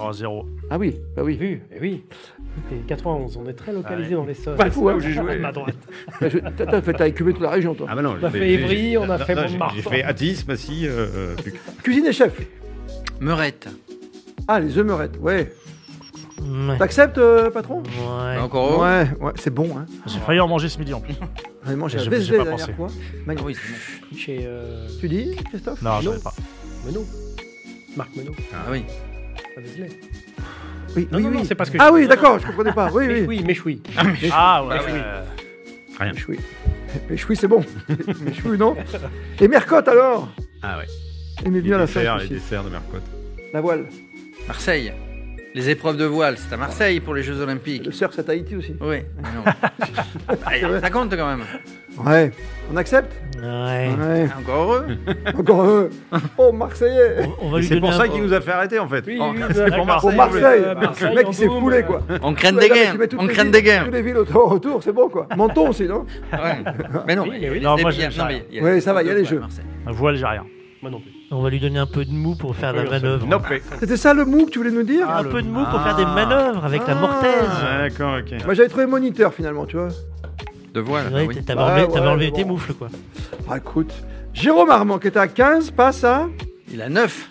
Speaker 5: Oh, zéro.
Speaker 1: Ah oui, bah oui.
Speaker 3: Vu, eh oui. Ah Et 91, on est très localisé
Speaker 5: Ouais.
Speaker 3: dans les sols.
Speaker 1: Bah, faut, ouais, où j'ai joué.
Speaker 3: À droite.
Speaker 1: Bah, je- T'as t'as fait, t'as écumé toute la région, toi.
Speaker 2: Ah bah non,
Speaker 3: On a
Speaker 2: j'ai
Speaker 3: fait
Speaker 2: j'ai-
Speaker 3: Évry,
Speaker 2: j'ai-
Speaker 3: on a
Speaker 2: non,
Speaker 3: fait
Speaker 2: non, J'ai j'ai
Speaker 3: Montmartre.
Speaker 2: fait Atis, Passy, euh, euh, Puc.
Speaker 1: Ah. Cuisine et chef.
Speaker 4: Meurette.
Speaker 1: Ah, les meurettes, ouais.
Speaker 6: Mm, Ouais.
Speaker 1: T'acceptes, euh, patron
Speaker 6: Ouais.
Speaker 4: Bah, Encore heureux.
Speaker 1: Ouais, ouais, c'est bon, hein.
Speaker 5: J'ai failli en manger ce midi en plus.
Speaker 1: On a mangé
Speaker 5: J'ai-
Speaker 1: un
Speaker 5: j'ai
Speaker 1: Vesey la
Speaker 5: pas
Speaker 1: dernière
Speaker 5: pensé.
Speaker 1: fois.
Speaker 4: Ah
Speaker 1: Magnifique.
Speaker 4: oui, c'est bon.
Speaker 3: Chez euh,
Speaker 1: Tu dis, Christophe
Speaker 5: Non, je savais pas.
Speaker 3: Menot. Marc Menot,
Speaker 4: Ah oui.
Speaker 3: à Vézelay.
Speaker 1: Oui,
Speaker 3: Non,
Speaker 1: oui,
Speaker 3: non, non,
Speaker 1: oui.
Speaker 3: c'est parce que
Speaker 1: Ah
Speaker 3: je-
Speaker 1: oui, d'accord, je comprenais pas. Oui, oui.
Speaker 3: Méchoui, Méchoui.
Speaker 5: Ah ouais.
Speaker 4: oui.
Speaker 5: euh,
Speaker 1: Méchoui. Méchoui, c'est bon. Méchoui, non Et Mercotte, alors
Speaker 2: Ah ouais.
Speaker 1: Il m'est
Speaker 2: Les
Speaker 1: venu à la
Speaker 2: desserts,
Speaker 1: fin,
Speaker 2: les
Speaker 1: celui-ci.
Speaker 2: desserts de Mercotte.
Speaker 1: La voile.
Speaker 4: Marseille. Les épreuves de voile, c'est à Marseille pour les Jeux Olympiques.
Speaker 1: Le surf, c'est à Tahiti aussi.
Speaker 4: Oui. mais non. Ah, ça compte quand même.
Speaker 1: Ouais. On accepte
Speaker 6: Ouais.
Speaker 1: Ouais.
Speaker 4: Encore heureux.
Speaker 1: Encore eux. Oh, Marseillais
Speaker 6: On, on va
Speaker 2: Et
Speaker 6: lui
Speaker 2: C'est
Speaker 6: donner
Speaker 2: pour
Speaker 6: un-
Speaker 2: ça qu'il nous a fait arrêter en fait.
Speaker 3: Oui,
Speaker 4: Oh,
Speaker 3: oui,
Speaker 5: c'est pour
Speaker 1: Pour
Speaker 5: Marseille,
Speaker 1: Marseille Ah,
Speaker 3: euh, Marseille,
Speaker 1: Le mec,
Speaker 3: en
Speaker 1: il s'est
Speaker 3: boum,
Speaker 1: foulé,
Speaker 3: euh,
Speaker 1: quoi.
Speaker 4: On craint
Speaker 1: Ouais, non, mais tu
Speaker 4: des gains.
Speaker 1: mets toutes
Speaker 4: On
Speaker 1: les
Speaker 4: craint
Speaker 1: villes-
Speaker 4: des gains.
Speaker 1: Toutes les villes autour, autour c'est bon, quoi. Menton aussi, non
Speaker 4: Ouais. Mais non,
Speaker 3: Oui, mais oui.
Speaker 4: les
Speaker 5: Non, moi,
Speaker 4: débits-
Speaker 5: j'aime ça.
Speaker 4: non, mais il y a-
Speaker 1: Oui, ça va, il y a les jeux.
Speaker 4: Marseille.
Speaker 5: Vous algérien.
Speaker 3: Moi non plus.
Speaker 6: on va lui donner un peu de mou pour faire de la
Speaker 3: Oui, on sait.
Speaker 6: manœuvre.
Speaker 2: Nope.
Speaker 1: C'était ça le mou que tu voulais nous dire
Speaker 5: Ah,
Speaker 6: Un
Speaker 5: le-
Speaker 6: peu de mou pour faire des
Speaker 5: Ah.
Speaker 6: manœuvres avec la
Speaker 1: Ah.
Speaker 6: mortaise.
Speaker 2: Ah, d'accord, ok.
Speaker 1: Moi, j'avais trouvé moniteur, finalement, tu vois.
Speaker 4: De voile,
Speaker 6: Ouais,
Speaker 4: ah oui.
Speaker 6: t'avais
Speaker 1: Ah,
Speaker 6: enlevé, t'avais
Speaker 1: ouais,
Speaker 6: enlevé
Speaker 1: mais
Speaker 6: tes
Speaker 1: bon.
Speaker 6: moufles, quoi.
Speaker 1: Ah, écoute. Jérôme Armand, qui était à 15, passe à
Speaker 4: Il a 9.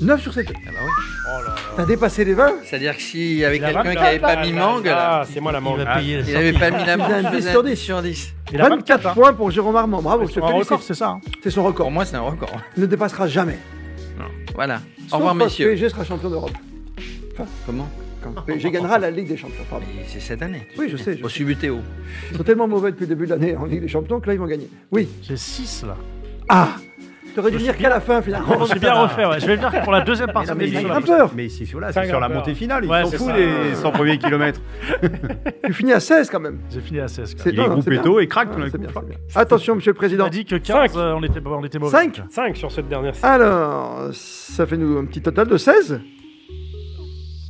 Speaker 1: 9 sur 7.
Speaker 4: Ah bah oui.
Speaker 5: Oh là là.
Speaker 1: T'as dépassé les 20
Speaker 4: C'est-à-dire que s'il y avait
Speaker 5: Il a
Speaker 4: quelqu'un qui
Speaker 5: 24,
Speaker 4: n'avait pas mis
Speaker 3: là,
Speaker 4: mangue, là,
Speaker 3: là, c'est moi la Ah,
Speaker 6: Il
Speaker 3: mangue.
Speaker 6: va payer la
Speaker 4: il
Speaker 6: sortie.
Speaker 4: n'avait pas mis la
Speaker 1: Il a
Speaker 4: mangue,
Speaker 1: un
Speaker 4: il
Speaker 1: 10
Speaker 4: faisait
Speaker 1: sur
Speaker 4: un
Speaker 1: 10.
Speaker 4: 10 sur 10.
Speaker 5: Il a 24 hein.
Speaker 1: points pour Jérôme Armand. Bravo, je te
Speaker 5: C'est un record,
Speaker 1: félicite.
Speaker 5: c'est ça. hein.
Speaker 1: C'est son record.
Speaker 4: Pour moi, c'est un record.
Speaker 1: Il ne dépassera jamais.
Speaker 4: Voilà.
Speaker 1: Sauf
Speaker 4: Au revoir,
Speaker 1: quand
Speaker 4: messieurs.
Speaker 1: PSG sera champion d'Europe.
Speaker 4: Comment
Speaker 1: Quand PSG gagnera la Ligue des Champions. Pardon.
Speaker 4: Mais C'est cette année. tu
Speaker 1: Oui, je sais, je
Speaker 4: Au Subutéo.
Speaker 1: Ils sont tellement mauvais depuis le début de l'année en Ligue des Champions que là, ils vont gagner. Oui.
Speaker 5: J'ai 6 là.
Speaker 1: Ah T'aurais dû dire qu'à la fin, finalement.
Speaker 5: J'ai bien refait, ouais. Je vais venir pour la deuxième partie
Speaker 2: Non,
Speaker 5: de
Speaker 2: mais il est
Speaker 1: un
Speaker 5: l'émission.
Speaker 1: grimpe. grimpeur.
Speaker 2: Mais c'est sur, là,
Speaker 3: C'est un
Speaker 2: c'est sur la
Speaker 3: grimpeur.
Speaker 2: montée finale.
Speaker 5: Ouais,
Speaker 2: il s'en
Speaker 5: c'est
Speaker 2: fout
Speaker 5: ça.
Speaker 2: des 100 premiers kilomètres.
Speaker 1: Tu finis à 16 quand même.
Speaker 5: J'ai fini à 16. quoi.
Speaker 1: C'est-
Speaker 2: Il
Speaker 1: non, non,
Speaker 2: est
Speaker 1: c'est
Speaker 2: groupé
Speaker 1: bien.
Speaker 2: tôt et craque.
Speaker 1: Ah,
Speaker 2: tout d'un
Speaker 1: c'est
Speaker 2: coup.
Speaker 1: bien, c'est bien. Attention, monsieur le
Speaker 5: Il
Speaker 1: président.
Speaker 5: a dit que 15,
Speaker 3: Cinq.
Speaker 5: euh, on, était, on était mauvais.
Speaker 1: Cinq.
Speaker 5: donc,
Speaker 3: 5 sur cette dernière série.
Speaker 1: Alors, ça fait nous un petit total de 16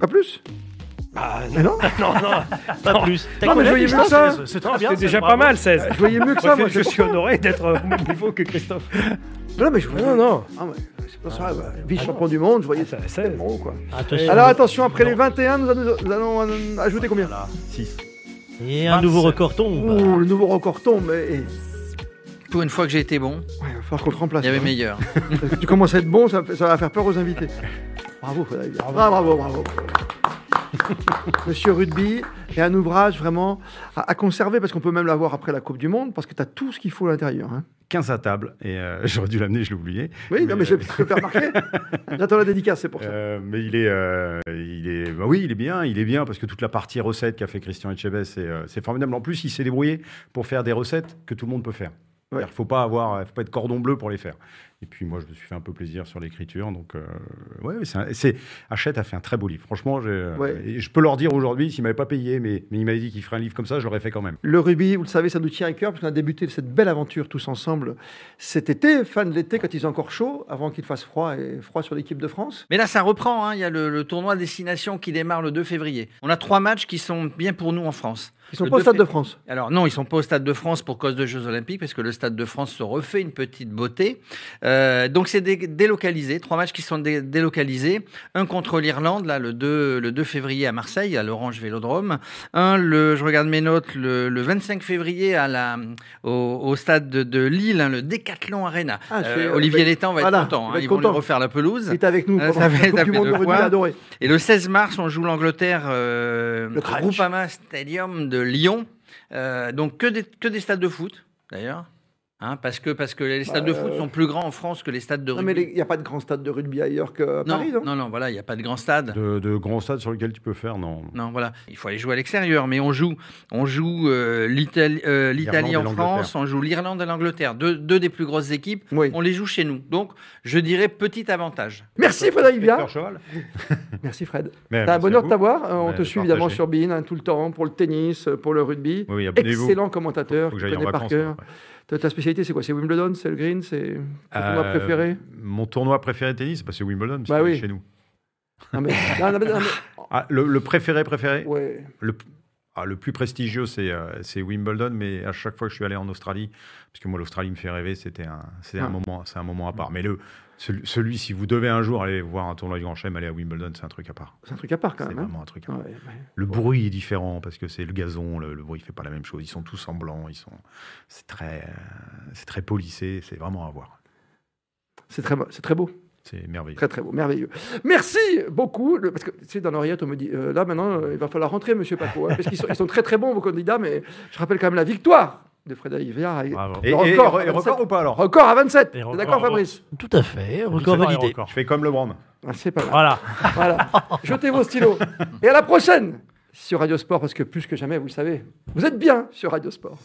Speaker 1: Pas plus
Speaker 3: Ah,
Speaker 1: Mais non
Speaker 3: non, non,
Speaker 6: Pas plus. T'as
Speaker 1: Non, mais je voyais
Speaker 6: combien,
Speaker 1: mieux
Speaker 6: Christophe
Speaker 1: que ça.
Speaker 5: euh, C'est très
Speaker 3: non
Speaker 5: bien.
Speaker 3: c'est Ah,
Speaker 5: ça,
Speaker 3: déjà
Speaker 5: bravo.
Speaker 3: pas mal 16.
Speaker 1: Je voyais mieux que ça,
Speaker 3: Moi,
Speaker 1: moi.
Speaker 3: je, je
Speaker 1: c'est pour
Speaker 3: suis
Speaker 1: ça.
Speaker 3: honoré d'être au même niveau que Christophe.
Speaker 1: Non, mais je voyais.
Speaker 3: Non, non.
Speaker 1: Ah, ouais, c'est pas ça. ouais. Vice-champion du monde, je voyais ça.
Speaker 3: Ça, ça-
Speaker 1: Bon, ah, quoi.
Speaker 6: Attention.
Speaker 1: Alors, attention, après les 21, nous, allons- nous allons euh, ajouter combien
Speaker 5: Voilà.
Speaker 2: Six.
Speaker 6: Et un nouveau
Speaker 5: Vingt-sept.
Speaker 6: record tombe.
Speaker 1: Ouh, le nouveau record tombe. Mais... et-
Speaker 4: Pour une fois que j'ai été bon,
Speaker 1: Ouais, il va falloir qu'on te remplace.
Speaker 4: il y avait
Speaker 1: hein.
Speaker 4: meilleur.
Speaker 1: Parce que tu commences à être bon, ça, ça va faire peur aux invités. Bravo, Frédéric. Ah, Bravo, bravo, Monsieur Rugby est un ouvrage vraiment à, à conserver parce qu'on peut même l'avoir après la Coupe du Monde parce que tu as tout ce qu'il faut à l'intérieur. hein.
Speaker 2: 15 à table. Et euh, j'aurais dû l'amener, je l'ai oublié.
Speaker 1: Oui, non, mais je vais te le faire marquer. J'attends la dédicace, c'est pour ça.
Speaker 2: Euh, mais il est, euh, il est, bah oui, il est bien, il est bien parce que toute la partie recette qu'a fait Christian Etchebest, c'est, euh, c'est formidable. En plus, il s'est débrouillé pour faire des recettes que tout le monde peut faire.
Speaker 1: Ouais.
Speaker 2: Il faut pas avoir, euh, faut pas être cordon bleu pour les faire. Et puis moi, je me suis fait un peu plaisir sur l'écriture, donc euh, ouais, c'est, un- c'est- Hachette a fait un très beau livre. Franchement, j'ai, euh,
Speaker 1: Ouais.
Speaker 2: et je peux leur dire aujourd'hui, s'il m'avait pas payé, mais, mais il m'avait dit qu'il ferait un livre comme ça, je l'aurais fait quand même.
Speaker 1: Le rugby, vous le savez, ça nous tient à cœur parce qu'on a débuté cette belle aventure tous ensemble cet été, fin de l'été, quand il faisait encore chaud, avant qu'il fasse froid et froid sur l'équipe de France.
Speaker 4: Mais là, ça reprend. hein. Il y a le, le tournoi destination qui démarre le 2 février. On a trois matchs qui sont bien pour nous en France.
Speaker 1: Ils sont
Speaker 4: Le
Speaker 1: pas au
Speaker 4: deux
Speaker 1: Stade
Speaker 4: fé-
Speaker 1: de France.
Speaker 4: Alors non, ils sont pas au Stade de France pour cause de Jeux Olympiques, parce que le Stade de France se refait une petite beauté. Euh, donc c'est dé- délocalisé, trois matchs qui sont dé- délocalisés. Un contre l'Irlande, là, le 2, le 2 février à Marseille, à l'Orange Vélodrome. Un, le, je regarde mes notes, le, le 25 février à la, au, au Stade de, de Lille, hein, le Décathlon Arena.
Speaker 1: Ah, c'est-
Speaker 4: Euh, Olivier Létang va
Speaker 1: voilà,
Speaker 4: être content,
Speaker 1: il
Speaker 4: hein.
Speaker 1: va être
Speaker 4: ils vont lui
Speaker 1: content.
Speaker 4: refaire la pelouse.
Speaker 1: Il était avec nous
Speaker 4: Ah,
Speaker 1: pendant
Speaker 4: ça
Speaker 1: la
Speaker 4: fait-
Speaker 1: Coupe
Speaker 4: ça
Speaker 1: du
Speaker 4: fait
Speaker 1: Monde de
Speaker 4: deux
Speaker 1: rugby,
Speaker 4: fois.
Speaker 1: il a adoré.
Speaker 4: Et le 16 mars, on joue l'Angleterre euh,
Speaker 1: Le crunch.
Speaker 4: au Groupama Stadium de Lyon. Euh, donc que des, que des stades de foot, d'ailleurs. Hein, parce, que, parce que les stades de
Speaker 1: Bah,
Speaker 4: foot
Speaker 1: euh,
Speaker 4: sont plus grands en France que les stades de
Speaker 1: Non, mais
Speaker 4: rugby.
Speaker 1: il n'y a pas de grand stade de rugby ailleurs qu'à
Speaker 4: non,
Speaker 1: Paris, non
Speaker 4: non, non, voilà, il n'y a pas de grand stade.
Speaker 2: De, de grands stades sur lesquels tu peux faire, non.
Speaker 4: Non, voilà, il faut aller jouer à l'extérieur, mais on joue, on joue euh, l'Itali- euh, l'Italie
Speaker 2: L'Irlande et
Speaker 4: en France, on joue l'Irlande et l'Angleterre, deux, deux des plus grosses équipes,
Speaker 1: Oui.
Speaker 4: on les joue chez nous. Donc, je dirais petit avantage.
Speaker 1: Merci Frédéric Viard.
Speaker 2: Victor Cheval.
Speaker 1: Merci Fred.
Speaker 2: Mais
Speaker 1: T'as un
Speaker 2: merci à
Speaker 1: bonheur de
Speaker 2: vous.
Speaker 1: t'avoir. Euh, on
Speaker 2: Ouais,
Speaker 1: te
Speaker 2: de
Speaker 1: suit évidemment
Speaker 2: partager.
Speaker 1: sur BIN tout le temps pour le tennis, euh, pour le rugby.
Speaker 2: Oui, oui, abonnez-vous.
Speaker 1: Excellent commentateur,
Speaker 2: Faut que
Speaker 1: qui
Speaker 2: j'aille en
Speaker 1: connais par
Speaker 2: vacances.
Speaker 1: cœur.
Speaker 2: ouais.
Speaker 1: Ta- Ta spécialité, c'est quoi C'est Wimbledon, c'est le green, c'est ton tournoi
Speaker 2: Euh,
Speaker 1: préféré
Speaker 2: Mon tournoi préféré de tennis, bah, c'est Wimbledon, parce
Speaker 1: Bah
Speaker 2: qu'il est
Speaker 1: oui.
Speaker 2: chez nous.
Speaker 1: Non mais, non, non, mais- non, mais-
Speaker 2: Ah, le, le préféré préféré
Speaker 1: ouais.
Speaker 2: Le- ah, le plus prestigieux, c'est euh, c'est Wimbledon, mais à chaque fois que je suis allé en Australie, parce que moi, l'Australie me fait rêver, c'était un, c'est un,
Speaker 1: Ouais.
Speaker 2: moment, c'est un moment à part. Mais le, celui, celui, si vous devez un jour aller voir un tournoi du Grand Chelem, aller à Wimbledon, c'est un truc à part.
Speaker 1: C'est un truc à part
Speaker 2: C'est
Speaker 1: quand même. hein.
Speaker 2: vraiment un truc à part.
Speaker 1: Ouais, ouais.
Speaker 2: Le bruit est différent parce que c'est le gazon, le, le bruit fait pas la même chose. Ils sont tous en blanc, ils sont, c'est très, euh, c'est très polissé, c'est vraiment à voir.
Speaker 1: C'est très, beau- c'est très beau.
Speaker 2: C'est merveilleux.
Speaker 1: Très, très beau. Merveilleux. Merci beaucoup. Le- parce que, tu sais, dans l'oreillette, on me dit, euh, là, maintenant, euh, il va falloir rentrer, monsieur Paco. hein, parce qu'ils sont, ils sont très, très bons, vos candidats, mais je rappelle quand même la victoire de Frédéric Villard. Et-
Speaker 5: Bravo.
Speaker 2: Et,
Speaker 1: Le
Speaker 2: et-
Speaker 1: record,
Speaker 2: et- et
Speaker 1: 27.
Speaker 2: record ou pas alors
Speaker 1: Record à 27.
Speaker 5: Et
Speaker 1: T'es
Speaker 5: record,
Speaker 1: D'accord, Fabrice
Speaker 6: Tout à fait, record
Speaker 5: C'est pas un
Speaker 6: validé.
Speaker 5: record.
Speaker 2: Je fais comme LeBron.
Speaker 1: Ah, C'est pas mal.
Speaker 5: Voilà.
Speaker 1: Voilà. Jetez vos stylos. Et à la prochaine sur Radio Sport, parce que plus que jamais, vous le savez, vous êtes bien sur Radio Sport.